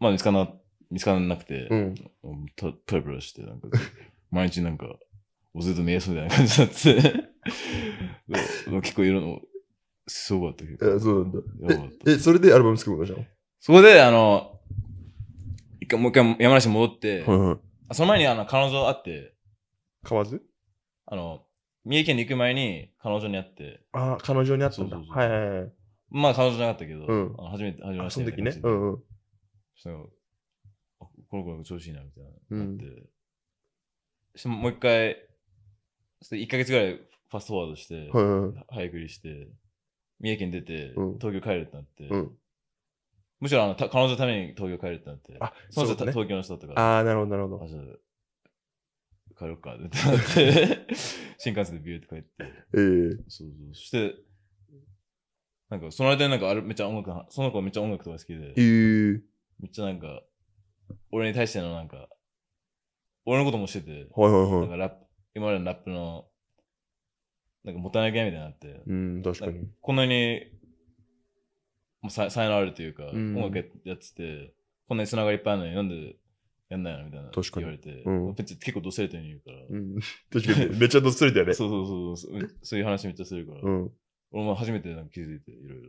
Speaker 2: まあ見つからな、見つからなくて、
Speaker 1: うん。
Speaker 2: うんたプラプラして、なんか、毎日なんか、おずっと瞑想みたいな感じになって て、そう結構いろんな、すごかったけ
Speaker 1: え
Speaker 2: ど、や
Speaker 1: そうなんだ。
Speaker 2: ばかった。
Speaker 1: え、それでアルバム作ることじゃん。
Speaker 2: そこで、あの、一回、もう一回山梨に戻って、
Speaker 1: はいはい。
Speaker 2: あその前にあの、彼女会って、
Speaker 1: 買わず
Speaker 2: あの、三重県に行く前に彼女に会って、
Speaker 1: ああ、彼女に会ったんだ。
Speaker 2: そうそうそう
Speaker 1: はいはいはい。
Speaker 2: まあ彼女じゃなかったけど、
Speaker 1: うん
Speaker 2: あの初めて、初めま
Speaker 1: あ、
Speaker 2: して
Speaker 1: そ
Speaker 2: み
Speaker 1: の
Speaker 2: たい
Speaker 1: 時
Speaker 2: な
Speaker 1: ね。う
Speaker 2: 感
Speaker 1: んうん。
Speaker 2: じで。そうあこの子なんか調子いいな、みたいな。
Speaker 1: う
Speaker 2: なっ
Speaker 1: ん
Speaker 2: て、してもう一回、それ1ヶ月ぐらいファストフォワードして、
Speaker 1: はいはいはい。
Speaker 2: 早送りして、三重県出て、
Speaker 1: うん
Speaker 2: 東京帰るってなって、
Speaker 1: うん。
Speaker 2: むしろあのた彼女のために東京帰るってなって、
Speaker 1: あ、
Speaker 2: その人、
Speaker 1: うね。
Speaker 2: 東京の人だったから、
Speaker 1: ああ、なるほど、なるほど。
Speaker 2: あじゃあ帰ろうかってなって、 新幹線でビューって帰って、
Speaker 1: ええ。
Speaker 2: そうそう、そして、なんかその間になんかあれめっちゃ音楽な、その子めっちゃ音楽とか好きで、
Speaker 1: ええ。
Speaker 2: めっちゃなんか、俺に対してのなんか、俺のこともしてて、
Speaker 1: はいはい
Speaker 2: な
Speaker 1: は
Speaker 2: ん
Speaker 1: い。
Speaker 2: かラップ、今までのラップの、なんかもったいないみたいになって、
Speaker 1: うん、確かに。
Speaker 2: こんなに、もうさ才能あるというか、
Speaker 1: ん
Speaker 2: 音楽ややってて、こんなにつながりいっぱいあるのになんでやんないのみたいな
Speaker 1: 確かに
Speaker 2: 言われて、
Speaker 1: うん
Speaker 2: めっちゃ結構どスれてるように言うから、
Speaker 1: うん。確か に。めっちゃどっさりだよね。
Speaker 2: そうそうそうそう、そういう話めっちゃするから、
Speaker 1: うん。
Speaker 2: 俺も初めてなんか気づいて、いろいろ、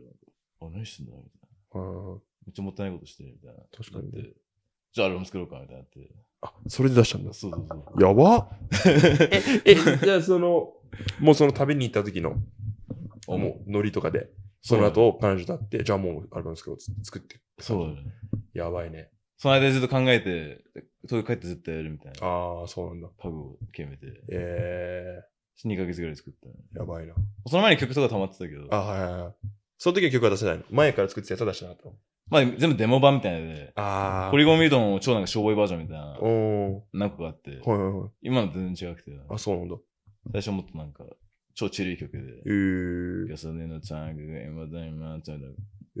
Speaker 2: あ、何してんだみた
Speaker 1: あ
Speaker 2: いな。
Speaker 1: ー
Speaker 2: めっちゃもったいないことしてるみたいな。
Speaker 1: 確かにね
Speaker 2: なってじゃあアルバム作ろうかみたいになって。
Speaker 1: あ、それで出したんだ。
Speaker 2: そうそうそう。
Speaker 1: やばえ、え、じゃあその、もうその旅に行った時の、もうノリとかで、その後彼女と会って、じゃあもうアルバム作ろう作って。
Speaker 2: そうだね。
Speaker 1: やばいね。
Speaker 2: その間ずっと考えて、東京帰って絶対やるみたいな。
Speaker 1: ああ、そうなんだ。
Speaker 2: パグを決めて、
Speaker 1: え
Speaker 2: 2ヶ月ぐらい作ったね。
Speaker 1: えやばいな。
Speaker 2: その前に曲とか溜まってたけど、
Speaker 1: あはいはいはい。その時は曲は出せないの。前から作ってたやつは出してなかっ
Speaker 2: まあ全部デモ版みたいなので、
Speaker 1: たの。ああ。
Speaker 2: ポリゴンミートも超なんかしょぼいバージョンみたいな、
Speaker 1: おお
Speaker 2: 何個かあって
Speaker 1: ー。、はいはいはい。
Speaker 2: 今の全然違くて、
Speaker 1: あ、そうなんだ。
Speaker 2: 最初もっとなんか、超チルい曲で、
Speaker 1: えー
Speaker 2: よそねのチャング、エマダイマちゃんみ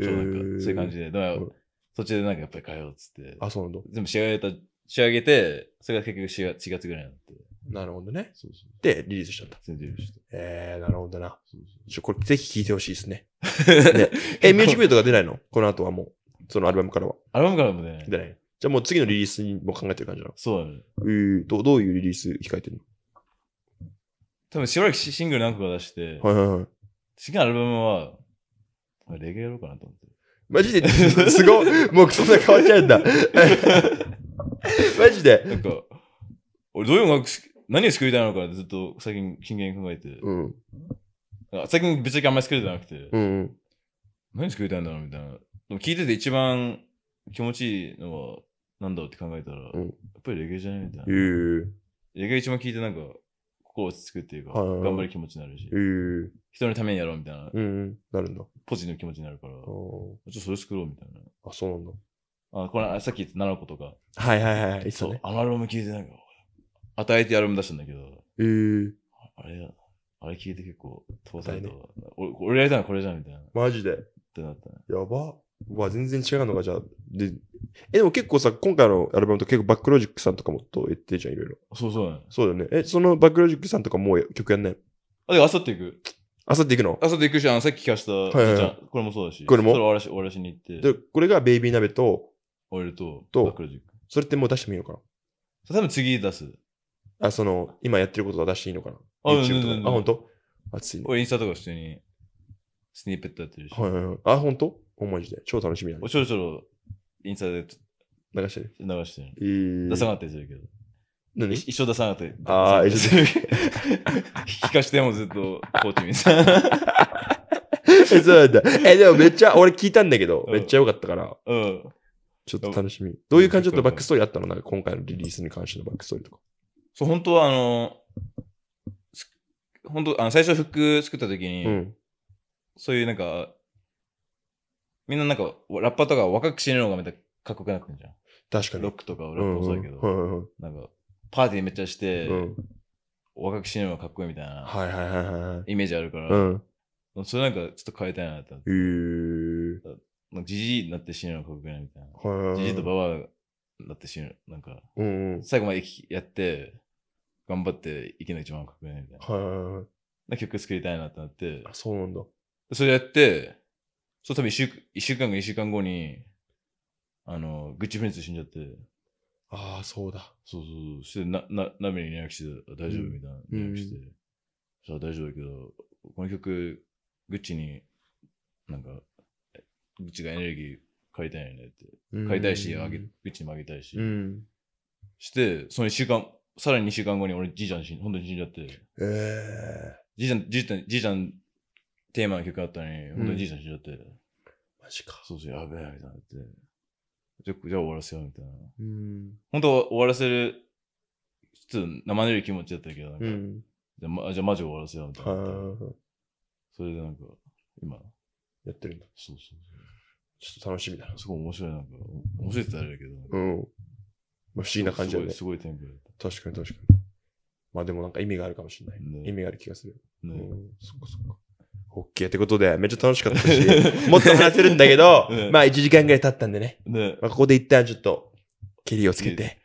Speaker 1: えー。
Speaker 2: たいな、超なんか、そういう感じで、だから
Speaker 1: うん、
Speaker 2: そっちでなんかやっぱり変えようっつって、
Speaker 1: あ、そうなんだ。
Speaker 2: 全部仕上げた、仕上げて、それが結局4月 ,4 月ぐらいになって、
Speaker 1: なるほどね。
Speaker 2: そうそう、
Speaker 1: で、リリースしちゃった。
Speaker 2: 全然許して。
Speaker 1: ええー、なるほどな。
Speaker 2: そうそう
Speaker 1: ちょ、これぜひ聴いてほしいですね。 え、ミュージックビデオとか出ないのこの後はもう。そのアルバムからは。
Speaker 2: アルバムからもね、
Speaker 1: 出ない。じゃあもう次のリリースにも考えてる感じなの
Speaker 2: そうだね。
Speaker 1: えー、どどういうリリース控えてる
Speaker 2: 多分しばらくシシングル何個か出して、
Speaker 1: のはいはいはい。
Speaker 2: 次のアルバムは、あレゲエやろうかなと思って。
Speaker 1: マジで、 すごい、もうそんな変わっちゃうんだ。 マジで。
Speaker 2: なんか、俺どういう音楽し、何を作りたいのかずっと最近、近現に考えて、
Speaker 1: うん。
Speaker 2: あ最近ぶっちゃけあんまり作れてなくて、
Speaker 1: うん。
Speaker 2: 何作りたいんだろうみたいな。でも聞いてて一番気持ちいいのはなんだろうって考えたら、
Speaker 1: うん
Speaker 2: やっぱりレゲエじゃないみたいな
Speaker 1: え。ー、
Speaker 2: レゲエ一番聞いてなんか、心落ち着くっていうか、
Speaker 1: はいはいはい
Speaker 2: 頑張る気持ちになるし
Speaker 1: え、ー、
Speaker 2: 人のためにやろうみたいな、
Speaker 1: うん。なるんだ。
Speaker 2: ポジの気持ちになるから、ち
Speaker 1: あ
Speaker 2: ょ
Speaker 1: ー
Speaker 2: っとそれ作ろうみたいな。
Speaker 1: あ、そうなんだ。
Speaker 2: あ、これあさっき言った奈良子とか、
Speaker 1: はいはいはい。いつ
Speaker 2: そう
Speaker 1: ね、。
Speaker 2: あのアルバム聞いてなんか、与えてアルバム出したんだけど、
Speaker 1: えー、
Speaker 2: あれ、あれ聞いて結構飛ばされたわ
Speaker 1: だ。
Speaker 2: 俺、俺やりたいのはこれじゃんみたいな。っ
Speaker 1: マジで。
Speaker 2: てなったね。
Speaker 1: やば。うわ、全然違うのか、じゃあ。で、え、でも結構さ、今回のアルバムと結構バックロジックさんとかもと言ってるじゃん、いろいろ。
Speaker 2: そうそうね。
Speaker 1: そうだよね。え、そのバックロジックさんとかもう曲やんない
Speaker 2: あ、で、あさって行く。
Speaker 1: あさって行くの
Speaker 2: あさって行くじゃん。さっき聞かした、
Speaker 1: いはい
Speaker 2: じゃあこれもそうだし。
Speaker 1: これも
Speaker 2: それ終わらし、終わらしに行って、
Speaker 1: で、これがベイビー鍋と、
Speaker 2: 俺と、
Speaker 1: と
Speaker 2: バックロジック。
Speaker 1: それってもう出してもいいのか
Speaker 2: それ多分次出す。
Speaker 1: なあ、その、今やってることは出していいのかな
Speaker 2: あ
Speaker 1: ?YouTube
Speaker 2: 全然全
Speaker 1: とか。
Speaker 2: 然
Speaker 1: あ、ほんと熱いね。
Speaker 2: 俺インスタとか普通に、スニーペットやってるし。
Speaker 1: はいはいはい。あ、ほんとおマジで。超楽しみだね
Speaker 2: 俺。ちょろちょろ、インスタで
Speaker 1: 流してる。
Speaker 2: 流してる。
Speaker 1: えー
Speaker 2: 出さなかったりするけど。
Speaker 1: 何
Speaker 2: い一緒出さなかったり。
Speaker 1: あー
Speaker 2: 出さなかったりする 聞かしてもずっと、コーチミンさん。
Speaker 1: えそうなんだ。え、でもめっちゃ、俺聞いたんだけど、
Speaker 2: うん
Speaker 1: めっちゃ良かったから、
Speaker 2: うん。
Speaker 1: ちょっと楽しみ。どういう感じだったバックストーリーあったのなんか今回のリリースに関してのバックストーリーとか。
Speaker 2: そう、本当はあの、す本当、あの最初服作った時に、
Speaker 1: うん。
Speaker 2: そういうなんか、みんななんか、ラッパーとか若く死ぬのがめっちゃかっこよくなってんじゃん。
Speaker 1: 確かに。
Speaker 2: ロックとかラ
Speaker 1: う
Speaker 2: ッ
Speaker 1: ん
Speaker 2: プも
Speaker 1: う
Speaker 2: そ
Speaker 1: ん
Speaker 2: うだけど、
Speaker 1: はいはいはい
Speaker 2: なんか、パーティーめっちゃして、
Speaker 1: うん
Speaker 2: 若く死ぬのがかっこいいみたいな
Speaker 1: はいはいはいはいはい。
Speaker 2: イメージあるから、
Speaker 1: うん。
Speaker 2: それなんかちょっと変えたいなって思って
Speaker 1: えー。
Speaker 2: なんかジジイになって死ぬのがかっこよくないみたいな。
Speaker 1: はいはいはい。
Speaker 2: ジジイとババアになって死ぬ、なんか、
Speaker 1: うんうん。
Speaker 2: 最後まで生きやって、頑張って生きるのが一番かっこよくないみたいな。
Speaker 1: はいはいはい。
Speaker 2: な曲作りたいなってなって、
Speaker 1: あ、そうなんだ。
Speaker 2: それやって、そう多分一週一週間か一週間後に、あの、グッチフレンズ死んじゃって、
Speaker 1: ああ、そうだ。
Speaker 2: そうそうそう、してな、な、鍋に連絡して、大丈夫
Speaker 1: うん
Speaker 2: みたいな連絡して、じゃあ大丈夫だけど、この曲、グッチに、なんか、えグッチがエネルギー買いたいよねって、買いたいし、あげ、グッチにもあげたいし、
Speaker 1: うん。
Speaker 2: して、その一週間、さらに二週間後に俺、じいちゃん死ん、本当に死んじゃって、
Speaker 1: ええ
Speaker 2: じいちゃん、じいちゃん、じいちゃん、テーマの曲あったのに、本当にじいちゃん死んじゃって、
Speaker 1: ー、マジか。
Speaker 2: そうそう、やべえ、みたいになって。じゃ、じゃあ終わらせよう、みたいな。
Speaker 1: うん。
Speaker 2: 本当は終わらせる、ちょっと生ぬるい気持ちだったけど、なんか、
Speaker 1: うん。
Speaker 2: じゃあ、ま、じゃあマジ終わらせよう、みたい
Speaker 1: は
Speaker 2: ない
Speaker 1: はいはいはい。
Speaker 2: それでなんか、今、そう
Speaker 1: やってるんだ。
Speaker 2: そうそ
Speaker 1: ちょっと楽しみだな
Speaker 2: う。。すごい面白い、なんか、お面白いって言ったらあれだけど、なんか
Speaker 1: うん。まあ、不思議な感じだね。
Speaker 2: すごい、すごいテンポだっ
Speaker 1: 確かに確かに。まあでもなんか意味があるかもしれない。
Speaker 2: ね
Speaker 1: 意味がある気がする。
Speaker 2: た。
Speaker 1: う
Speaker 2: ね
Speaker 1: ん、そっかそっか。オッケーってことで、めっちゃ楽し かったし、もっと話せるんだけど、
Speaker 2: うん
Speaker 1: まあ1時間ぐらい経ったんでね。
Speaker 2: ね
Speaker 1: まあ、ここで一旦ちょっと、ケリをつけ
Speaker 2: い
Speaker 1: て。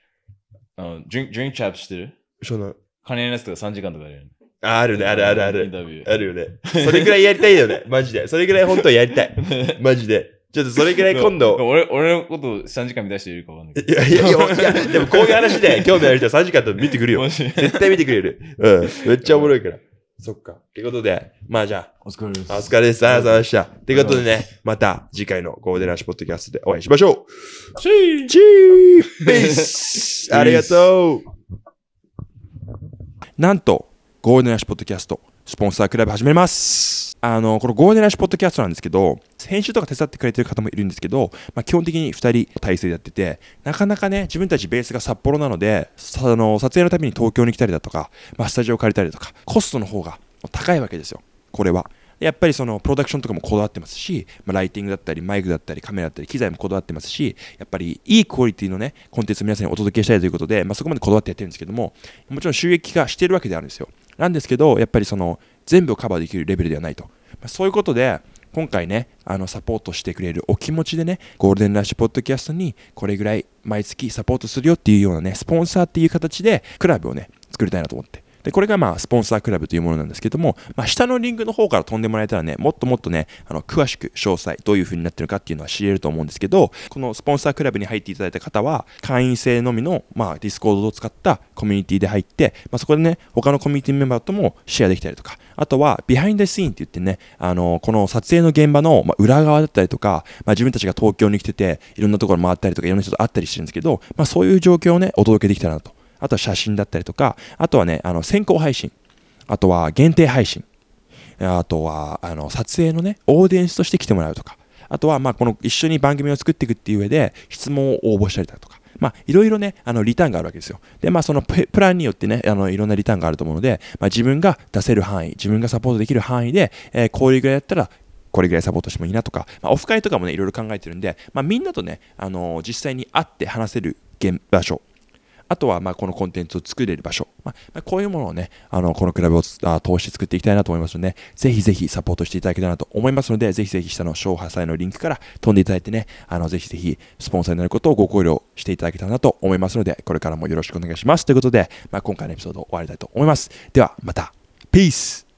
Speaker 2: あの、ドリンク、ドリンクチャップしてる
Speaker 1: その、
Speaker 2: 金のやつとか3時間とかやるよね。
Speaker 1: ああるね、あるあるあ
Speaker 2: イ
Speaker 1: る。
Speaker 2: ンタビュー。
Speaker 1: あるよね。それぐらいやりたいよね。マジで。それぐらい本当はやりたい。
Speaker 2: ね。
Speaker 1: マジで。ちょっとそれぐらい今度、
Speaker 2: 俺、俺のこと3時間見た人いるかわかんないけ
Speaker 1: いやいやいや、いやでもこういう話で興味ある人は3時間と見てくる
Speaker 2: ど。
Speaker 1: よ
Speaker 2: も。し
Speaker 1: 絶対見てくれる。うん。めっちゃおもろいから。そっか。ということで、まあじゃ
Speaker 2: お疲れです
Speaker 1: あ、お疲れです。ありがとうございました。ということでね、また次回のゴールデンラッシュポッドキャストでお会いしましょ
Speaker 2: チー
Speaker 1: う。チー ピースありがとうなんと、ゴールデンラッシュポッドキャスト、スポンサークラブ始めます。あの、このゴールデンラッシュポッドキャストなんですけど、編集とか手伝ってくれてる方もいるんですけど、まあ、基本的に2人体制でやってて、なかなかね、自分たちベースが札幌なので、さあの撮影のために東京に来たりだとか、まあ、スタジオ借りたりだとか、コストの方が高いわけですよ、これは。やっぱりそのプロダクションとかもこだわってますし、まあ、ライティングだったり、マイクだったり、カメラだったり、機材もこだわってますし、やっぱりいいクオリティのね、コンテンツを皆さんにお届けしたいということで、まあ、そこまでこだわってやってるんですけども、もちろん収益化してるわけではあるんですよ。なんですけど、やっぱりその全部をカバーできるレベルではないと。まあ、そういうことで、今回ね、あのサポートしてくれるお気持ちでね、ゴールデンラッシュポッドキャストにこれぐらい毎月サポートするよっていうようなね、スポンサーっていう形でクラブをね、作りたいなと思って。で、これがまあ、スポンサークラブというものなんですけども、まあ、下のリンクの方から飛んでもらえたらね、もっともっとね、あの、詳しく詳細、どういう風になってるのかっていうのは知れると思うんですけど、このスポンサークラブに入っていただいた方は、会員制のみの、まあ、ディスコードを使ったコミュニティで入って、まあ、そこでね、他のコミュニティメンバーともシェアできたりとか、あとは、ビハインドシーンって言ってね、あの、この撮影の現場の、まあ、裏側だったりとか、まあ、自分たちが東京に来てて、いろんなところ回ったりとか、いろんな人と会ったりしてるんですけど、まあ、そういう状況をね、お届けできたらなと。あとは写真だったりとか、あとはね、あの先行配信、あとは限定配信、あとはあの撮影のね、オーディエンスとして来てもらうとか、あとはまあこの一緒に番組を作っていくっていう上で質問を応募したりだとか、まあいろいろね、あのリターンがあるわけですよ。で、まあそのププランによってね、あのいろんなリターンがあると思うので、まあ自分が出せる範囲、自分がサポートできる範囲で、えーこういうぐらいだったらこれぐらいサポートしてもいいなとか、まあ、オフ会とかもね、いろいろ考えてるんで、まあみんなとね、あの実際に会って話せる現場所、あとはまあこのコンテンツを作れる場所、まあまあこういうものをね、あのこのクラブをつあ通して作っていきたいなと思いますので、ぜひぜひサポートしていただけたらなと思いますので、ぜひぜひ下の小破祭のリンクから飛んでいただいてね、あのぜひぜひスポンサーになることをご考慮していただけたらなと思いますので、これからもよろしくお願いします。ということで、まあ、今回のエピソードを終わりたいと思います。ではまた、Peace!